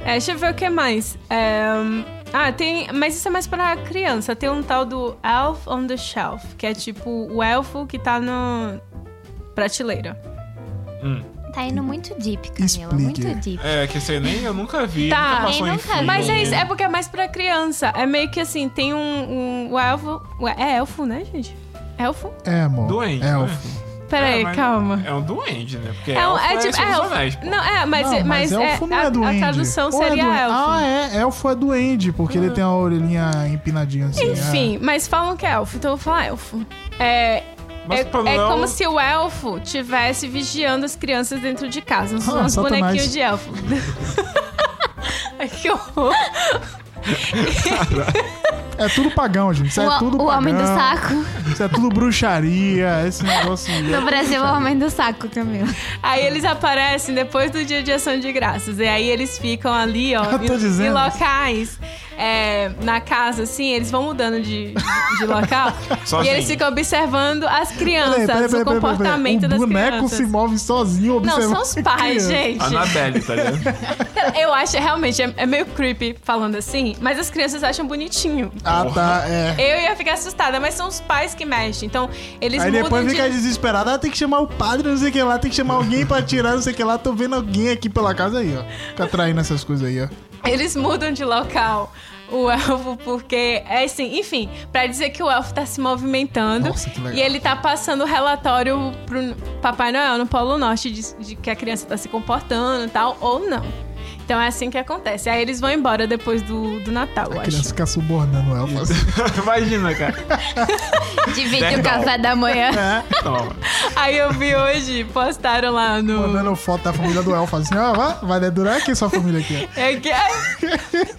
Speaker 1: É, deixa eu ver o que mais. É, hum, ah, tem. Mas isso é mais pra criança. Tem um tal do Elf on the Shelf, que é tipo o elfo que tá no. prateleira.
Speaker 4: Hum.
Speaker 2: Tá indo muito deep, Camila. Muito
Speaker 3: Explique.
Speaker 2: deep.
Speaker 4: É, que esse aí nem eu nunca vi.
Speaker 1: Tá.
Speaker 4: nunca
Speaker 2: Nem
Speaker 4: passou em
Speaker 2: nunca vi.
Speaker 4: filme,
Speaker 1: Mas é isso,
Speaker 4: né?
Speaker 1: é porque é mais pra criança. É meio que assim, tem um. um- o elfo. ué, É elfo, né, gente? Elfo?
Speaker 3: É, amor.
Speaker 4: Doente,
Speaker 3: Elfo.
Speaker 1: Peraí,
Speaker 4: É, mas
Speaker 1: calma.
Speaker 4: É um duende, né? Porque
Speaker 1: É, um- é tipo. É
Speaker 4: Senhor dos
Speaker 1: elfo.
Speaker 4: Anéis, pô.
Speaker 1: Não, é, mas,
Speaker 3: Não,
Speaker 1: mas, é,
Speaker 3: elfo não
Speaker 1: a,
Speaker 3: é
Speaker 1: a
Speaker 3: duende.
Speaker 1: tradução
Speaker 3: Ou é
Speaker 1: seria
Speaker 3: duende?
Speaker 1: elfo. Ah.
Speaker 3: Ah, é. Elfo é duende, porque ele tem a orelhinha empinadinha assim. é.
Speaker 1: Enfim, mas falam que é elfo, então eu vou falar elfo. É,
Speaker 4: Mas
Speaker 1: é,
Speaker 4: o Papai
Speaker 1: é
Speaker 4: Noel-
Speaker 1: como se o elfo tivesse vigiando as crianças dentro de casa. Uns,
Speaker 3: Ah,
Speaker 1: uns
Speaker 3: Satanás.
Speaker 1: bonequinhos de elfo. Ai, que horror.
Speaker 3: É tudo pagão, gente. Isso
Speaker 2: O,
Speaker 3: é tudo
Speaker 2: o
Speaker 3: pagão.
Speaker 2: homem do saco.
Speaker 3: Isso é tudo bruxaria. Esse negócio.
Speaker 2: No Brasil, é o homem do saco, Camila.
Speaker 1: Aí eles aparecem depois do dia de ação de graças. E aí eles ficam ali, ó,
Speaker 3: Eu tô
Speaker 1: em- em,
Speaker 3: dizendo.
Speaker 1: locais. é, na casa, assim, eles vão mudando de, de local. e
Speaker 4: Sozinho.
Speaker 1: eles ficam observando as crianças, o comportamento
Speaker 3: O
Speaker 1: das
Speaker 3: boneco
Speaker 1: crianças.
Speaker 3: se move sozinho
Speaker 1: Não,
Speaker 3: observando.
Speaker 1: são os pais,
Speaker 3: criança.
Speaker 1: gente.
Speaker 4: Anabelle, tá ligado?
Speaker 1: Eu acho, realmente, é, é meio creepy falando assim, mas as crianças acham bonitinho.
Speaker 3: Ah, tá, é.
Speaker 1: Eu ia ficar assustada, mas são os pais que mexem. Então, eles
Speaker 3: Aí
Speaker 1: mudam
Speaker 3: depois
Speaker 1: de...
Speaker 3: fica desesperado, ah, tem que chamar o padre, não sei o que lá, tem que chamar alguém pra tirar, não sei o que lá, tô vendo alguém aqui pela casa aí, ó. Fica traindo essas coisas aí, ó.
Speaker 1: Eles mudam de local. o elfo, porque é assim, enfim, pra dizer que o elfo tá se movimentando
Speaker 3: Nossa, que legal.
Speaker 1: e ele tá passando o relatório pro Papai Noel no Polo Norte de, de que a criança tá se comportando e tal, ou não. Então é assim que acontece. Aí eles vão embora depois do, do Natal, eu
Speaker 3: A
Speaker 1: acho.
Speaker 3: criança fica subornando o elfo. assim.
Speaker 4: Imagina, cara.
Speaker 6: Divide o
Speaker 4: Legal.
Speaker 6: café da manhã.
Speaker 4: Toma.
Speaker 1: Aí eu vi hoje, postaram lá no.
Speaker 3: Mandando foto da família do elfo. Assim, ó, vai, vai dedurar aqui sua família aqui.
Speaker 1: É que...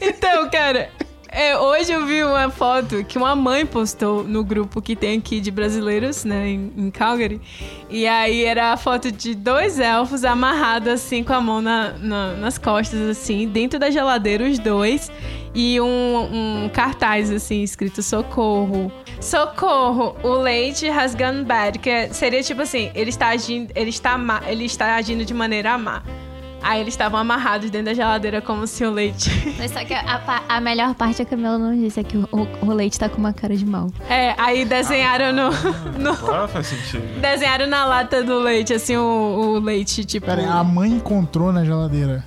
Speaker 1: Então, cara, é, hoje eu vi uma foto que uma mãe postou no grupo que tem aqui de brasileiros, né, em, em Calgary. E aí era a foto de dois elfos amarrados assim com a mão na- na- nas costas, assim, dentro da geladeira, os dois. E um, um cartaz assim, escrito socorro. Socorro, o leite has gone bad. Que é- seria tipo assim, ele está agindo, ele está, ma- ele está agindo de maneira má. Aí eles estavam amarrados dentro da geladeira como se o leite.
Speaker 2: Mas só que a, pa- a melhor parte é que a Camila não disse, é que o, o, o leite tá com uma cara de mal.
Speaker 1: É, aí desenharam no, no-
Speaker 4: Agora faz sentido.
Speaker 1: desenharam na lata do leite assim o, o leite tipo
Speaker 3: Pera aí, a mãe encontrou na geladeira.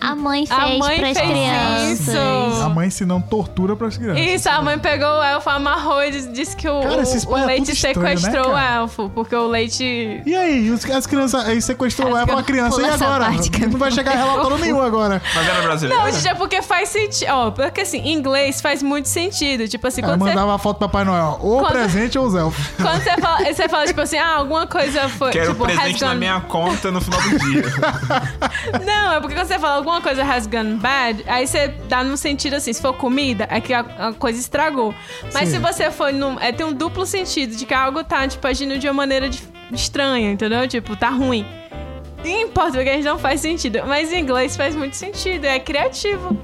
Speaker 2: A mãe fez
Speaker 1: A mãe
Speaker 2: pras
Speaker 1: fez
Speaker 2: crianças.
Speaker 1: isso.
Speaker 3: A mãe, se não, tortura pras crianças.
Speaker 1: Isso, a mãe pegou o elfo, amarrou e disse- disse que o,
Speaker 3: Cara, esses
Speaker 1: o,
Speaker 3: pais é
Speaker 1: leite
Speaker 3: tudo estranho, né,
Speaker 1: sequestrou
Speaker 3: cara?
Speaker 1: o elfo, porque o leite.
Speaker 3: E aí, os- as crianças. Aí sequestrou o elfo a criança. E
Speaker 2: Pula essa
Speaker 3: agora?
Speaker 2: parte,
Speaker 1: é
Speaker 2: Camila.
Speaker 3: Não vai chegar relatório nenhum agora.
Speaker 4: Mas era brasileiro?
Speaker 1: Não, gente, é porque faz sentido. Ó, porque assim, em inglês faz muito sentido. Tipo assim,
Speaker 3: Ela
Speaker 1: quando você,
Speaker 3: mandava a foto pro Papai Noel. Ou
Speaker 1: Quando-
Speaker 3: presente ou os elfos.
Speaker 1: quando você fala, você fala, tipo assim, ah, alguma coisa foi.
Speaker 4: Quero um
Speaker 1: tipo,
Speaker 4: presente na
Speaker 1: gone-
Speaker 4: minha conta no final do dia.
Speaker 1: Não, é porque quando você fala alguma coisa has gone bad, aí você dá num sentido assim, se for comida, é que a, a coisa estragou. Mas
Speaker 3: Sim.
Speaker 1: se você for num. É, tem um duplo sentido de que algo tá, tipo, agindo de uma maneira dif- estranha, entendeu? Tipo, tá ruim. Em português não faz sentido, mas em inglês faz muito sentido, é criativo.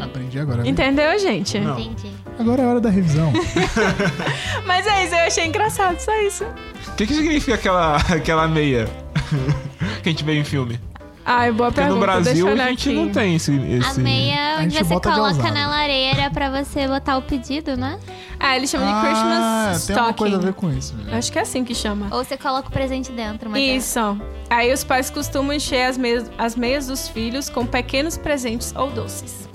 Speaker 3: Aprendi agora. viu?
Speaker 1: Entendeu, gente?
Speaker 4: Não.
Speaker 2: Entendi.
Speaker 3: Agora é hora da revisão.
Speaker 1: Mas é isso, eu achei engraçado, só isso.
Speaker 4: O que, que significa aquela, aquela meia que a gente vê em filme?
Speaker 1: Ai, boa
Speaker 4: Porque
Speaker 1: pergunta.
Speaker 4: no
Speaker 1: Deixa
Speaker 4: Brasil
Speaker 1: eu
Speaker 4: a
Speaker 1: olhar
Speaker 4: gente
Speaker 1: aqui.
Speaker 4: não tem esse.
Speaker 2: A
Speaker 4: esse...
Speaker 2: meia
Speaker 3: A
Speaker 2: onde
Speaker 3: gente
Speaker 2: você
Speaker 3: bota de
Speaker 2: coloca
Speaker 3: ousado.
Speaker 2: na lareira pra você botar o pedido, né?
Speaker 1: Ah, eles chamam de
Speaker 3: ah,
Speaker 1: Christmas
Speaker 3: tem alguma
Speaker 1: stocking.
Speaker 3: coisa a ver com isso. né?
Speaker 1: Acho que é assim que chama.
Speaker 2: Ou você coloca o presente dentro, mas é-
Speaker 1: Isso. Aí os pais costumam encher as meias, as meias dos filhos com pequenos presentes ou doces.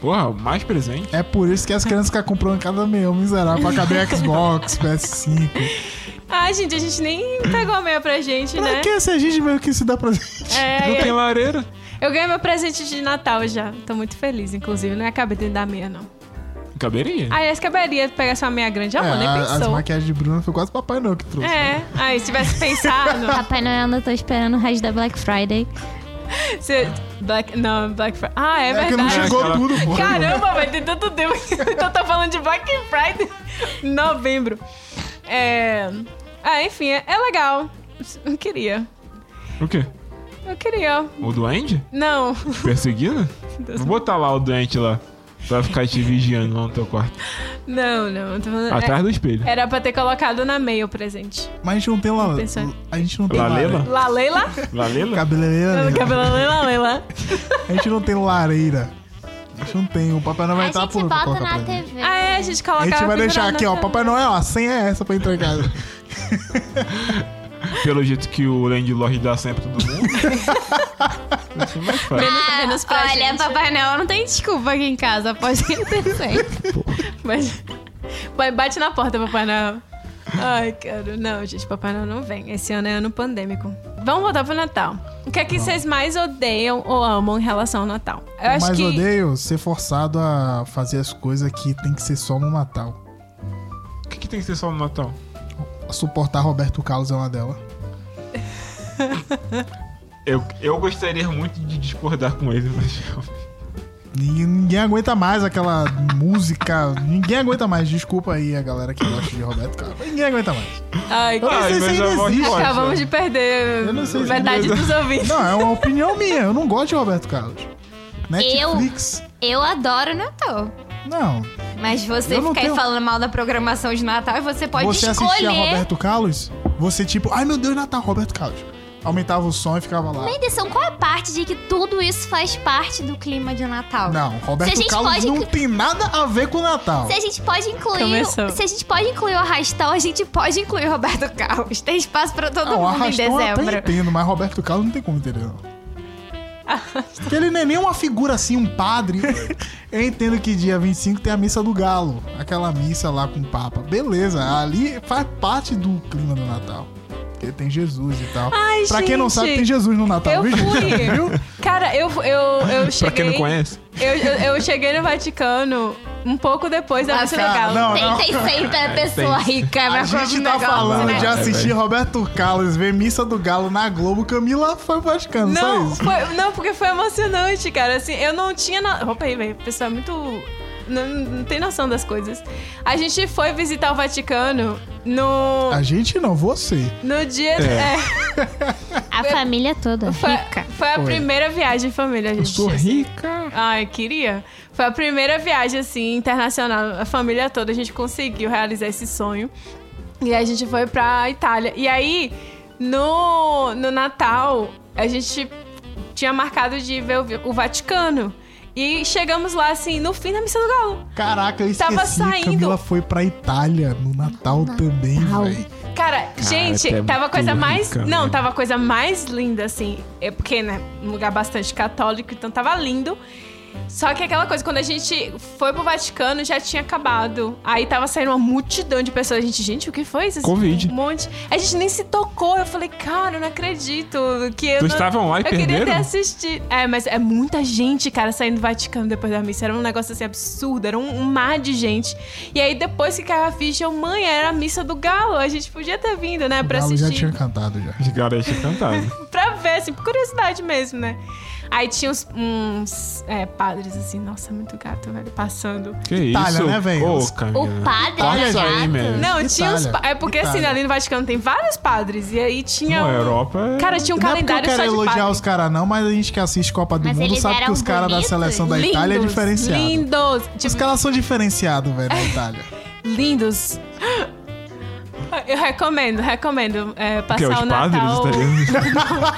Speaker 4: Porra, mais presente?
Speaker 3: É por isso que as crianças ficam comprando cada meião miserável pra caber Xbox, PS5.
Speaker 1: Ah, gente, a gente nem pegou a meia pra gente,
Speaker 3: Pra
Speaker 1: né?
Speaker 3: que se a gente meio que se dá presente?
Speaker 4: Não
Speaker 1: É,
Speaker 4: tem
Speaker 1: eu,
Speaker 4: lareira?
Speaker 1: eu ganhei meu presente de Natal já. Tô muito feliz, inclusive. Não é acabei de dar meia, não.
Speaker 4: Caberia.
Speaker 1: Ah, aliás, caberia pegar essa meia grande. Amor,
Speaker 3: É, a-
Speaker 1: Tá nem
Speaker 3: as
Speaker 1: pensou.
Speaker 3: maquiagens de Bruno foi quase Papai Noel que trouxe. né?
Speaker 1: É, aí se tivesse pensado...
Speaker 2: Papai Noel ainda tô esperando o resto da Black Friday.
Speaker 1: se- Black, não, Black Friday. Ah, é,
Speaker 3: que não
Speaker 1: verdade.
Speaker 3: chegou
Speaker 4: Aquela-
Speaker 3: tudo, pô.
Speaker 1: Caramba, vai ter tanto tempo que eu tô falando de Black Friday. Novembro. É... Ah, enfim, é, é legal. Eu queria.
Speaker 4: O quê?
Speaker 1: Eu queria.
Speaker 4: O duende?
Speaker 1: Não.
Speaker 4: Te Perseguindo? Vou botar lá o doente lá. Pra ficar te vigiando lá no teu quarto.
Speaker 1: Não, não. eu tô falando-
Speaker 4: Atrás do espelho.
Speaker 1: é, era pra ter colocado na meia o presente.
Speaker 3: Mas a gente não tem lá.
Speaker 1: pensando.
Speaker 3: A gente não tem
Speaker 4: Lalela?
Speaker 3: lareira.
Speaker 1: Lá, Leila?
Speaker 4: Lalela?
Speaker 3: Cabeleireira. né?
Speaker 1: Cabelo, é Leila, Leila.
Speaker 3: A gente não tem lareira. A gente não tem. O Papai Noel
Speaker 2: A
Speaker 3: vai
Speaker 2: gente
Speaker 3: entrar por pra
Speaker 2: bota
Speaker 3: colocar
Speaker 2: na
Speaker 3: pra gente.
Speaker 2: TV.
Speaker 1: Ah, é, a gente coloca
Speaker 3: A gente vai deixar
Speaker 1: figurando
Speaker 3: aqui, ó.
Speaker 1: na-
Speaker 3: Papai Noel, a senha é essa pra entrar em casa.
Speaker 4: Pelo jeito que o Landlord dá sempre todo mundo. Isso é mais fácil.
Speaker 1: Menos, menos pra
Speaker 6: Olha,
Speaker 1: gente.
Speaker 6: Papai Noel não tem desculpa aqui em casa após que ele tem
Speaker 1: Mas... Vai, Bate na porta, Papai Noel. Ai, cara. Não, gente, Papai Noel não vem. Esse ano é ano pandêmico. Vamos voltar pro Natal. O que é que vocês mais odeiam ou amam em relação ao Natal? Eu
Speaker 3: Eu
Speaker 1: acho
Speaker 3: mais
Speaker 1: que.
Speaker 3: odeio ser forçado a fazer as coisas que tem que ser só no Natal.
Speaker 4: O que, que tem que ser só um no Natal?
Speaker 3: Suportar Roberto Carlos é uma dela.
Speaker 4: Eu, eu gostaria muito de discordar com ele, mas realmente.
Speaker 3: Ninguém, ninguém aguenta mais aquela música. Ninguém aguenta mais. Desculpa aí a galera que gosta de Roberto Carlos. Ninguém aguenta mais.
Speaker 1: Ai,
Speaker 3: Ah, Eu não
Speaker 1: cara.
Speaker 3: sei se
Speaker 4: mas
Speaker 3: ainda
Speaker 4: a voz
Speaker 3: existe.
Speaker 4: pode,
Speaker 1: Acabamos de
Speaker 4: né?
Speaker 1: perder
Speaker 3: Eu não sei se
Speaker 1: metade
Speaker 4: ainda-
Speaker 1: dos ouvintes.
Speaker 3: Não, é uma opinião minha. Eu não gosto de Roberto Carlos.
Speaker 2: Eu? né?
Speaker 3: Netflix.
Speaker 6: Eu adoro Natal.
Speaker 3: Não.
Speaker 6: Mas você
Speaker 3: Eu não
Speaker 6: ficar aí
Speaker 3: tenho-
Speaker 6: falando mal da programação de Natal, você pode
Speaker 3: você assistia
Speaker 6: escolher.
Speaker 3: Roberto Carlos, você tipo, ai meu Deus, Natal, Roberto Carlos. Aumentava o som e ficava lá.
Speaker 2: Edição, qual é a parte de que tudo isso faz parte do clima de Natal?
Speaker 3: Não,
Speaker 2: Se a
Speaker 3: Roberto
Speaker 2: gente
Speaker 3: Carlos
Speaker 2: pode-
Speaker 3: não tem nada a ver com o Natal.
Speaker 2: Se a gente pode incluir.
Speaker 1: Começou.
Speaker 2: Se a gente pode incluir o arrastão,
Speaker 6: Então
Speaker 2: a gente pode incluir o Roberto
Speaker 6: Roberto Carlos. Tem espaço pra todo
Speaker 3: Não,
Speaker 6: mundo em
Speaker 3: arrastão eu até
Speaker 6: dezembro.
Speaker 3: entendo, mas Roberto Carlos não tem como entender, não. Que ele não é nem uma figura assim, um padre. Eu entendo que dia 25 tem a missa do galo. Aquela missa lá com o Papa. Beleza, ali faz parte do clima do Natal. Porque tem Jesus e tal.
Speaker 1: Ai,
Speaker 3: pra quem não
Speaker 1: gente,
Speaker 3: sabe, tem Jesus no Natal,
Speaker 1: Eu
Speaker 3: Tá né? viu, gente?
Speaker 1: fui. Cara, eu, eu, eu cheguei.
Speaker 4: Pra quem não conhece.
Speaker 1: Eu, eu, eu cheguei no Vaticano um pouco depois da missa
Speaker 3: tá.
Speaker 1: legal.
Speaker 3: Não, não.
Speaker 2: Tem, tem sempre pessoa
Speaker 6: é
Speaker 2: rica
Speaker 3: A
Speaker 2: pra
Speaker 3: gente
Speaker 6: um
Speaker 2: comprar
Speaker 3: tá
Speaker 2: negócio,
Speaker 3: falando
Speaker 2: né?
Speaker 3: de assistir Roberto Carlos ver missa do galo na Globo. Camila foi praticando, só
Speaker 1: Não,
Speaker 3: isso.
Speaker 1: foi- não, porque foi emocionante, cara. Assim, eu não tinha. Na... Opa aí, velho. O pessoal é muito. Não, não tem noção das coisas. A gente foi visitar o Vaticano no.
Speaker 3: A gente não, você.
Speaker 1: No dia. É.
Speaker 2: A família toda.
Speaker 1: foi, foi a
Speaker 3: Foi.
Speaker 1: primeira viagem em família, gente.
Speaker 4: Eu sou
Speaker 1: assim.
Speaker 4: rica.
Speaker 1: Ai, queria. Foi a primeira viagem, assim, internacional. A família toda, a gente conseguiu realizar esse sonho. E a gente foi pra Itália. E aí, no, no Natal, a gente tinha marcado de ver o, o Vaticano. E chegamos lá, assim, no fim da Missa do Galo.
Speaker 3: Caraca, eu esqueci.
Speaker 1: Tava saindo.
Speaker 3: Camila foi pra Itália no Natal, também, velho.
Speaker 1: Cara, gente,
Speaker 4: tu é
Speaker 1: tava a
Speaker 4: muito
Speaker 1: coisa mais.
Speaker 4: rica,
Speaker 1: não,
Speaker 4: velho.
Speaker 1: tava a coisa mais linda, assim. É porque, né? Um lugar bastante católico, então tava lindo. Só que aquela coisa, quando a gente foi pro Vaticano, já tinha acabado. Aí tava saindo uma multidão de pessoas. A gente, gente, o que foi? Vocês-
Speaker 4: Covid.
Speaker 1: Um monte. A gente nem se tocou. Eu falei, cara, eu não acredito. Que eu
Speaker 4: Tu um
Speaker 1: não-
Speaker 4: estavam
Speaker 3: Ah,
Speaker 4: lá e
Speaker 1: eu queria ter
Speaker 4: perderam?
Speaker 1: assistido. É, mas é muita gente, cara, saindo do Vaticano depois da missa. Era um negócio assim absurdo, era um, um mar de gente. E aí depois que caiu a ficha, eu, mãe, era a missa do galo. A gente podia ter vindo, né,
Speaker 3: O
Speaker 1: pra
Speaker 3: galo já
Speaker 1: assistir.
Speaker 3: tinha cantado já.
Speaker 4: De garota cantado.
Speaker 1: Pra ver, assim, por curiosidade mesmo, né? Aí tinha uns, uns, é, padres assim, nossa, muito gato, velho, passando.
Speaker 4: Que
Speaker 3: Itália,
Speaker 4: isso?
Speaker 3: né, velho?
Speaker 4: Ô,
Speaker 3: O
Speaker 4: Camila.
Speaker 2: O padre
Speaker 4: Corta
Speaker 2: era
Speaker 4: isso aí,
Speaker 2: gato.
Speaker 4: velho.
Speaker 1: Não,
Speaker 3: Itália,
Speaker 1: tinha uns. pa- É porque assim,
Speaker 3: Itália.
Speaker 1: ali no Vaticano tem vários padres. E aí tinha.
Speaker 4: Pô, a
Speaker 1: um-
Speaker 4: Europa é...
Speaker 1: Cara, tinha um
Speaker 3: não é porque eu
Speaker 1: calendário
Speaker 3: quero
Speaker 1: só de
Speaker 3: elogiar
Speaker 1: padres.
Speaker 3: os caras, não, mas a gente que assiste Copa do
Speaker 2: Mas
Speaker 3: Mundo
Speaker 2: eles
Speaker 3: sabe que
Speaker 2: eram
Speaker 3: os caras da
Speaker 2: bonitos?
Speaker 3: seleção da Itália é
Speaker 1: Lindos,
Speaker 3: diferenciado.
Speaker 1: Lindos.
Speaker 3: Os
Speaker 1: Tipo, É.
Speaker 3: caras são diferenciados, velho, na Itália.
Speaker 1: lindos. Eu recomendo, recomendo é,
Speaker 4: O quê?
Speaker 1: passar o
Speaker 4: Os padres
Speaker 1: Natal.
Speaker 4: italianos?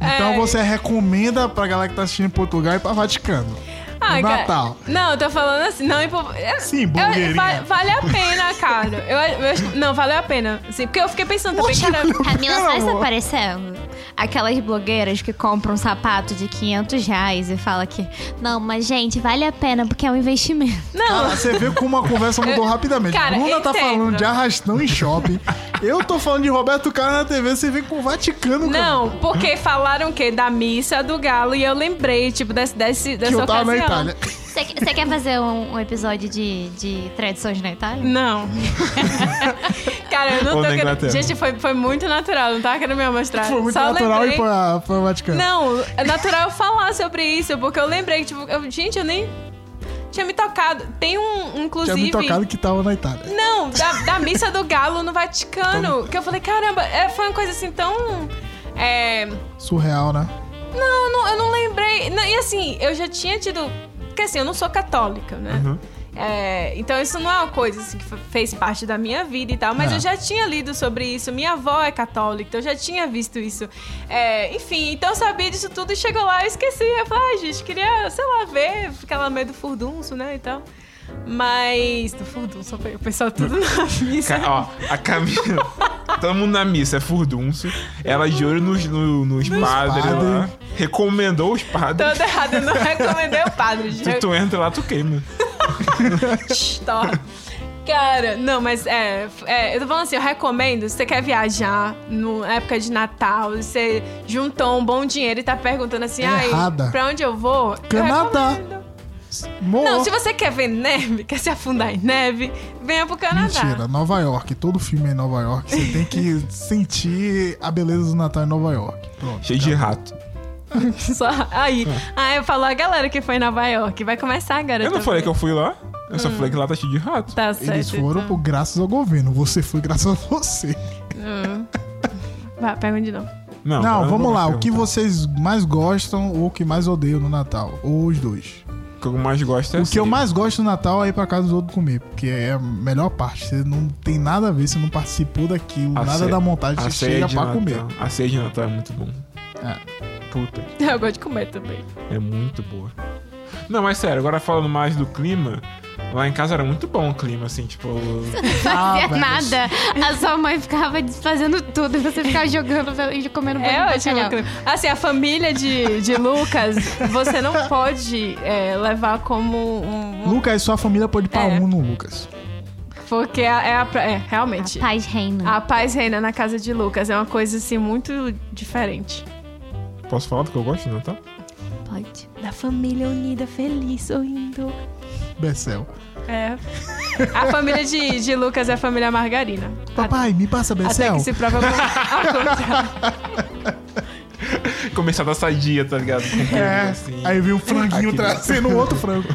Speaker 3: Então
Speaker 1: É.
Speaker 3: você recomenda pra galera que tá assistindo em Portugal e pra Vaticano.
Speaker 1: Ah,
Speaker 3: no
Speaker 1: cara,
Speaker 3: Natal.
Speaker 1: Não, eu tô falando assim, não, impo- é-
Speaker 3: Sim,
Speaker 1: eu,
Speaker 3: blogueirinha.
Speaker 1: va- vale a pena, cara. Eu, eu- não, valeu a pena. Sim, porque eu fiquei pensando também, cara.
Speaker 2: Camila só
Speaker 3: Pera, amor.
Speaker 2: desaparecendo.
Speaker 6: Aquelas blogueiras que compram um sapato de 500 reais e fala que...
Speaker 2: Não, mas gente, vale a pena porque é um investimento.
Speaker 1: Não,
Speaker 3: Cara, você vê como a conversa mudou rapidamente.
Speaker 1: cara,
Speaker 3: Bruna tá
Speaker 1: entendo.
Speaker 3: falando de arrastão em shopping. Eu tô falando de Roberto Carlos na TV, você vê com o Vaticano, cara.
Speaker 1: não, porque falaram o quê? Da missa do galo e eu lembrei, tipo, desse, desse, dessa
Speaker 3: Que eu tava
Speaker 1: ocasião.
Speaker 3: na Itália.
Speaker 2: Você que- você quer fazer um, um episódio de, de tradições né, tá? na Itália?
Speaker 1: Não. cara, eu não
Speaker 4: Ou
Speaker 1: tô
Speaker 4: na
Speaker 1: querendo.
Speaker 4: Inglaterra.
Speaker 1: Gente, foi, foi muito natural, não tava querendo me mostrar.
Speaker 3: Foi muito
Speaker 1: Só
Speaker 3: natural
Speaker 1: lembrei...
Speaker 3: ir pra, pra Vaticano.
Speaker 1: Não, é natural eu falar sobre isso, porque eu lembrei, tipo, eu- gente, eu nem tinha me tocado. Tem um, inclusive.
Speaker 3: Tinha me tocado que Então- tava na Itália.
Speaker 1: Não, da, da missa do galo no Vaticano. Que eu falei, caramba, é, foi uma coisa assim tão. É,
Speaker 3: Surreal, né?
Speaker 1: não, não, eu não lembrei. Não, e assim, eu já tinha tido. Porque assim, eu não sou católica, né?
Speaker 4: Uhum.
Speaker 1: É, então isso não é uma coisa assim, que fe- fez parte da minha vida e tal, mas
Speaker 3: É.
Speaker 1: eu já tinha lido sobre isso. Minha avó é católica, então eu já tinha visto isso. É, enfim, então eu sabia disso tudo e chegou lá, eu esqueci. Eu falei, ah, gente, queria, sei lá, ver, ficar lá no meio do furdunço, né? E tal. Mas. Do furdunço, o pessoal tudo na missa.
Speaker 4: Ca- ó, a Camila... Todo mundo na missa, é furdúncio. Ela de olho nos, no- nos padres lá. Recomendou os padres.
Speaker 1: Todo errado, eu não recomendei o padre, gente.
Speaker 4: Se tu entra lá, tu queima.
Speaker 1: História. Tá. Cara, não, mas é, f- é, Eu tô falando assim, eu recomendo, se você quer viajar no- na época de Natal, você juntou um bom dinheiro e tá perguntando assim, ai,
Speaker 3: Errada.
Speaker 1: pra onde eu vou? Eu
Speaker 3: Canadá.
Speaker 1: recomendo.
Speaker 3: Moa.
Speaker 1: Não, se você quer ver neve, quer se afundar em neve, venha pro Canadá.
Speaker 3: Mentira, Nova York. Todo filme é em Nova York. Você tem que sentir a beleza do Natal em Nova York. Pronto.
Speaker 4: Cheio de rato.
Speaker 1: Só, aí,
Speaker 3: É.
Speaker 1: aí eu falo, a galera que foi em Nova York, vai começar, garota.
Speaker 4: Eu não falei que eu fui lá. Eu só falei que lá tá cheio de rato.
Speaker 1: Tá certo.
Speaker 3: Eles foram
Speaker 1: então.
Speaker 3: por graças ao governo. Você foi graças a você.
Speaker 1: Hum. Vai, pergunta de novo.
Speaker 4: Não,
Speaker 3: Não,
Speaker 4: eu
Speaker 3: vamos
Speaker 4: vou
Speaker 3: lá. O
Speaker 4: perguntar.
Speaker 3: que vocês mais gostam ou o que mais odeiam no Natal? Ou os dois.
Speaker 4: O que eu mais gosto é
Speaker 3: O que eu
Speaker 4: ceia.
Speaker 3: mais gosto no Natal é ir pra casa dos outros comer, porque é a melhor parte. Você não tem nada a ver, você não participou daquilo,
Speaker 4: A
Speaker 3: nada
Speaker 4: ceia-
Speaker 3: da montagem,
Speaker 4: a
Speaker 3: você
Speaker 4: ceia
Speaker 3: chega
Speaker 4: de
Speaker 3: pra
Speaker 4: Natal.
Speaker 3: comer. É.
Speaker 4: A ceia de Natal é muito bom. Puta, que-
Speaker 1: Eu gosto de comer também.
Speaker 4: é muito boa. Não, mas sério, agora falando mais do clima, Lá em casa era muito bom o clima, assim, tipo.
Speaker 3: Ah,
Speaker 6: fazia
Speaker 3: velho.
Speaker 6: nada. A sua mãe ficava fazendo tudo e você ficava jogando e comendo bolinho de
Speaker 1: É ótimo.
Speaker 6: bacalhau.
Speaker 1: Assim, a família de, de Lucas, você não pode é, levar como um. um-
Speaker 3: Lucas, sua família pode ir pra
Speaker 1: É.
Speaker 3: um no Lucas.
Speaker 1: Porque é, a- é a pra- é, realmente.
Speaker 2: Paz reina.
Speaker 1: A paz reina na casa de Lucas. É uma coisa, assim, muito diferente.
Speaker 4: Posso falar do que eu gosto, não tá?
Speaker 2: Pode.
Speaker 1: Da família unida, feliz, sorrindo.
Speaker 3: Bessel.
Speaker 1: É. A família de, de Lucas é a família Margarina.
Speaker 3: Papai, me passa
Speaker 1: Até
Speaker 3: Bessel.
Speaker 1: que se prova ao contrário.
Speaker 4: Começar da sadia, tá ligado? Com tudo,
Speaker 3: É.
Speaker 4: assim.
Speaker 3: Aí vi um franguinho
Speaker 4: Aqui
Speaker 3: trazendo um outro frango.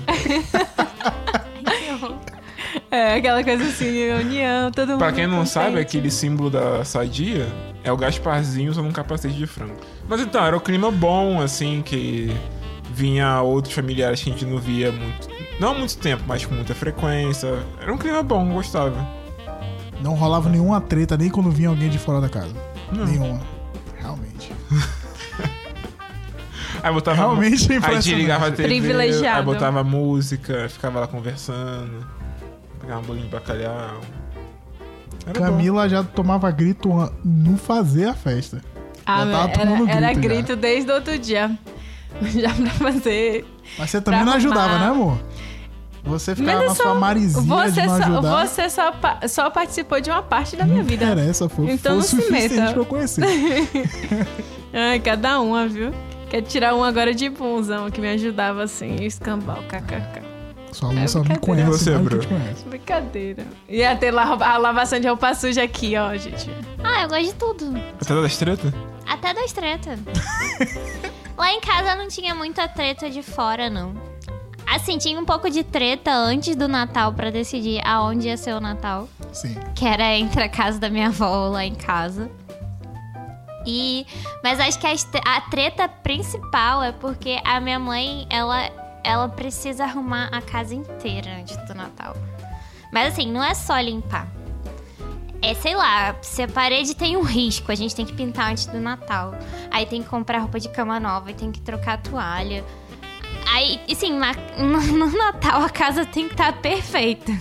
Speaker 1: É aquela coisa assim, união, todo mundo.
Speaker 4: Pra quem não
Speaker 1: contente.
Speaker 4: sabe, é aquele símbolo da sadia é o Gasparzinho usando um capacete de frango. Mas então, era um clima bom, assim, que vinha outros familiares que a gente não via muito. Não há muito tempo, mas com muita frequência. Era um clima bom, eu gostava.
Speaker 3: Não rolava nenhuma treta nem quando vinha alguém de fora da casa.
Speaker 4: Não.
Speaker 3: Nenhuma. Realmente.
Speaker 4: Aí botava.
Speaker 3: Realmente é
Speaker 4: Aí
Speaker 3: impressionante.
Speaker 4: desligava a TV,
Speaker 1: Privilegiado.
Speaker 4: aí botava música, ficava lá conversando, pegava um bolinho de bacalhau. Era bom.
Speaker 3: Camila já tomava grito an- no fazer a festa.
Speaker 1: Ah,
Speaker 3: Já tava
Speaker 1: mas
Speaker 3: todo mundo
Speaker 1: era, era
Speaker 3: grito já.
Speaker 1: grito desde outro dia. Já pra fazer.
Speaker 3: Mas você também
Speaker 1: Pra
Speaker 3: não ajudava,
Speaker 1: arrumar.
Speaker 3: né, amor? Você ficava
Speaker 1: Mas eu
Speaker 3: na sua
Speaker 1: só-
Speaker 3: marizinha
Speaker 1: Você,
Speaker 3: de não
Speaker 1: só,
Speaker 3: ajudar.
Speaker 1: você só, pa- só participou de uma parte da minha
Speaker 3: não
Speaker 1: vida.
Speaker 3: interessa, foi,
Speaker 1: Então
Speaker 3: foi o
Speaker 1: não se
Speaker 3: suficiente
Speaker 1: meta.
Speaker 3: pra eu conhecer.
Speaker 1: Ai, cada uma, viu? Quer tirar um agora de punzão, que me ajudava assim, escambau, kkk.
Speaker 3: Sua mãe só me
Speaker 1: É brincadeira.
Speaker 3: conhece,
Speaker 4: Você,
Speaker 3: mais do que
Speaker 4: Bruno?
Speaker 3: eu te conheço.
Speaker 1: Brincadeira. Ia ter la- a lavação de roupa suja aqui, ó, gente.
Speaker 2: Ah, eu gosto de tudo.
Speaker 4: Até tá das tretas?
Speaker 2: Até das tretas. Lá em casa não tinha muita treta de fora, não. Assim, tinha um pouco de treta antes do Natal pra decidir aonde ia ser o Natal.
Speaker 3: Sim.
Speaker 2: Que era entre a casa da minha avó lá em casa. E... Mas acho que as tre- a treta principal é porque a minha mãe, ela, ela precisa arrumar a casa inteira antes do Natal. Mas assim, não é só limpar. É, sei lá, se a parede tem um risco, a gente tem que pintar antes do Natal. Aí tem que comprar roupa de cama nova, e tem que trocar a toalha. Aí, e sim, na- no, no Natal a casa tem que estar perfeita.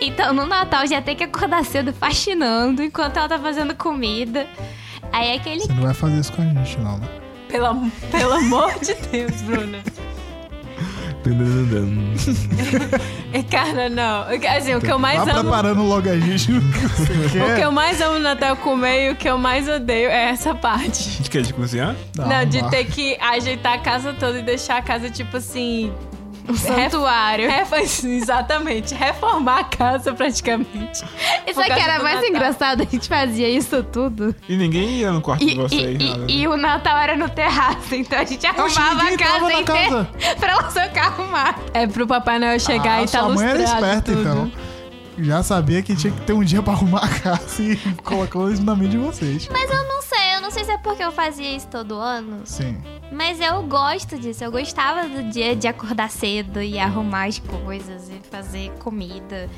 Speaker 2: Então no Natal já tem que acordar cedo faxinando enquanto ela tá fazendo comida. Aí é aquele
Speaker 3: Você não vai fazer isso com a gente, não, né?
Speaker 1: Pelo, am- pelo amor de Deus, Bruna. E, Cara, não. Assim, o que eu mais
Speaker 3: Então, Vá é.
Speaker 1: amo.
Speaker 3: Tá preparando logo a gente no que você
Speaker 1: O que
Speaker 3: quer.
Speaker 1: eu mais amo no Natal comer e o que eu mais odeio é essa parte.
Speaker 4: A gente quer de cozinhar?
Speaker 3: Dá
Speaker 1: Não,
Speaker 3: uma-
Speaker 1: de ter que ajeitar a casa toda e deixar a casa, tipo assim. Um santuário. exatamente. Reformar a casa praticamente.
Speaker 6: Isso é
Speaker 1: Por
Speaker 6: que
Speaker 1: causa
Speaker 6: era
Speaker 1: do
Speaker 6: mais
Speaker 1: Natal.
Speaker 6: engraçado, a gente fazia isso tudo.
Speaker 4: E ninguém ia no quarto
Speaker 6: E,
Speaker 4: de vocês.
Speaker 6: e-
Speaker 4: nada.
Speaker 6: e- e o Natal era no terraço, então a gente
Speaker 3: Acho que
Speaker 6: arrumava
Speaker 3: ninguém
Speaker 6: a
Speaker 3: tava
Speaker 6: casa
Speaker 3: na
Speaker 6: inteira
Speaker 3: casa.
Speaker 6: pra ela só que arrumar.
Speaker 1: É pro Papai Noel chegar
Speaker 3: Ah,
Speaker 1: e tá
Speaker 3: sua mãe
Speaker 1: lustrado
Speaker 3: era esperta,
Speaker 1: tudo.
Speaker 3: então. Já sabia que tinha que ter um dia pra arrumar a casa e colocou isso na mente de vocês.
Speaker 2: Mas eu não sei, eu não sei se é porque eu fazia isso todo ano,
Speaker 3: Sim.
Speaker 2: mas eu gosto disso. Eu gostava do dia de acordar cedo e arrumar as coisas e fazer comida.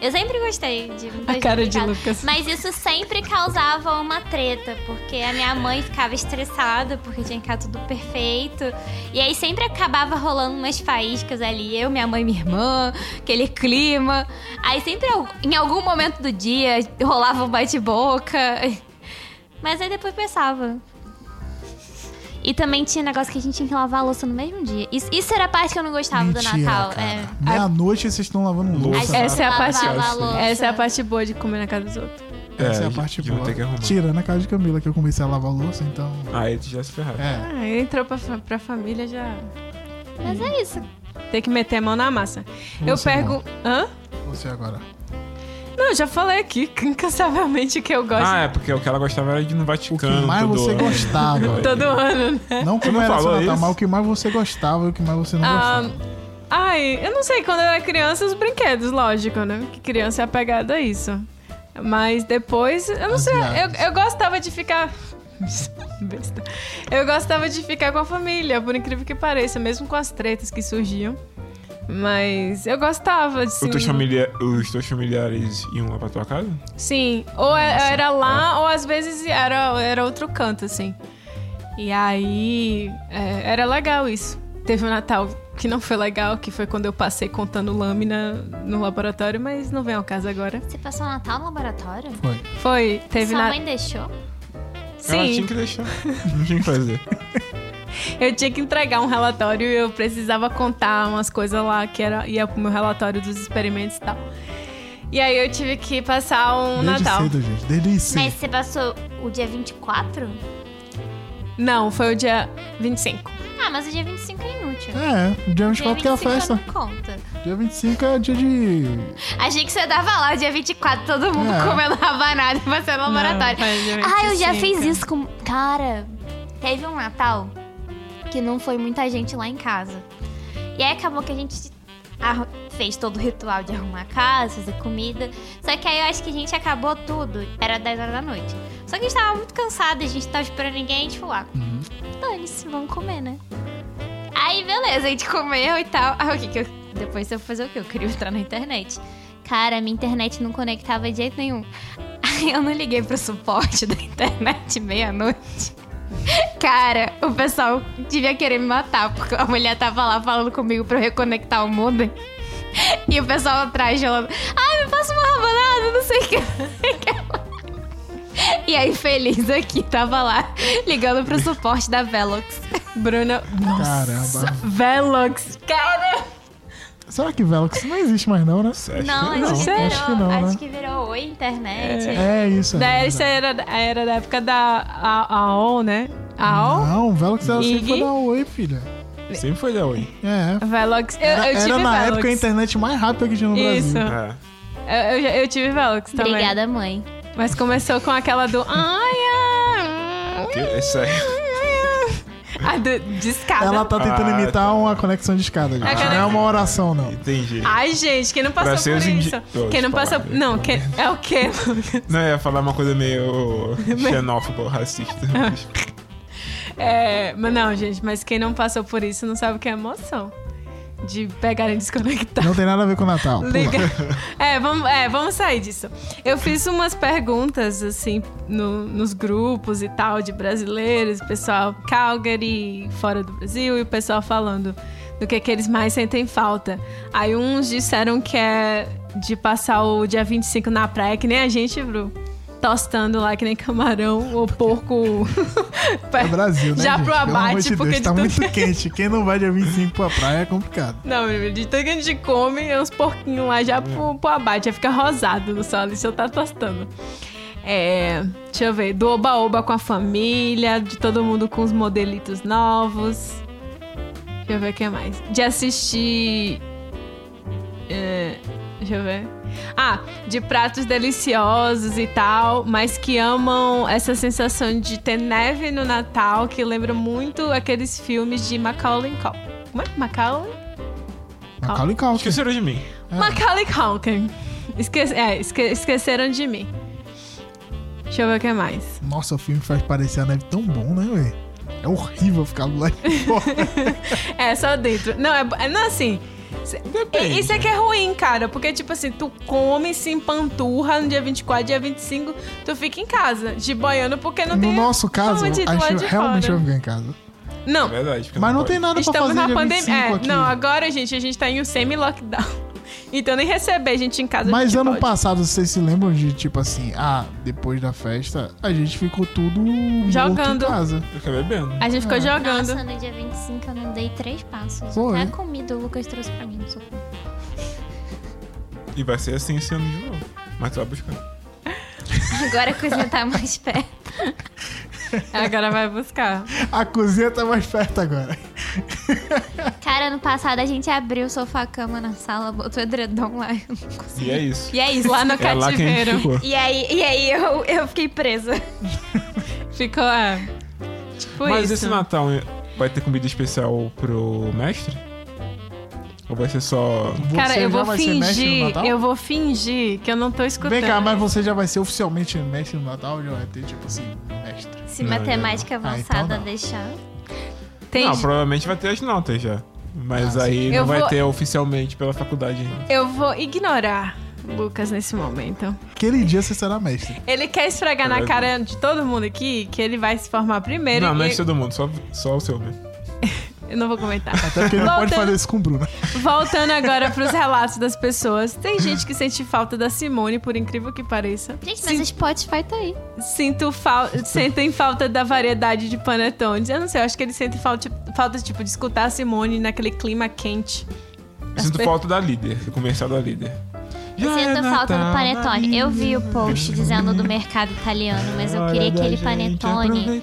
Speaker 2: Eu sempre gostei de muitas
Speaker 1: A cara de
Speaker 2: brincadas.
Speaker 1: Lucas.
Speaker 2: Mas isso sempre causava uma treta, porque a minha mãe ficava estressada porque tinha que ficar tudo perfeito. E aí sempre acabava rolando umas faíscas ali, eu, minha mãe e minha irmã, aquele clima. Aí sempre al- em algum momento do dia rolava um bate-boca. Mas aí depois pensava. E também tinha negócio que a gente tinha que lavar a louça no mesmo dia. Isso, isso era a parte que eu não gostava do
Speaker 3: Mentira,
Speaker 2: Natal.
Speaker 3: cara.
Speaker 2: é.
Speaker 3: Meia-noite vocês estão lavando louça.
Speaker 4: Louça.
Speaker 1: Essa é a parte-
Speaker 2: Lavar a louça.
Speaker 1: Essa é a parte boa de comer na casa dos outros.
Speaker 3: Essa é a parte
Speaker 4: de- de
Speaker 3: boa.
Speaker 4: Ter que arrumar.
Speaker 3: Tirando a casa de Camila, que eu comecei a lavar louça, então...
Speaker 4: Aí tu já se ferrava.
Speaker 3: É.
Speaker 1: Ah, entrou pra, fa- pra família já.
Speaker 2: Mas é isso.
Speaker 1: Tem que meter a mão na massa. eu
Speaker 3: Você, é
Speaker 1: pego. Hã?
Speaker 3: Você agora.
Speaker 1: Não, eu já falei aqui incansavelmente que eu gosto
Speaker 4: Ah, é, porque o que ela gostava era de ir no
Speaker 3: O que
Speaker 4: Vaticano.
Speaker 3: mais
Speaker 4: todo
Speaker 3: você
Speaker 4: ano.
Speaker 3: gostava.
Speaker 1: todo ano, né?
Speaker 3: Não
Speaker 4: Você
Speaker 3: como
Speaker 4: não
Speaker 3: era seu
Speaker 4: falou
Speaker 3: Natal,
Speaker 4: isso?
Speaker 3: mas o que mais você gostava e o que mais você não
Speaker 1: Ah,
Speaker 3: gostava.
Speaker 1: ai, eu não sei, quando eu era criança, os brinquedos, lógico, né? Que criança é apegada a isso. Mas depois, eu não
Speaker 3: As
Speaker 1: sei,
Speaker 3: viagens.
Speaker 1: eu, eu gostava de ficar. Besta. Eu gostava de ficar com a família, por incrível que pareça, mesmo com as tretas que surgiam. Mas eu gostava de um
Speaker 4: Os teus, familia- os teus familiares iam lá pra tua casa?
Speaker 1: Sim, ou é- era lá, ou às vezes era, era outro canto, assim. E aí, é, era legal isso. Teve um Natal que não foi legal, que foi quando eu passei contando lâmina no laboratório, mas não vem ao caso agora.
Speaker 2: Você passou o Natal no laboratório?
Speaker 3: Foi.
Speaker 1: Foi, teve
Speaker 2: Sua
Speaker 1: na...
Speaker 2: mãe deixou?
Speaker 3: É
Speaker 4: Ela
Speaker 1: Sim,
Speaker 4: tinha que deixar. Não tinha que fazer.
Speaker 1: eu tinha que entregar um relatório e eu precisava contar umas coisas lá que era, ia pro meu relatório dos experimentos e tal. E aí eu tive que passar um
Speaker 3: Desde
Speaker 1: Natal.
Speaker 3: cedo, gente. Desde cedo.
Speaker 2: Mas você passou o dia 24?
Speaker 1: Não, foi o dia 25.
Speaker 2: Ah, mas o dia 25 é inútil.
Speaker 3: É, dia 24 que é a festa.
Speaker 1: né?
Speaker 2: não conta.
Speaker 3: Dia 25 é dia de.
Speaker 6: Achei que você dava lá dia 24, todo mundo
Speaker 3: É.
Speaker 6: comendo rabanada e você no laboratório.
Speaker 1: Não, foi o dia
Speaker 2: Ah, eu já
Speaker 1: 25.
Speaker 2: fiz isso com. Cara, teve um Natal que não foi muita gente lá em casa. E aí acabou que a gente arru- fez todo o ritual de arrumar a casa, fazer comida. Só que aí eu acho que a gente acabou tudo. Era 10 horas da noite. Só que a gente tava muito cansado, a gente não tava esperando ninguém, a gente falou, ah, dane-se, vamos comer, né?
Speaker 6: Aí, beleza, a gente comeu e tal. Ah, o que que eu... Depois eu vou fazer o quê? Eu queria entrar na internet.
Speaker 2: Cara, minha internet não conectava de jeito nenhum.
Speaker 6: Aí eu não liguei pro suporte da internet meia-noite. Cara, o pessoal devia querer me matar, porque a mulher tava lá falando comigo pra eu reconectar o modem. E o pessoal atrás falando, ai, me passa uma rabanada, não sei o que. E aí, feliz aqui, tava lá, ligando pro suporte da Velox.
Speaker 1: Bruna.
Speaker 3: Caramba.
Speaker 1: Velox. Cara!
Speaker 3: Será que Velox não existe mais, não, né?
Speaker 4: Acho que
Speaker 2: Não, a
Speaker 4: não.
Speaker 2: gente virou.
Speaker 3: acho que não, né?
Speaker 2: acho que virou oi internet.
Speaker 1: né?
Speaker 3: É isso. é
Speaker 1: Da
Speaker 3: verdade.
Speaker 1: essa era, era da época da a- AOL, né? AOL?
Speaker 3: Não, Velox era sempre
Speaker 1: Ig.
Speaker 3: foi da Oi, filha.
Speaker 4: Sempre foi da Oi.
Speaker 3: É.
Speaker 1: Velox. Eu,
Speaker 3: Era,
Speaker 1: eu tive
Speaker 3: era na
Speaker 1: Velox.
Speaker 3: época a internet mais rápida que tinha no
Speaker 1: Isso.
Speaker 3: Brasil.
Speaker 4: É.
Speaker 1: Eu, eu, já- eu tive Velox também.
Speaker 2: Obrigada, mãe.
Speaker 1: Mas começou com aquela do. Ai, ah,
Speaker 4: Que- é Isso aí.
Speaker 1: A do discada.
Speaker 3: Ela tá tentando
Speaker 4: Ah,
Speaker 3: imitar uma conexão de escada, gente.
Speaker 1: Ah.
Speaker 3: não é uma oração, não.
Speaker 4: Entendi.
Speaker 1: Ai, gente, quem não
Speaker 4: Pra
Speaker 1: passou
Speaker 4: ser os
Speaker 1: por
Speaker 4: indi-
Speaker 1: isso?
Speaker 4: Tô,
Speaker 1: Quem não
Speaker 4: deixa
Speaker 1: passou.
Speaker 4: eu falar.
Speaker 1: Não, quem... é o quê?
Speaker 4: Não, eu ia falar uma coisa meio xenófoba, racista.
Speaker 1: Ah. É, mas não, gente, mas quem não passou por isso não sabe o que é emoção. De pegarem e desconectar.
Speaker 3: Não tem nada a ver com o Natal. Pula.
Speaker 1: Liga. É vamos, é, vamos sair disso. Eu fiz umas perguntas, assim, no- nos grupos e tal, de brasileiros, pessoal Calgary, fora do Brasil, e o pessoal falando do que, que eles mais sentem falta. Aí uns disseram que é de passar o dia 25 na praia, que nem a gente, Bru. Tostando lá que nem camarão ou porco.
Speaker 3: É Brasil, né?
Speaker 1: Já
Speaker 3: gente?
Speaker 1: pro
Speaker 3: Pelo amor
Speaker 1: abate,
Speaker 3: de
Speaker 1: porque
Speaker 3: Deus,
Speaker 1: de
Speaker 3: tá
Speaker 1: tudo
Speaker 3: muito quente. Quem não vai dia 25 pra praia é complicado.
Speaker 1: Não, menino, de tanto que a gente come, é uns porquinhos lá já pro, pro abate, já fica rosado no sol, ali só tá tostando. É, deixa eu ver, do oba-oba com a família, de todo mundo com os modelitos novos. Deixa eu ver o que mais. De assistir. é, deixa eu ver. Ah, de pratos deliciosos e tal, mas que amam essa sensação de ter neve no Natal, que lembra muito aqueles filmes de Macaulay Culkin. Como é? Macaulay?
Speaker 3: Macaulay Culkin.
Speaker 4: Esqueceram de mim.
Speaker 3: Ah.
Speaker 1: Macaulay Culkin. Esque é, esque- esqueceram de mim. Deixa eu ver o que mais.
Speaker 3: Nossa, o filme faz parecer a neve tão bom, né, velho? É horrível ficar lá de fora.
Speaker 1: É, só dentro. Não, é, bo- é- não assim. cê-
Speaker 4: Depende.
Speaker 1: Isso é que é ruim, cara. Porque, tipo assim, tu come, se empanturra no dia 24, dia 25, tu fica em casa, de boiando, porque não
Speaker 3: No
Speaker 1: tem.
Speaker 3: nosso caso,
Speaker 1: onde tu
Speaker 3: a
Speaker 1: é
Speaker 3: gente
Speaker 1: de
Speaker 3: realmente vai
Speaker 1: fora.
Speaker 3: ficar em casa.
Speaker 4: É
Speaker 1: Não,
Speaker 4: verdade. porque
Speaker 3: Mas não
Speaker 4: pode.
Speaker 3: tem nada pra
Speaker 1: estamos
Speaker 3: fazer
Speaker 1: na
Speaker 3: dia
Speaker 1: pandemia.
Speaker 3: 25
Speaker 1: É,
Speaker 3: aqui.
Speaker 1: não, agora, gente, a gente tá em um semi-lockdown. Então nem receber gente em casa. a
Speaker 3: Mas
Speaker 1: gente
Speaker 3: ano
Speaker 1: pode.
Speaker 3: passado, vocês se lembram de, tipo assim, ah, depois da festa, a gente ficou tudo morto
Speaker 1: Jogando.
Speaker 3: em casa.
Speaker 4: Fica bebendo.
Speaker 1: A gente
Speaker 3: Ah.
Speaker 1: ficou jogando.
Speaker 2: Nossa, no dia 25 eu não dei três passos.
Speaker 3: Foi.
Speaker 2: Até a comida o Lucas trouxe pra mim. não sou eu.
Speaker 4: E vai ser assim esse ano de novo. Mas tu vai buscar.
Speaker 6: Agora a coisa tá mais perto.
Speaker 1: Agora vai buscar.
Speaker 3: A cozinha tá mais perto agora.
Speaker 2: Cara, ano passado a gente abriu o sofá-cama na sala, botou o edredom lá.
Speaker 4: E é isso.
Speaker 1: E é isso, lá no
Speaker 4: é lá que a gente
Speaker 1: cativeiro.
Speaker 4: ficou.
Speaker 6: E aí, e aí eu, eu fiquei presa.
Speaker 1: Ficou, é. Tipo
Speaker 4: Mas
Speaker 1: isso.
Speaker 4: esse Natal vai ter comida especial pro mestre? Ou vai ser só.
Speaker 1: Cara,
Speaker 3: Você
Speaker 1: eu
Speaker 3: já
Speaker 1: vou
Speaker 3: vai ser mestre no
Speaker 1: fingir,
Speaker 3: Natal?
Speaker 1: eu vou fingir que eu não tô escutando.
Speaker 3: Vem cá, mas você já vai ser oficialmente mestre no Natal? Já vai ter, tipo assim, mestre.
Speaker 2: Se
Speaker 4: Não,
Speaker 2: matemática
Speaker 3: não. Ah,
Speaker 2: avançada
Speaker 3: então não.
Speaker 2: deixar.
Speaker 1: Tem-
Speaker 4: Não, provavelmente vai ter as notas já. Mas aí
Speaker 1: Ah, Eu
Speaker 4: não vai
Speaker 1: vou-
Speaker 4: ter oficialmente pela faculdade ainda.
Speaker 1: Eu vou ignorar Lucas nesse momento.
Speaker 3: Aquele dia você será mestre.
Speaker 1: Ele quer esfregar na
Speaker 4: Beleza.
Speaker 1: cara de todo mundo aqui que ele vai se formar primeiro.
Speaker 4: não, não é
Speaker 1: e-
Speaker 4: né? de todo mundo, só, só o seu mesmo.
Speaker 1: Eu não vou comentar.
Speaker 3: Até porque ele não pode
Speaker 1: Voltando-
Speaker 3: fazer isso com o Bruno.
Speaker 1: Voltando agora pros relatos das pessoas. Tem gente que sente falta da Simone, por incrível que pareça.
Speaker 2: Gente, mas o Spotify tá aí.
Speaker 1: Sinto fal... Sentem falta da variedade de panetones. Eu não sei, eu acho que eles sentem falta, falta tipo, de escutar a Simone naquele clima quente.
Speaker 4: Sinto falta da líder, do comercial da líder. é
Speaker 2: Eu
Speaker 3: é
Speaker 2: sinto falta
Speaker 3: né?
Speaker 2: do tá
Speaker 4: né?
Speaker 2: panetone. Eu vi o post dizendo do mercado italiano, mas eu queria aquele panetone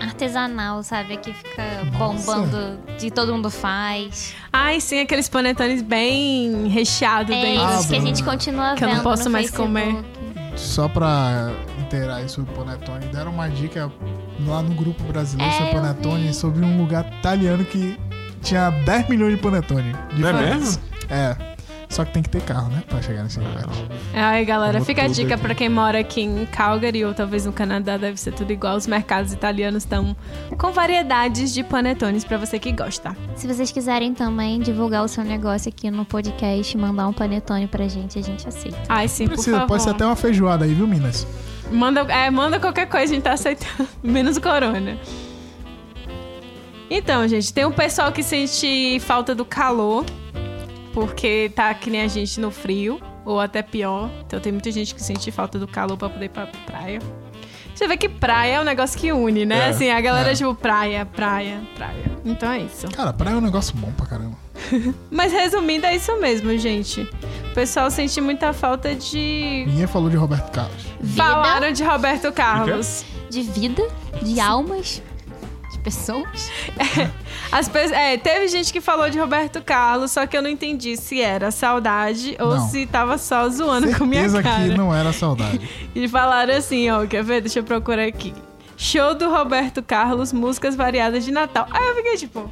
Speaker 2: artesanal, sabe? Que fica bombando, de todo mundo faz.
Speaker 1: Ai, sim, aqueles panetones bem recheados
Speaker 2: É
Speaker 1: dentro.
Speaker 2: isso que a gente continua
Speaker 1: Que eu
Speaker 2: vendo
Speaker 1: não posso
Speaker 2: no
Speaker 1: mais
Speaker 2: Facebook.
Speaker 1: comer.
Speaker 3: Só pra interar sobre o Panetone, deram uma dica lá no grupo brasileiro
Speaker 2: É,
Speaker 3: sobre
Speaker 2: eu
Speaker 3: Panetone
Speaker 2: vi.
Speaker 3: sobre um lugar italiano que tinha 10 milhões de Panetone.
Speaker 4: Não é
Speaker 3: diferentes. É. Só que tem que ter carro, né? Pra chegar nesse lugar.
Speaker 1: Ai, galera,
Speaker 4: Como
Speaker 1: fica a
Speaker 4: tudo
Speaker 1: dica
Speaker 4: aqui.
Speaker 1: pra quem mora aqui em Calgary ou talvez no Canadá, deve ser tudo igual. Os mercados italianos estão com variedades de panetones pra você que gosta.
Speaker 2: Se vocês quiserem também divulgar o seu negócio aqui no podcast, mandar um panetone pra gente, a gente aceita.
Speaker 1: Ai, sim, por
Speaker 3: Precisa,
Speaker 1: favor.
Speaker 3: pode ser até uma feijoada aí, viu, Minas?
Speaker 1: Manda, é, manda qualquer coisa, a gente tá aceitando. Menos o corona. Então, gente, tem um pessoal que sente falta do calor, porque tá que nem a gente no frio, ou até pior. Então tem muita gente que sente falta do calor pra poder ir pra praia. Você vê que praia é um negócio que une, né?
Speaker 4: É,
Speaker 1: assim, a galera,
Speaker 3: é.
Speaker 1: tipo, praia, praia, praia. Então é isso.
Speaker 3: Cara, praia é um negócio bom pra caramba.
Speaker 1: Mas resumindo, é isso mesmo, gente. O pessoal sente muita falta de.
Speaker 3: Ninguém falou de Roberto Carlos.
Speaker 1: Falaram de Roberto Carlos.
Speaker 2: De vida, de almas,
Speaker 6: De pessoas?
Speaker 1: As pe- é, teve gente que falou de Roberto Carlos, só que eu não entendi se era saudade ou
Speaker 3: Não.
Speaker 1: se tava só zoando com minha
Speaker 3: Certeza
Speaker 1: cara.
Speaker 3: que não era saudade.
Speaker 1: E falaram assim, ó, quer ver? Deixa eu procurar aqui. Show do Roberto Carlos, músicas variadas de Natal. Aí eu fiquei tipo,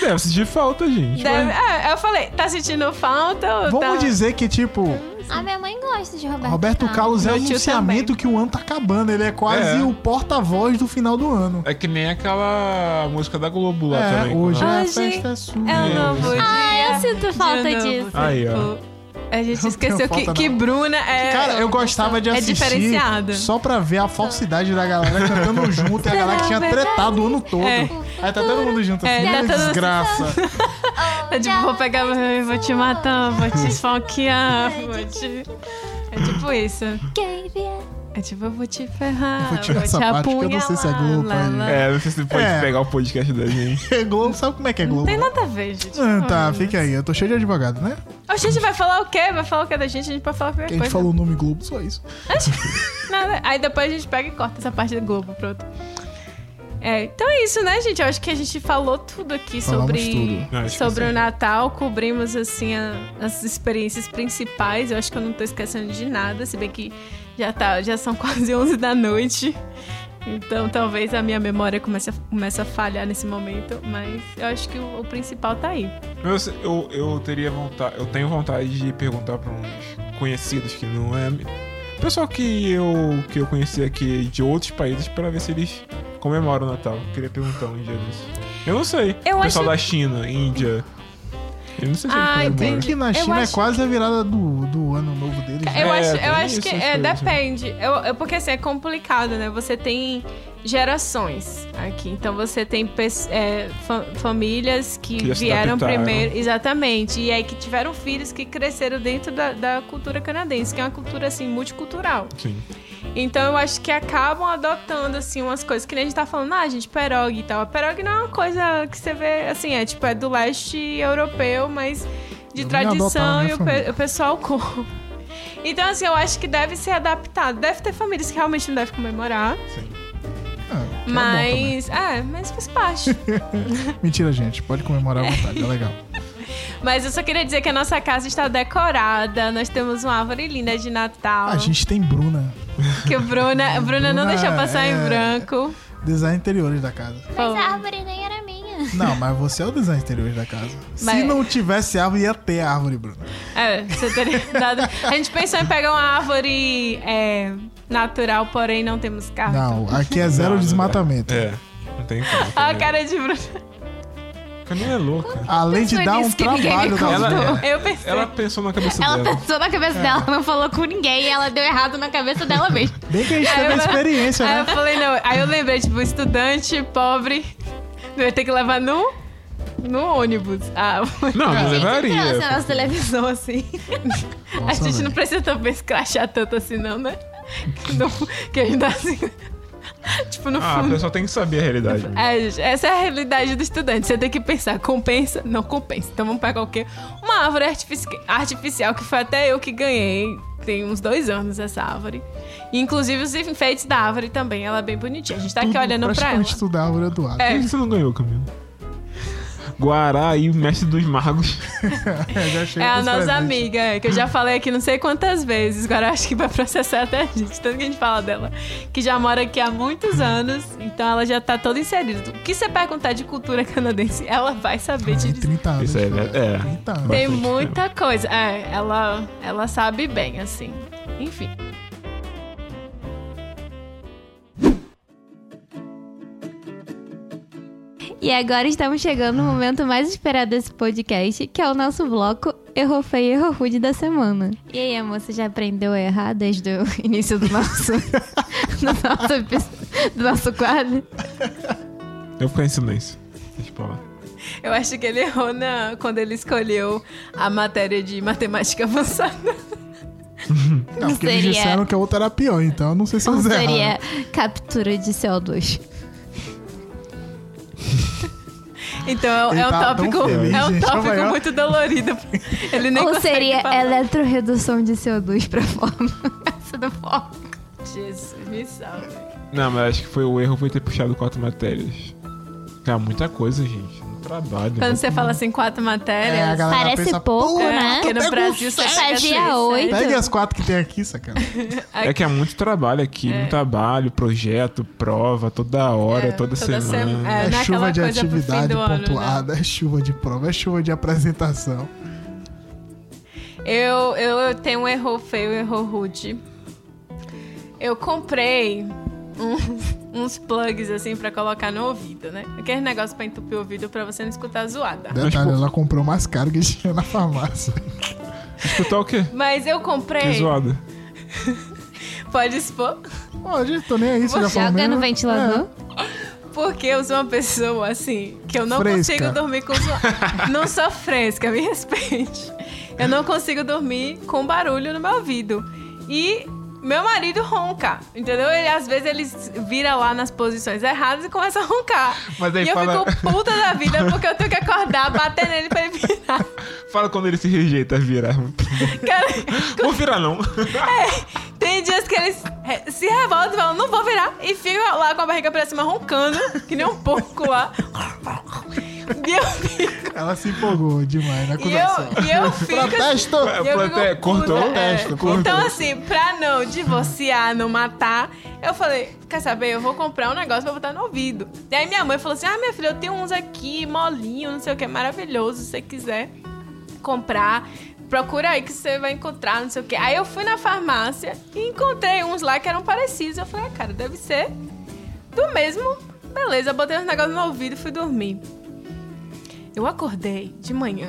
Speaker 4: Deve sentir falta, gente.
Speaker 1: deve- é, eu falei, tá sentindo falta? ou tá...
Speaker 3: Tipo, Vamos dizer que, tipo,
Speaker 2: A Ah, minha mãe gosta de Roberto,
Speaker 3: Roberto Carlos é o
Speaker 1: Meu tio
Speaker 3: anunciamento que o ano tá acabando. Ele é quase
Speaker 4: É.
Speaker 3: o porta-voz do final do ano.
Speaker 4: É que nem aquela música da Globo lá
Speaker 3: É,
Speaker 4: também.
Speaker 3: hoje
Speaker 4: quando-
Speaker 3: a
Speaker 1: Hoje
Speaker 3: festa é sua.
Speaker 1: É um
Speaker 4: Meu
Speaker 1: novo
Speaker 4: Deus.
Speaker 1: dia.
Speaker 2: Ah, eu sinto
Speaker 1: de
Speaker 2: falta
Speaker 1: novo
Speaker 2: disso.
Speaker 4: Aí, ó.
Speaker 1: tempo. A gente
Speaker 3: Não
Speaker 1: esqueceu
Speaker 3: tenho
Speaker 1: que,
Speaker 3: falta,
Speaker 1: que
Speaker 3: não.
Speaker 1: Bruna é...
Speaker 3: Cara, eu gostava de
Speaker 1: É
Speaker 3: assistir
Speaker 1: diferenciada.
Speaker 3: só pra ver a falsidade da galera cantando junto e a galera que tinha tretado o ano todo.
Speaker 1: É.
Speaker 3: Aí tá todo mundo junto assim,
Speaker 1: É, tá
Speaker 3: "Ai,
Speaker 1: todo-
Speaker 3: desgraça.
Speaker 2: Tá
Speaker 1: É tipo, vou pegar, eu vou te matar, vou te esfaquear, vou te... É tipo isso. É tipo, eu vou te ferrar,
Speaker 3: Eu vou
Speaker 1: vou,
Speaker 3: tirar essa
Speaker 1: te
Speaker 3: parte,
Speaker 1: apunhalar.
Speaker 3: porque eu não sei se é Globo
Speaker 1: lá,
Speaker 3: aí.
Speaker 1: lá.
Speaker 4: É, não sei se pode
Speaker 3: É.
Speaker 4: pegar o podcast da gente.
Speaker 3: É Globo, sabe como é que é Globo?
Speaker 1: Tem nada a ver, gente.
Speaker 3: Ah, tá,
Speaker 1: Oxe,
Speaker 3: fica aí. Eu tô cheio de advogado, né?
Speaker 1: A gente vai falar o quê? Vai falar o quê da gente? A gente pode falar qualquer
Speaker 3: Porque a gente
Speaker 1: coisa.
Speaker 3: falou o nome Globo, só isso.
Speaker 1: Nada. né? Aí depois a gente pega e corta essa parte do Globo, pronto. É, então é isso, né, gente? Eu acho que a gente falou tudo aqui
Speaker 3: Falamos
Speaker 1: sobre,
Speaker 3: tudo.
Speaker 4: Acho que
Speaker 1: sobre
Speaker 4: sim.
Speaker 1: o Natal, cobrimos assim a- as experiências principais. Eu acho que eu não tô esquecendo de nada, se bem que já, tá, já são quase 11 da noite. Então talvez a minha memória comece a, comece a falhar nesse momento, mas eu acho que o, o principal tá aí.
Speaker 4: Eu, eu, eu teria vontade, eu tenho vontade de perguntar pra uns conhecidos que não é. Pessoal que eu, que eu conheci aqui de outros países pra ver se eles comemoram o Natal. Eu Queria perguntar um dia disso. Eu não sei.
Speaker 1: Eu
Speaker 4: Pessoal
Speaker 1: acho-
Speaker 4: da China, Índia. Eu não sei se
Speaker 1: Ah,
Speaker 4: eles
Speaker 3: Bem
Speaker 4: comemoram.
Speaker 1: entendi.
Speaker 3: que na
Speaker 1: Eu
Speaker 3: China é
Speaker 1: acho
Speaker 3: quase a virada do, do ano novo deles. né?
Speaker 1: Eu
Speaker 4: É,
Speaker 1: acho,
Speaker 4: tem
Speaker 1: eu acho
Speaker 4: isso,
Speaker 1: que
Speaker 4: essas
Speaker 1: é,
Speaker 4: coisas.
Speaker 1: depende. Eu, eu- porque assim, é complicado, né? Você tem gerações aqui. Então você tem pes- é, fa- famílias que,
Speaker 4: Que já se
Speaker 1: vieram
Speaker 4: adaptaram.
Speaker 1: primeiro. Exatamente. E aí que tiveram filhos que cresceram dentro da, da cultura canadense, que é uma cultura assim, multicultural.
Speaker 4: Sim.
Speaker 1: Então eu acho que acabam adotando assim umas coisas que nem a gente tá falando, ah, gente, perogue e tal. A perogue não é uma coisa que você vê, assim, é tipo, é do leste europeu, mas de
Speaker 3: Eu vou adotar na
Speaker 1: tradição
Speaker 3: minha
Speaker 1: e o, pe-
Speaker 3: família.
Speaker 1: o pessoal come. Então, assim, eu acho que deve ser adaptado. Deve ter famílias que realmente não devem comemorar,
Speaker 3: Ah, que é bom também.
Speaker 1: mas. É, mas faz parte.
Speaker 3: Mentira, gente. Pode comemorar à vontade, é legal.
Speaker 1: mas eu só queria dizer que a nossa casa está decorada, nós temos uma árvore linda de Natal.
Speaker 3: A gente tem Bruna,
Speaker 1: Que o Bruna, a Bruna não
Speaker 3: Bruna
Speaker 1: deixou passar em
Speaker 3: é-
Speaker 1: branco.
Speaker 3: design interiores da casa.
Speaker 2: Mas a árvore nem era minha.
Speaker 3: Não, mas você é o design interior da casa. Se
Speaker 1: Mas-
Speaker 3: não tivesse árvore, ia ter árvore, Bruno.
Speaker 1: É, você teria dado. A gente pensou em pegar uma árvore é, natural, porém não temos carro.
Speaker 3: Não, aqui é zero
Speaker 4: Não, não
Speaker 3: desmatamento.
Speaker 4: É. Não tem como.
Speaker 1: Olha a
Speaker 4: né?
Speaker 1: Ah, cara de Bruna.
Speaker 4: Camila é louca.
Speaker 3: Além de
Speaker 6: Pensou
Speaker 3: dar um
Speaker 6: nisso que ninguém me
Speaker 3: trabalho da
Speaker 4: contou.
Speaker 3: ela...
Speaker 1: Eu pensei.
Speaker 4: Ela pensou na cabeça
Speaker 6: Ela
Speaker 4: dela.
Speaker 6: pensou na cabeça dela, não falou com ninguém, e ela deu errado na cabeça dela mesmo.
Speaker 3: Bem que a gente teve a experiência,
Speaker 1: Aí eu
Speaker 3: né?
Speaker 1: falei, não. Aí eu lembrei, tipo, estudante, pobre, Vai ter que levar no, no ônibus. Ah,
Speaker 4: Não, é não
Speaker 6: é
Speaker 2: Trouxe a
Speaker 4: levaria.
Speaker 2: nossa televisão.
Speaker 1: televisão assim. a gente não precisa também escrachar tanto assim, não, né? No- que a gente tá assim. tipo, no
Speaker 4: Ah, a
Speaker 1: fundo.
Speaker 4: pessoa tem que saber a realidade.
Speaker 1: É, gente, essa é a realidade do estudante. Você tem que pensar, compensa? Não compensa. Então vamos pegar o quê? Uma árvore artifici- artificial, que foi até eu que ganhei. Tem uns dois anos essa árvore. E, inclusive os enfeites da árvore também. Ela é bem bonitinha. A gente tá aqui
Speaker 3: Tudo
Speaker 1: olhando pra ela.
Speaker 3: praticamente estudar a árvore do
Speaker 1: É.
Speaker 4: Por que você não ganhou, Camilo? Guará aí, mestre dos magos.
Speaker 3: É, já chega
Speaker 1: É a
Speaker 3: com os
Speaker 1: nossa
Speaker 3: presentes.
Speaker 1: amiga, é, que eu já falei aqui não sei quantas vezes. Agora eu acho que vai processar até a gente, tanto que a gente fala dela. Que já mora aqui há muitos anos, então ela já tá toda inserida. O que você perguntar de cultura canadense, ela vai saber te
Speaker 3: Tem
Speaker 1: dizer.
Speaker 3: 30 anos.
Speaker 4: Isso aí,
Speaker 3: cara.
Speaker 4: é.
Speaker 3: 30 anos.
Speaker 4: Tem-
Speaker 1: Tem
Speaker 4: bastante, né?
Speaker 1: muita coisa. É, ela, ela sabe bem, assim. Enfim.
Speaker 6: E agora estamos chegando no momento mais esperado desse podcast, que é o nosso bloco Errou Feio e Errou Rude da semana. E aí, amor, você já aprendeu a errar desde o início do nosso, do nosso, epi- do nosso quadro?
Speaker 4: Eu vou ficar em silêncio. Deixa pra lá.
Speaker 1: Eu acho que ele errou na, quando ele escolheu a matéria de matemática avançada. um
Speaker 3: Não, porque eles
Speaker 6: Seria-
Speaker 3: disseram que a outra era pior, então eu não sei se
Speaker 6: Ou
Speaker 3: eles
Speaker 6: seria
Speaker 3: erraram.
Speaker 6: captura de CO2?
Speaker 1: Então é,
Speaker 3: Ele
Speaker 1: é um
Speaker 3: tá tão
Speaker 1: tópico,
Speaker 3: feliz,
Speaker 1: é um
Speaker 3: gente,
Speaker 1: tópico
Speaker 3: amanhã.
Speaker 1: muito dolorido. Ele nem
Speaker 6: Ou
Speaker 1: consegue
Speaker 6: seria é
Speaker 1: falar.
Speaker 6: eletroredução de CO2 pra forma? Essa do forma.
Speaker 1: Jesus, me salve.
Speaker 4: Não, mas acho que foi o erro foi ter puxado quatro matérias. Cara, muita coisa, gente. No trabalho. né?
Speaker 1: Quando você fala assim, quatro matérias.
Speaker 3: É, a galera
Speaker 2: Parece
Speaker 3: pensa,
Speaker 2: pouco,
Speaker 1: é,
Speaker 2: né?
Speaker 1: Porque no
Speaker 3: pega
Speaker 1: Brasil você
Speaker 2: sete, fazia oito.
Speaker 1: oito.
Speaker 3: Pegue as quatro que tem aqui, sacana.
Speaker 4: É que é muito trabalho aqui,
Speaker 1: É.
Speaker 4: muito trabalho, projeto, prova, toda
Speaker 3: Tá
Speaker 4: hora, toda, semana.
Speaker 1: É,
Speaker 3: É,
Speaker 1: não é
Speaker 3: chuva
Speaker 1: aquela coisa
Speaker 3: de
Speaker 1: pro fim
Speaker 3: atividade
Speaker 1: do ano, né? não.
Speaker 3: pontuada, é chuva de prova, é chuva de apresentação.
Speaker 1: Eu, eu, eu tenho um erro feio, um erro rude. Eu comprei um- uns plugs assim pra colocar no ouvido, né? Aquele negócio pra entupir o ouvido pra você não escutar zoada.
Speaker 3: Detalhe,
Speaker 4: tipo-
Speaker 3: ela comprou mais caro que tinha na farmácia.
Speaker 1: É.
Speaker 4: Escutar tá o quê?
Speaker 1: Mas eu
Speaker 4: Que
Speaker 1: comprei.
Speaker 4: zoada.
Speaker 1: Pode expor?
Speaker 3: Hoje, tô nem aí, você já falou
Speaker 6: Joga
Speaker 3: mesmo.
Speaker 6: no ventilador.
Speaker 1: É. Porque eu sou uma pessoa assim que eu não
Speaker 3: Fresca.
Speaker 1: consigo dormir com zo- Não sou fresca, me respeite. Eu não consigo dormir com barulho no meu ouvido. E meu marido ronca, entendeu? Ele, às vezes ele vira lá nas posições erradas e começa a roncar.
Speaker 4: Mas aí
Speaker 1: e eu
Speaker 4: fala-
Speaker 1: fico puta da vida porque eu tenho que acordar, bater nele pra ele virar.
Speaker 4: Fala quando ele se rejeita, vira.
Speaker 1: Cara,
Speaker 4: Vou virar não.
Speaker 1: Tem dias que eles re- se revoltam e falam, não vou virar. E ficam lá com a barriga pra cima roncando, que nem um porco lá. E eu fico.
Speaker 3: Ela se empolgou demais na
Speaker 1: E
Speaker 3: acusação.
Speaker 1: eu, e eu fico.
Speaker 3: Protesto!
Speaker 1: E eu
Speaker 4: Plante-
Speaker 1: fico
Speaker 4: É,
Speaker 1: puta,
Speaker 4: cortou?
Speaker 1: é.
Speaker 4: Protesto, cortou.
Speaker 1: Então, assim, pra não divorciar, não matar, eu falei: quer saber? Eu vou comprar um negócio pra botar no ouvido. E aí minha mãe falou assim: ah, minha filha, eu tenho uns aqui, molinho, não sei o que, maravilhoso, se você quiser comprar. Procura aí que você vai encontrar, não sei o quê. Aí eu fui na farmácia e encontrei uns lá que eram parecidos. Eu falei, ah, cara, deve ser do mesmo. Beleza, botei uns negócios no ouvido e fui dormir. Eu acordei de manhã,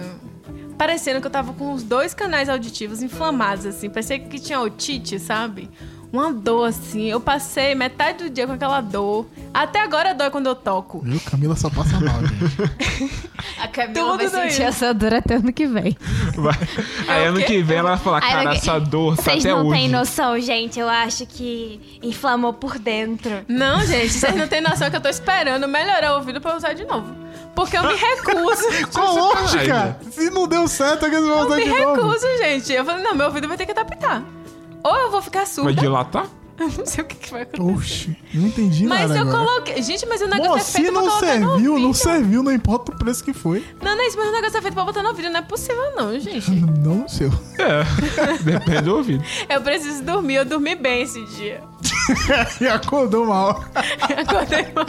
Speaker 1: parecendo que eu tava com os dois canais auditivos inflamados, assim. Parecia que tinha otite, sabe? Uma dor, assim. Eu passei metade do dia com aquela dor. Até agora dói quando eu toco.
Speaker 3: Meu, Camila só passa mal, gente.
Speaker 6: A Camila
Speaker 1: Tudo
Speaker 6: vai sentir
Speaker 1: doido.
Speaker 6: essa dor até ano que vem.
Speaker 4: Vai.
Speaker 1: é
Speaker 4: Aí ano que vem ela vai falar,
Speaker 2: Aí ano
Speaker 4: cara,
Speaker 2: que-
Speaker 4: essa dor tá
Speaker 2: Vocês
Speaker 4: até
Speaker 2: não
Speaker 4: hoje.
Speaker 2: têm noção, gente. Eu acho que inflamou por dentro.
Speaker 1: Não, gente, vocês não têm noção que eu tô esperando melhorar o ouvido pra eu usar de novo. Porque eu me recuso.
Speaker 3: Qual lógica?
Speaker 4: sacanagem.
Speaker 3: Se não deu certo, é que eles vão
Speaker 1: Eu
Speaker 3: usar
Speaker 1: me
Speaker 3: de novo.
Speaker 1: recuso, gente. Eu falei, não, meu ouvido vai ter que adaptar. Ou eu vou ficar surda.
Speaker 4: Vai dilatar?
Speaker 1: Eu não sei o que, que vai acontecer.
Speaker 3: Oxi, não entendi
Speaker 1: Mas
Speaker 3: nada
Speaker 1: eu
Speaker 3: agora.
Speaker 1: coloquei. Gente, mas o negócio
Speaker 3: Bom,
Speaker 1: é
Speaker 3: se
Speaker 1: feito pra
Speaker 3: não
Speaker 1: colocar no
Speaker 3: serviu, não
Speaker 1: ouvido.
Speaker 3: serviu, não importa o preço que foi.
Speaker 1: Não, não é isso, mas o negócio é feito pra botar no ouvido. Não é possível, não, gente.
Speaker 3: Não seu.
Speaker 4: É. Depende do ouvido.
Speaker 1: Eu preciso dormir. Eu dormi bem esse dia.
Speaker 3: E acordou mal.
Speaker 1: Eu acordei mal.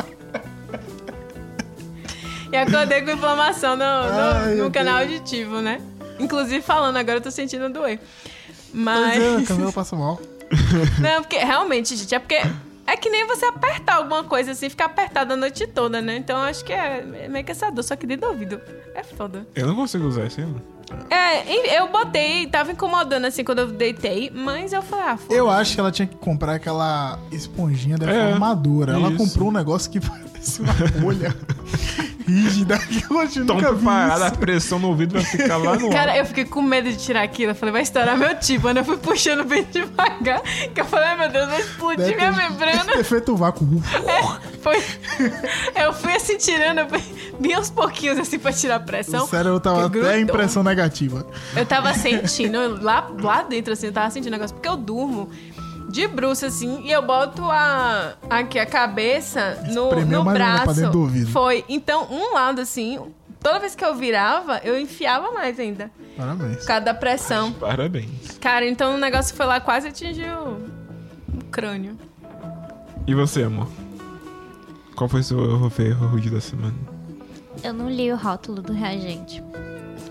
Speaker 1: E acordei com inflamação no, no-
Speaker 3: Ai, meu
Speaker 1: no canal auditivo, né? Inclusive, falando agora, eu tô sentindo doer.
Speaker 3: Pois é,
Speaker 1: Mas.
Speaker 3: Camila passa mal.
Speaker 1: Não, porque realmente, gente, é porque. É que nem você apertar alguma coisa assim, ficar apertado a noite toda, né? Então acho que é é meio que essa dor, só que dentro do ouvido. É foda.
Speaker 4: Eu não consigo usar isso ainda.
Speaker 1: É, e- eu botei, tava incomodando assim quando eu deitei, mas eu falei, ah, foda.
Speaker 3: Eu acho que ela tinha que comprar aquela esponjinha deformadora.
Speaker 4: É,
Speaker 3: ela
Speaker 4: isso.
Speaker 3: comprou um negócio que parece uma bolha. rígida que eu acho que
Speaker 4: Tão
Speaker 3: nunca vi
Speaker 4: preparada, a
Speaker 3: isso.
Speaker 4: pressão no ouvido vai ficar lá no
Speaker 1: Cara,
Speaker 4: ar.
Speaker 1: eu fiquei com medo de tirar aquilo. Eu falei, vai estourar meu tipo. Aí eu fui puxando bem devagar. Que eu falei, ai meu Deus, vai explodir
Speaker 3: Deve
Speaker 1: minha
Speaker 3: ter-
Speaker 1: membrana.
Speaker 3: Deve ter feito um vácuo.
Speaker 1: Foi... Eu fui assim tirando, eu fui bem aos pouquinhos assim pra tirar a pressão.
Speaker 3: O cérebro tava
Speaker 1: Porque
Speaker 3: até a
Speaker 1: grudou.
Speaker 3: impressão negativa.
Speaker 1: Eu tava sentindo, lá, lá dentro, assim, eu tava sentindo um negócio. Porque eu durmo de bruxo, assim, e eu boto a, aqui a cabeça no,
Speaker 3: Espremeu
Speaker 1: no
Speaker 3: mais ainda pra
Speaker 1: braço.
Speaker 3: dentro do ouvido.
Speaker 1: Foi. Então, um lado, assim, toda vez que eu virava, eu enfiava mais ainda.
Speaker 3: Parabéns.
Speaker 1: Por causa da pressão.
Speaker 4: Parabéns.
Speaker 1: Cara, então o negócio foi lá, quase atingiu o crânio.
Speaker 4: E você, amor? Qual foi o seu erro feio, erro rude da semana?
Speaker 2: Eu não li o rótulo do reagente.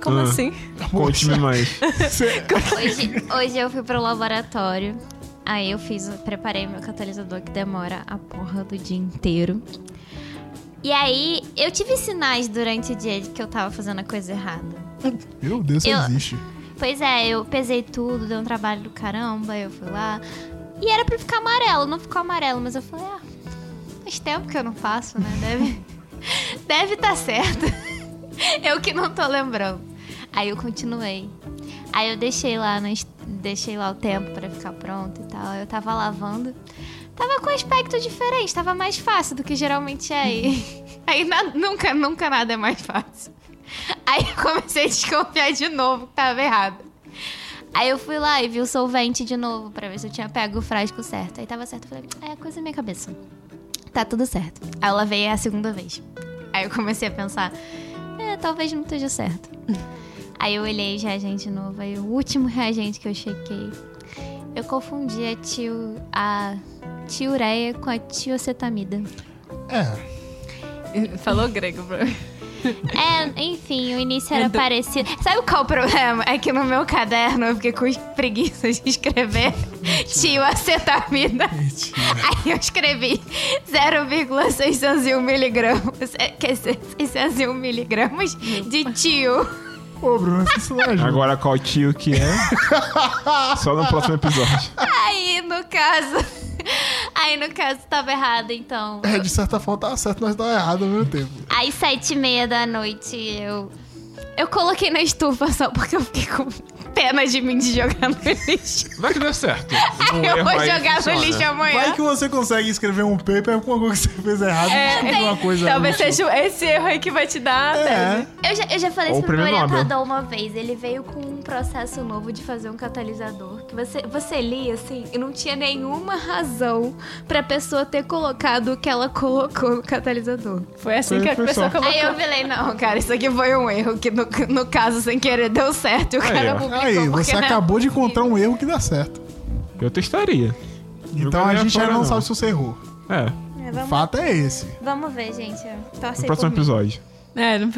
Speaker 1: Como
Speaker 4: Ah.
Speaker 1: assim?
Speaker 4: Conte-me mais.
Speaker 2: Hoje, hoje eu fui pro laboratório. Aí eu fiz, preparei meu catalisador que demora a porra do dia inteiro. E aí, eu tive sinais durante o dia de que eu tava fazendo a coisa errada.
Speaker 3: Meu Deus, isso
Speaker 2: Eu-
Speaker 3: existe.
Speaker 2: Pois é, eu pesei tudo, deu um trabalho do caramba, eu fui lá. E era pra ficar amarelo, não ficou amarelo, mas eu falei, ah, faz tempo que eu não faço, né? Deve deve tá certo. eu que não tô lembrando. Aí eu continuei. Aí eu deixei lá, no inst- deixei lá o tempo pra ficar pronto e tal. Eu tava lavando. Tava com um aspecto diferente, tava mais fácil do que geralmente é aí. Aí na- nunca, nunca nada é mais fácil. Aí eu comecei a desconfiar de novo que tava errado. Aí eu fui lá e vi o solvente de novo pra ver se eu tinha pego o frasco certo. Aí tava certo, eu falei, é coisa da minha cabeça. Tá tudo certo. Aí eu lavei a segunda vez. Aí eu comecei a pensar, é, talvez não esteja certo. Aí eu olhei já reagente novo, aí o último reagente que eu chequei, eu confundi a, tio, a tiureia com a tiocetamida.
Speaker 3: É.
Speaker 1: Falou grego pra mim.
Speaker 2: É, enfim, o início era
Speaker 1: É do-
Speaker 2: parecido.
Speaker 6: Sabe qual o problema? É que no meu caderno eu fiquei com preguiça de escrever tio acetamida. Aí eu escrevi 0,601 miligramas. um é, Quer dizer, 601 miligramas de tio.
Speaker 3: Ô, Bruno, isso não ajuda.
Speaker 4: Agora qual tio que é? Só no próximo episódio.
Speaker 6: Aí, no caso.
Speaker 2: Aí no caso tava errado, então.
Speaker 3: É, de certa forma tá certo, mas tá errado ao mesmo tempo.
Speaker 2: Aí, sete e meia da noite, eu.
Speaker 6: Eu coloquei na estufa só porque eu fiquei com pena de mim de jogar no lixo.
Speaker 4: Vai que deu certo. Um
Speaker 6: eu
Speaker 4: erro
Speaker 6: vou
Speaker 4: aí
Speaker 6: jogar no
Speaker 4: funciona.
Speaker 6: lixo
Speaker 1: É.
Speaker 6: amanhã.
Speaker 3: Vai que você consegue escrever um paper com alguma coisa que você fez errado.
Speaker 1: É,
Speaker 3: descobrir uma coisa
Speaker 1: Talvez né?
Speaker 3: útil.
Speaker 1: seja esse erro aí que vai te dar.
Speaker 3: É.
Speaker 1: Tese.
Speaker 2: Eu já, eu já falei
Speaker 4: Ou
Speaker 2: isso pro meu
Speaker 4: prêmio Nobel.
Speaker 2: orientador uma vez. Ele veio com um processo novo de fazer um catalisador.
Speaker 6: que você, você lia assim e não tinha nenhuma razão pra pessoa ter colocado o que ela colocou no catalisador.
Speaker 1: Foi assim
Speaker 4: Foi-
Speaker 1: que a
Speaker 4: foi
Speaker 1: pessoa
Speaker 4: só.
Speaker 1: colocou.
Speaker 6: Aí eu falei, não, cara, isso aqui foi um erro, que no, no caso, sem querer, deu certo. E o
Speaker 4: Aí,
Speaker 6: cara
Speaker 4: ó.
Speaker 6: publicou.
Speaker 3: Aí,
Speaker 6: porque
Speaker 3: você
Speaker 6: não é
Speaker 3: acabou de encontrar um erro que dá certo.
Speaker 4: Eu testaria.
Speaker 3: Então a
Speaker 4: Jogaria
Speaker 3: gente ainda
Speaker 4: fora,
Speaker 3: não sabe se você errou.
Speaker 4: É,
Speaker 3: O fato é esse.
Speaker 2: Vamos ver, gente. Torce
Speaker 4: no
Speaker 2: aí
Speaker 4: próximo
Speaker 2: por mim.
Speaker 4: episódio.
Speaker 1: É, não...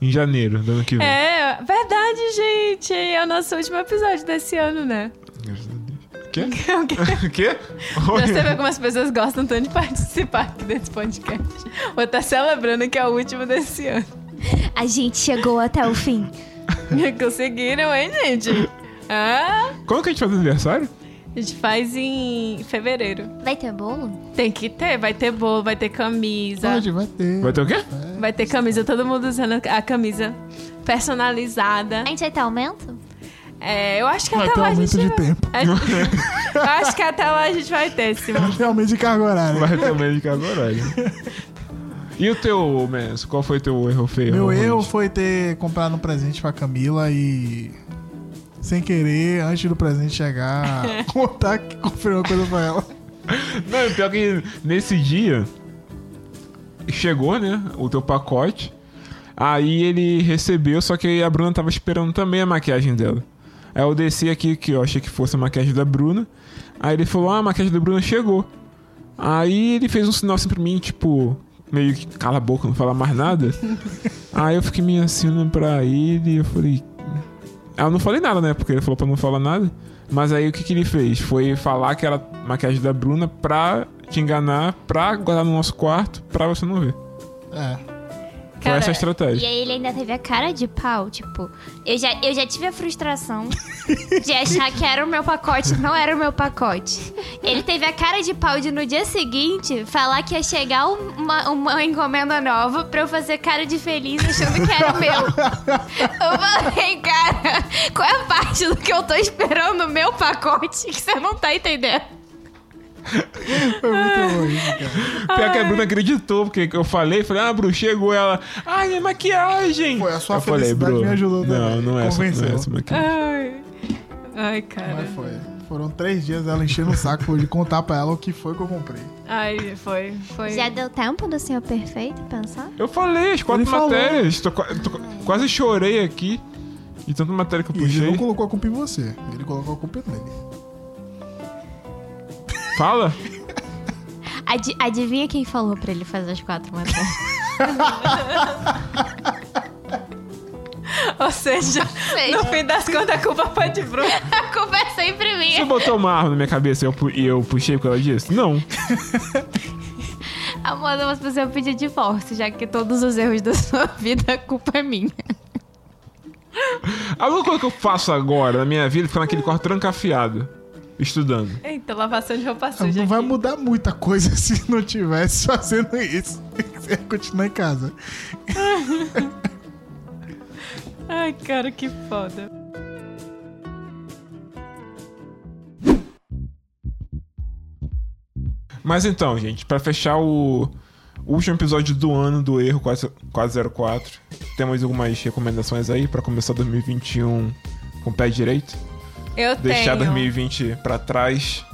Speaker 4: Em janeiro do ano que vem.
Speaker 1: É, verdade, gente. É o nosso último episódio desse ano, né?
Speaker 4: Graças a Deus. Quê? Quê?
Speaker 1: Pra
Speaker 4: Olha,
Speaker 1: você ver como as pessoas gostam tanto de participar aqui desse podcast. Vou estar celebrando que é o último desse ano.
Speaker 2: A gente chegou até o fim.
Speaker 1: Conseguiram, hein, gente? Ah,
Speaker 4: Quando que a gente faz aniversário?
Speaker 1: a gente faz em fevereiro.
Speaker 2: Vai ter bolo?
Speaker 1: Tem que ter, vai ter bolo, vai ter camisa.
Speaker 3: Pode, vai ter.
Speaker 4: Vai ter o quê?
Speaker 1: Vai ter camisa, todo mundo usando a camisa personalizada.
Speaker 2: A gente vai ter aumento?
Speaker 1: É, eu acho que
Speaker 3: Vai
Speaker 1: até
Speaker 3: ter
Speaker 1: lá a
Speaker 3: aumento
Speaker 1: gente. É,
Speaker 3: de tempo.
Speaker 1: Eu acho que até lá a gente vai ter, Simão.
Speaker 3: Realmente de carga horária.
Speaker 4: Vai ter o médico agora. né? E o teu, Menso? Qual foi teu erro feio?
Speaker 3: Meu
Speaker 4: Rude?
Speaker 3: erro foi ter comprado um presente pra Camila e. Sem querer, antes do presente chegar, contar que comprei uma coisa pra ela.
Speaker 4: Não, pior que nesse dia chegou, né? O teu pacote. Aí ele recebeu, só que a Bruna tava esperando também a maquiagem dela. Aí eu desci aqui, que eu achei que fosse a maquiagem da Bruna. Aí ele falou: Ah, a maquiagem da Bruna chegou. Aí ele fez um sinal assim pra mim, tipo, meio que cala a boca, não fala mais nada. Aí eu fiquei meio assim olhando pra ele e eu falei. Ah, eu não falei nada, né? Porque ele falou pra não falar nada. Mas aí o que, que ele fez? Foi falar que era maquiagem da Bruna pra te enganar, pra guardar no nosso quarto, pra você não ver.
Speaker 3: É.
Speaker 4: Foi essa
Speaker 2: E
Speaker 4: a estratégia.
Speaker 2: aí ele ainda teve a cara de pau, tipo, eu já, eu já tive a frustração de achar que era o meu pacote, não era o meu pacote. Ele teve a cara de pau de no dia seguinte falar que ia chegar um, uma, uma encomenda nova pra eu fazer cara de feliz achando que era o meu.
Speaker 6: Eu falei, cara, qual é a parte do que eu tô esperando no meu pacote que você não tá entendendo?
Speaker 3: Foi muito bom isso, cara.
Speaker 4: Pior que a Bruna acreditou, porque eu falei, falei, ah, Bru, chegou ela. Ai, minha maquiagem!
Speaker 3: Foi, a sua
Speaker 4: eu falei,
Speaker 3: felicidade
Speaker 4: Bru,
Speaker 3: me ajudou
Speaker 4: Não,
Speaker 3: também.
Speaker 4: não é, essa, não é
Speaker 3: Convenceu.
Speaker 4: essa maquiagem.
Speaker 1: Ai, ai cara.
Speaker 3: Mas foi. Foram três dias ela enchendo o saco de contar pra ela o que foi que eu comprei.
Speaker 1: Ai, foi, foi.
Speaker 2: Já deu tempo do senhor perfeito pensar?
Speaker 4: Eu falei as quatro
Speaker 3: Ele falou.
Speaker 4: matérias. Tô, qua- tô- quase chorei aqui de tanta matéria que eu
Speaker 3: E ele não
Speaker 4: puxei.
Speaker 3: colocou a culpa em você. Ele colocou a culpa nele.
Speaker 4: Fala?
Speaker 6: Ad- adivinha quem falou pra ele fazer as quatro matérias?
Speaker 1: Ou seja, no fim das contas a culpa foi de Bruno.
Speaker 6: A culpa é sempre minha.
Speaker 4: Você botou uma arma na minha cabeça e eu, pu- e eu puxei porque ela disse? Não.
Speaker 6: Amor, você é precisa pedir divórcio, já que todos os erros da sua vida, a culpa é minha.
Speaker 4: A única coisa que eu faço agora na minha vida é ficar naquele quarto trancafiado, estudando.
Speaker 1: Eita, lavação de roupa suja.
Speaker 3: Não vai
Speaker 1: aqui.
Speaker 3: mudar muita coisa se não tivesse fazendo isso. Você ia continuar em casa.
Speaker 1: Ai, cara, que foda.
Speaker 4: Mas então, gente, pra fechar o último episódio do ano do Erro 4- 404, temos algumas recomendações aí pra começar 2021 com o pé direito?
Speaker 1: Eu
Speaker 4: Deixar
Speaker 1: tenho.
Speaker 4: 2020 pra trás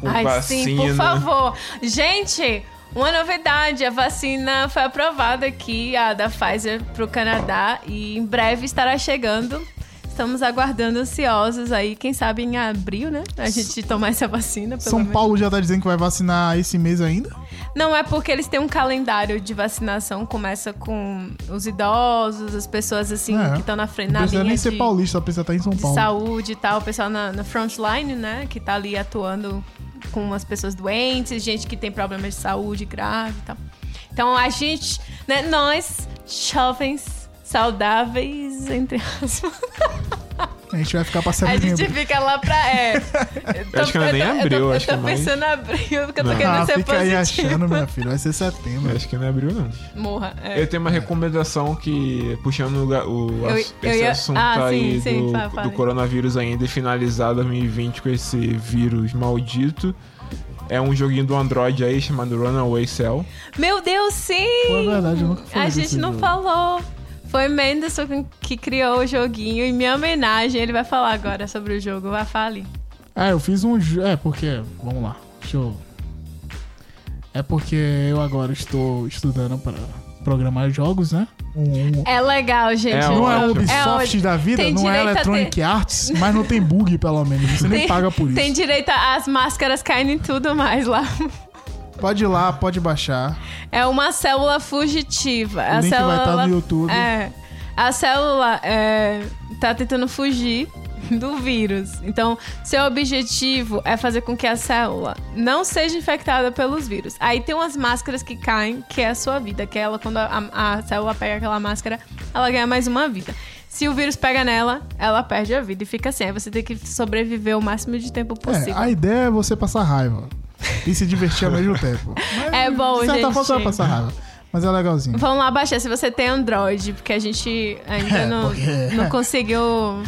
Speaker 4: com
Speaker 1: Ai,
Speaker 4: vacina.
Speaker 1: sim, por favor. Gente, uma novidade, a vacina foi aprovada aqui, a da Pfizer pro Canadá e em breve estará chegando. Estamos aguardando ansiosos aí, quem sabe em abril, né? A gente tomar essa vacina, pelo
Speaker 3: São
Speaker 1: menos.
Speaker 3: Paulo já tá dizendo que vai vacinar esse mês ainda?
Speaker 1: Não é porque eles têm um calendário de vacinação, começa com os idosos, as pessoas assim
Speaker 3: É.
Speaker 1: que estão na frente, na
Speaker 3: Não precisa
Speaker 1: linha
Speaker 3: nem
Speaker 1: de,
Speaker 3: ser paulista, precisa estar em São
Speaker 1: de
Speaker 3: Paulo.
Speaker 1: saúde e tal, o pessoal na, na frontline, né, que tá ali atuando com as pessoas doentes, gente que tem problemas de saúde grave e tal. Então a gente, né, nós jovens saudáveis entre aspas,
Speaker 3: A gente vai ficar pra
Speaker 1: a
Speaker 3: setembro.
Speaker 1: gente fica lá pra é. Eu
Speaker 4: acho que não é nem
Speaker 1: eu tô-
Speaker 4: abriu,
Speaker 1: eu tô,
Speaker 4: acho que é
Speaker 1: eu tô
Speaker 4: mais-
Speaker 1: pensando em abril, porque eu tô
Speaker 4: Não.
Speaker 1: querendo
Speaker 3: Ah,
Speaker 1: ser
Speaker 3: fica aí
Speaker 1: positivo.
Speaker 3: achando, minha filha. Vai ser setembro.
Speaker 4: Acho que não abriu, não.
Speaker 1: Morra. é.
Speaker 4: Eu tenho uma recomendação que, puxando o, ga-
Speaker 1: Eu-
Speaker 4: o ass-
Speaker 1: eu
Speaker 4: esse
Speaker 1: ia-
Speaker 4: assunto
Speaker 1: Ah, sim,
Speaker 4: aí
Speaker 1: sim,
Speaker 4: do,
Speaker 1: fa- fala
Speaker 4: do
Speaker 1: aí.
Speaker 4: coronavírus ainda e finalizar 2020 com esse vírus maldito, é um joguinho do Android aí chamado Runaway Cell.
Speaker 1: Meu Deus, sim!
Speaker 3: Pô, é verdade, eu nunca falei
Speaker 1: A
Speaker 3: desse
Speaker 1: gente não
Speaker 3: jogo.
Speaker 1: falou. Foi Menderson que criou o joguinho. Em minha homenagem, ele vai falar agora sobre o jogo. Vai, fale.
Speaker 3: Ah, eu fiz um. ju- É, porque. Vamos lá. Deixa eu. É porque eu agora estou estudando para programar jogos, né? Um- um-
Speaker 1: É legal, gente.
Speaker 4: É
Speaker 3: não é um
Speaker 4: ótimo.
Speaker 3: Ubisoft
Speaker 1: É,
Speaker 3: da vida,
Speaker 1: tem
Speaker 3: não é
Speaker 1: direito a
Speaker 3: Electronic Arts, mas não tem bug, pelo menos. Você nem paga por isso.
Speaker 1: Tem direito às máscaras caindo em tudo mais lá.
Speaker 3: Pode ir lá, pode baixar.
Speaker 1: É uma célula fugitiva. É
Speaker 3: O
Speaker 1: a
Speaker 3: link vai
Speaker 1: célula,
Speaker 3: tá no YouTube.
Speaker 1: É. A célula é, tá tentando fugir do vírus. Então, seu objetivo é fazer com que a célula não seja infectada pelos vírus. Aí tem umas máscaras que caem, que é a sua vida. Que ela, quando a, a célula pega aquela máscara, ela ganha mais uma vida. Se o vírus pega nela, ela perde a vida e fica assim. Aí você tem que sobreviver o máximo de tempo
Speaker 3: É,
Speaker 1: possível.
Speaker 3: a ideia é você passar raiva e se divertir ao mesmo tempo. Mas,
Speaker 1: É bom,
Speaker 3: De certa
Speaker 1: gente.
Speaker 3: forma, você vai passar raiva. Mas é legalzinho.
Speaker 1: Vão lá baixar se você tem Android, porque a gente ainda
Speaker 3: É,
Speaker 1: não,
Speaker 3: porque-
Speaker 1: não conseguiu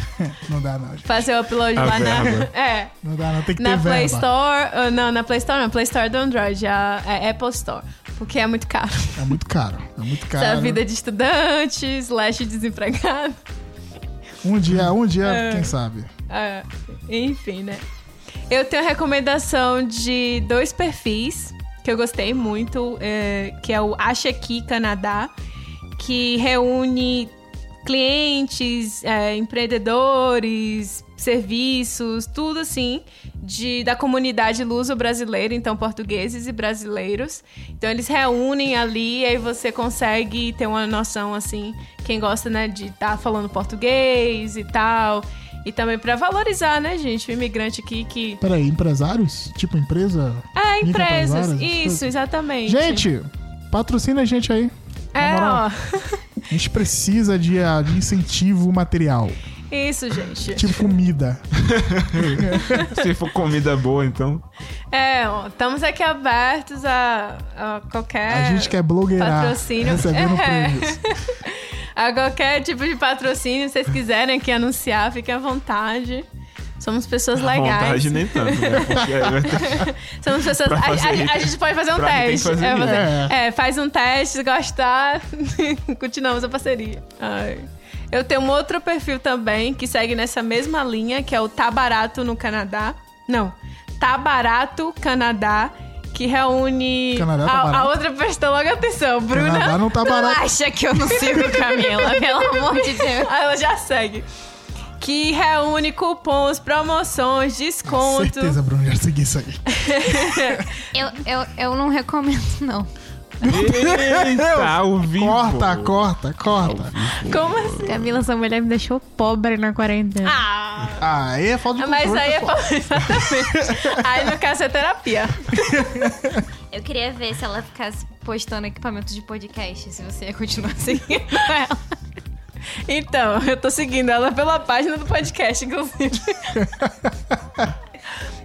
Speaker 3: Não dá, não. gente.
Speaker 1: fazer o upload
Speaker 4: A
Speaker 1: lá
Speaker 4: verba.
Speaker 1: na, é,
Speaker 3: Não dá, não. Tem que
Speaker 1: na
Speaker 3: ter
Speaker 1: Play
Speaker 3: verba.
Speaker 1: Store. ah, Não, na Play Store não, Play Store do Android, a, a Apple Store. Porque é muito caro.
Speaker 3: É muito caro. É muito
Speaker 1: Essa
Speaker 3: caro.
Speaker 1: vida de estudante, slash desempregado.
Speaker 3: Um dia, um dia,
Speaker 1: É.
Speaker 3: quem sabe.
Speaker 1: Ah, enfim, né? Eu tenho a recomendação de dois perfis que eu gostei muito, é, que é o Acha Aqui Canadá, que reúne clientes, é, empreendedores, serviços, tudo assim, de, da comunidade luso-brasileira, então portugueses e brasileiros. Então eles reúnem ali, aí você consegue ter uma noção, assim, quem gosta, né, de estar falando português e tal. E também pra valorizar, né, gente, o imigrante aqui que.
Speaker 3: Peraí, empresários? Tipo empresa?
Speaker 1: É,
Speaker 3: Microempresários,
Speaker 1: empresas.
Speaker 3: essas
Speaker 1: Isso,
Speaker 3: coisas.
Speaker 1: exatamente.
Speaker 3: Gente, patrocina a gente aí.
Speaker 1: é,
Speaker 3: na moral.
Speaker 1: ó.
Speaker 3: A gente precisa de, ah, de incentivo material.
Speaker 1: Isso, gente.
Speaker 3: Tipo comida.
Speaker 4: Se for comida boa, então.
Speaker 3: Tipo-
Speaker 1: É, ó, estamos aqui abertos a, a qualquer.
Speaker 3: A gente quer blogueirar.
Speaker 1: É. patrocínio.
Speaker 3: Recebendo
Speaker 1: É.
Speaker 3: prêmios.
Speaker 1: A qualquer tipo de patrocínio, se vocês quiserem aqui anunciar, fiquem à vontade. Somos pessoas
Speaker 4: à
Speaker 1: legais.
Speaker 4: vontade nem tanto, né? Porque aí vai ter-
Speaker 1: Somos pessoas.
Speaker 4: Pra
Speaker 1: A,
Speaker 4: fazer
Speaker 1: a-
Speaker 4: isso.
Speaker 1: a gente pode fazer um
Speaker 4: Pra mim tem que
Speaker 1: teste.
Speaker 4: fazer
Speaker 1: é,
Speaker 4: isso.
Speaker 1: fazer- é, faz um teste, se gostar, continuamos a parceria. Ai. Eu tenho um outro perfil também que segue nessa mesma linha, que é o Tabarato no Canadá. Não, Tabarato Canadá, que reúne.
Speaker 3: Canadá tá
Speaker 1: a- a,
Speaker 3: barato?
Speaker 1: outra pessoa, logo atenção, Bruna.
Speaker 3: Canadá não tá barato.
Speaker 1: acha que eu não sigo Camila, pelo amor de Deus. Ah, Ela já segue. Que reúne cupons, promoções, desconto.
Speaker 3: Certeza, Bruno, já segui isso aí.
Speaker 2: Eu, eu, eu não recomendo, não.
Speaker 4: Eita, ao vivo.
Speaker 3: Corta, corta, corta.
Speaker 1: Como assim?
Speaker 6: Camila, sua mulher me deixou pobre na quarentena.
Speaker 1: Ah,
Speaker 3: Ah, aí é falta de
Speaker 1: mas
Speaker 3: controle,
Speaker 1: aí é
Speaker 3: pessoal.
Speaker 1: pra... Exatamente. Aí no caso é terapia.
Speaker 2: Eu queria ver se ela ficasse postando equipamento de podcast, se você ia continuar assim.
Speaker 1: Então, eu tô seguindo ela pela página do podcast, inclusive.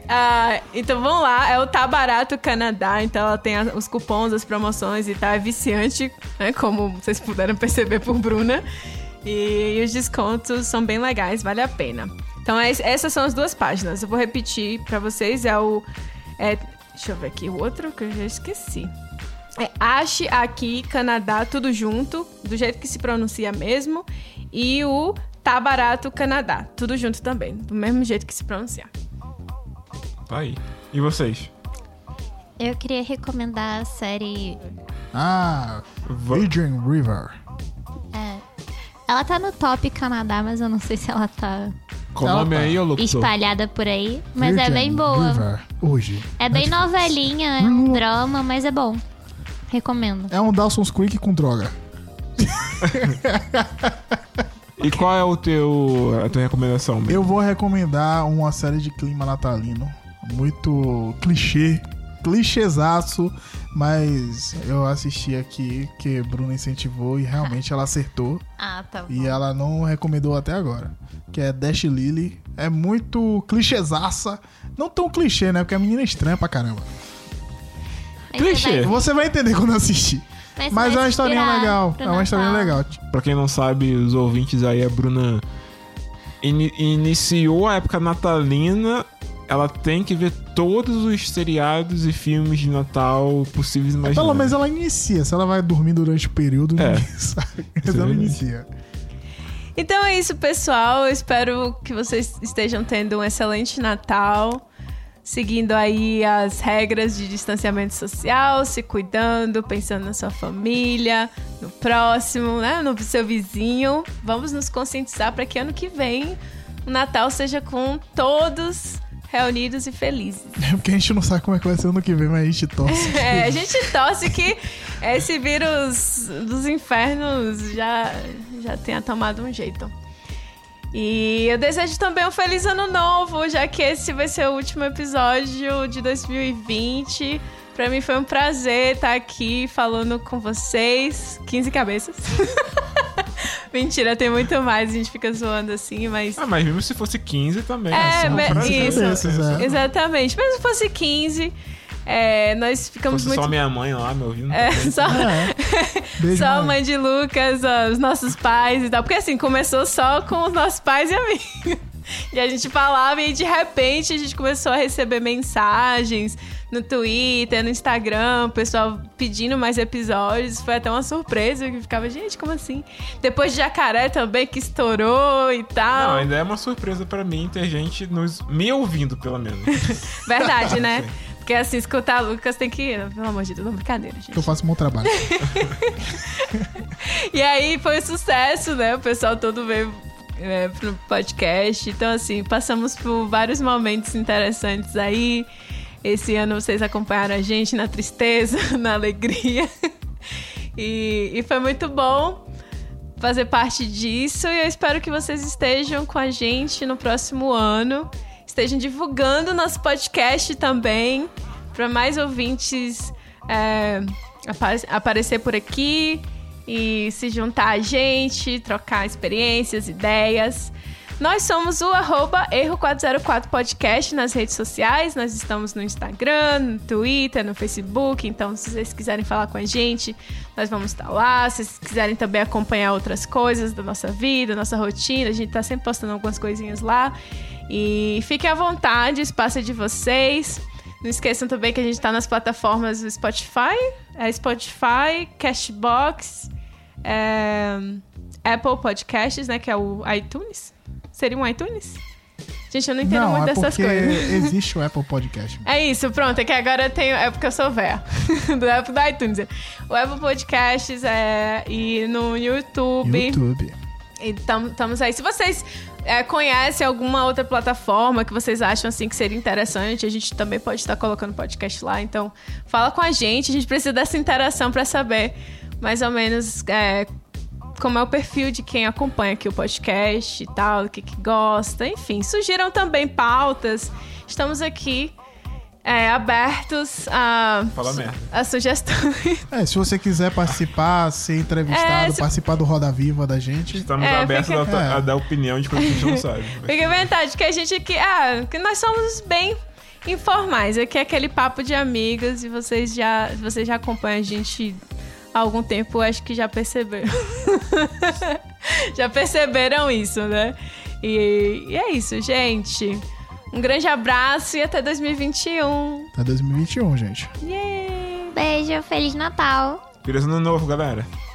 Speaker 1: Ah, então vamos lá, é o Tá Barato Canadá, então ela tem as- os cupons, as promoções e tá é viciante, né? Como vocês puderam perceber por Bruna. E, os descontos são bem legais, vale a pena. Então é- essas são as duas páginas. Eu vou repetir pra vocês, é o. é- deixa eu ver aqui o outro que eu já esqueci. É Ache Aqui Canadá, tudo junto, do jeito que se pronuncia mesmo. E o Tá Barato Canadá, tudo junto também, do mesmo jeito que se pronuncia.
Speaker 4: Tá aí. E vocês?
Speaker 2: Eu queria recomendar a série.
Speaker 3: Ah,
Speaker 4: Va-
Speaker 3: Virgin River.
Speaker 2: Ela tá no top Canadá, mas eu não sei se ela tá
Speaker 4: Qual o nome
Speaker 3: Ela tá
Speaker 4: aí, ô locutor?
Speaker 2: espalhada por aí. Mas é
Speaker 3: Virgin
Speaker 2: bem boa.
Speaker 3: River, hoje.
Speaker 2: É bem
Speaker 3: Netflix.
Speaker 2: novelinha, é um drama, mas é bom. Recomendo.
Speaker 3: É um Dawson's Creek com droga.
Speaker 4: E qual é o teu, a tua recomendação? Bia?
Speaker 3: Eu vou recomendar uma série de clima natalino. Muito clichê, clichêzaço, mas eu assisti aqui que Bruna incentivou e realmente ela acertou.
Speaker 2: Ah, tá.
Speaker 3: E ela não recomendou até agora. Que é Dash Lily. É muito clichêzaça. Não tão clichê, né? Porque a menina é estranha pra caramba.
Speaker 2: É.
Speaker 4: Clichê.
Speaker 3: Você vai entender quando assistir.
Speaker 2: Mas,
Speaker 3: Mas é
Speaker 2: vai
Speaker 3: uma historinha
Speaker 2: inspirar
Speaker 3: legal.
Speaker 2: pro
Speaker 3: É uma historinha
Speaker 2: Natal.
Speaker 3: legal.
Speaker 4: Pra quem não sabe, os ouvintes aí, a Bruna ini- iniciou a época natalina. Ela tem que ver todos os seriados e filmes de Natal possíveis e imagináveis.
Speaker 3: É, Pelo menos ela inicia. Se ela vai dormir durante o período,
Speaker 4: É.
Speaker 3: ninguém sabe. Mas
Speaker 4: Isso é
Speaker 3: ela
Speaker 4: verdade.
Speaker 3: inicia.
Speaker 1: Então é isso, pessoal. Eu espero que vocês estejam tendo um excelente Natal, seguindo aí as regras de distanciamento social, se cuidando, pensando na sua família, no próximo, né, no seu vizinho. Vamos nos conscientizar para que ano que vem o Natal seja com todos reunidos e felizes.
Speaker 3: É porque a gente não sabe como é que vai ser ano que vem, mas a gente torce.
Speaker 1: É, a gente torce que esse vírus dos infernos já, já tenha tomado um jeito. E eu desejo também um feliz ano novo, já que esse vai ser o último episódio de 2020. Pra mim foi um prazer estar aqui falando com vocês. 15 cabeças. Mentira, tem muito mais, a gente fica zoando assim, mas.
Speaker 4: Ah, mas mesmo se fosse 15 também.
Speaker 1: É,
Speaker 4: só
Speaker 1: be-
Speaker 4: pra-
Speaker 1: isso.
Speaker 3: Desses, é.
Speaker 1: Exatamente. Mesmo se fosse 15, é, nós ficamos
Speaker 4: Fosse
Speaker 1: muito.
Speaker 4: só minha mãe lá me ouvindo.
Speaker 1: É,
Speaker 4: também.
Speaker 1: só.
Speaker 3: Beijo,
Speaker 1: Só a
Speaker 3: mãe.
Speaker 1: mãe de Lucas, ó, os nossos pais e tal. Porque assim, começou só com os nossos pais e amigos. E a gente falava e de repente a gente começou a receber mensagens no Twitter, no Instagram, o pessoal pedindo mais episódios. Foi até uma surpresa que ficava, gente, como assim? Depois de Jacaré também, que estourou e tal.
Speaker 4: Não, ainda é uma surpresa pra mim ter gente nos, me ouvindo, pelo menos.
Speaker 1: Verdade, né? Porque assim, escutar Lucas tem que. né? Pelo amor de Deus, não, é brincadeira, gente.
Speaker 3: Que eu faço um bom trabalho.
Speaker 1: E aí foi um sucesso, né? O pessoal todo veio é, pro podcast. Então, assim, passamos por vários momentos interessantes aí. Esse ano vocês acompanharam a gente na tristeza, na alegria. E, e foi muito bom fazer parte disso. E eu espero que vocês estejam com a gente no próximo ano. Estejam divulgando nosso podcast também. Para mais ouvintes é, apa- aparecer por aqui e se juntar a gente, trocar experiências, ideias. Nós somos o arroba erro404podcast nas redes sociais. Nós estamos no Instagram, no Twitter, no Facebook. Então, se vocês quiserem falar com a gente, nós vamos estar lá. Se vocês quiserem também acompanhar outras coisas da nossa vida, nossa rotina, a gente tá sempre postando algumas coisinhas lá. E fiquem à vontade, o espaço é de vocês. Não esqueçam também que a gente tá nas plataformas do Spotify, é Spotify, Cashbox, é, Apple Podcasts, né? Que é o iTunes. Seria um iTunes? Gente, eu não entendo
Speaker 3: Não,
Speaker 1: muito
Speaker 3: é
Speaker 1: dessas
Speaker 3: porque
Speaker 1: coisas.
Speaker 3: existe o Apple Podcast.
Speaker 1: É isso, pronto. É que agora eu tenho. É porque eu sou véia. do Apple do iTunes. O Apple Podcasts é, e no YouTube.
Speaker 3: YouTube.
Speaker 1: Então, Estamos aí. Se vocês é, conhecem alguma outra plataforma que vocês acham assim que seria interessante, a gente também pode estar colocando podcast lá. Então, fala com a gente. A gente precisa dessa interação para saber mais ou menos é, como é o perfil de quem acompanha aqui o podcast e tal, o que, que gosta. Enfim, sugiram também pautas. Estamos aqui é, abertos a,
Speaker 4: Fala merda.
Speaker 1: a sugestões.
Speaker 3: É, se você quiser participar, ser entrevistado,
Speaker 1: É, se-
Speaker 3: participar do Roda Viva da gente.
Speaker 4: Estamos
Speaker 1: É,
Speaker 4: abertos
Speaker 1: fica-
Speaker 4: a, dar- a dar opinião de coisas que a gente não sabe.
Speaker 1: Fica à vontade, que a gente aqui. Ah, que nós somos bem informais. Aqui é aquele papo de amigos e vocês já, vocês já acompanham a gente há algum tempo, acho que já perceberam. já perceberam isso, né? E, e é isso, gente. Um grande abraço e um. até 2021.
Speaker 3: Tá 2021, gente.
Speaker 1: Yay!
Speaker 2: Beijo, Feliz Natal.
Speaker 4: Feliz ano novo, galera.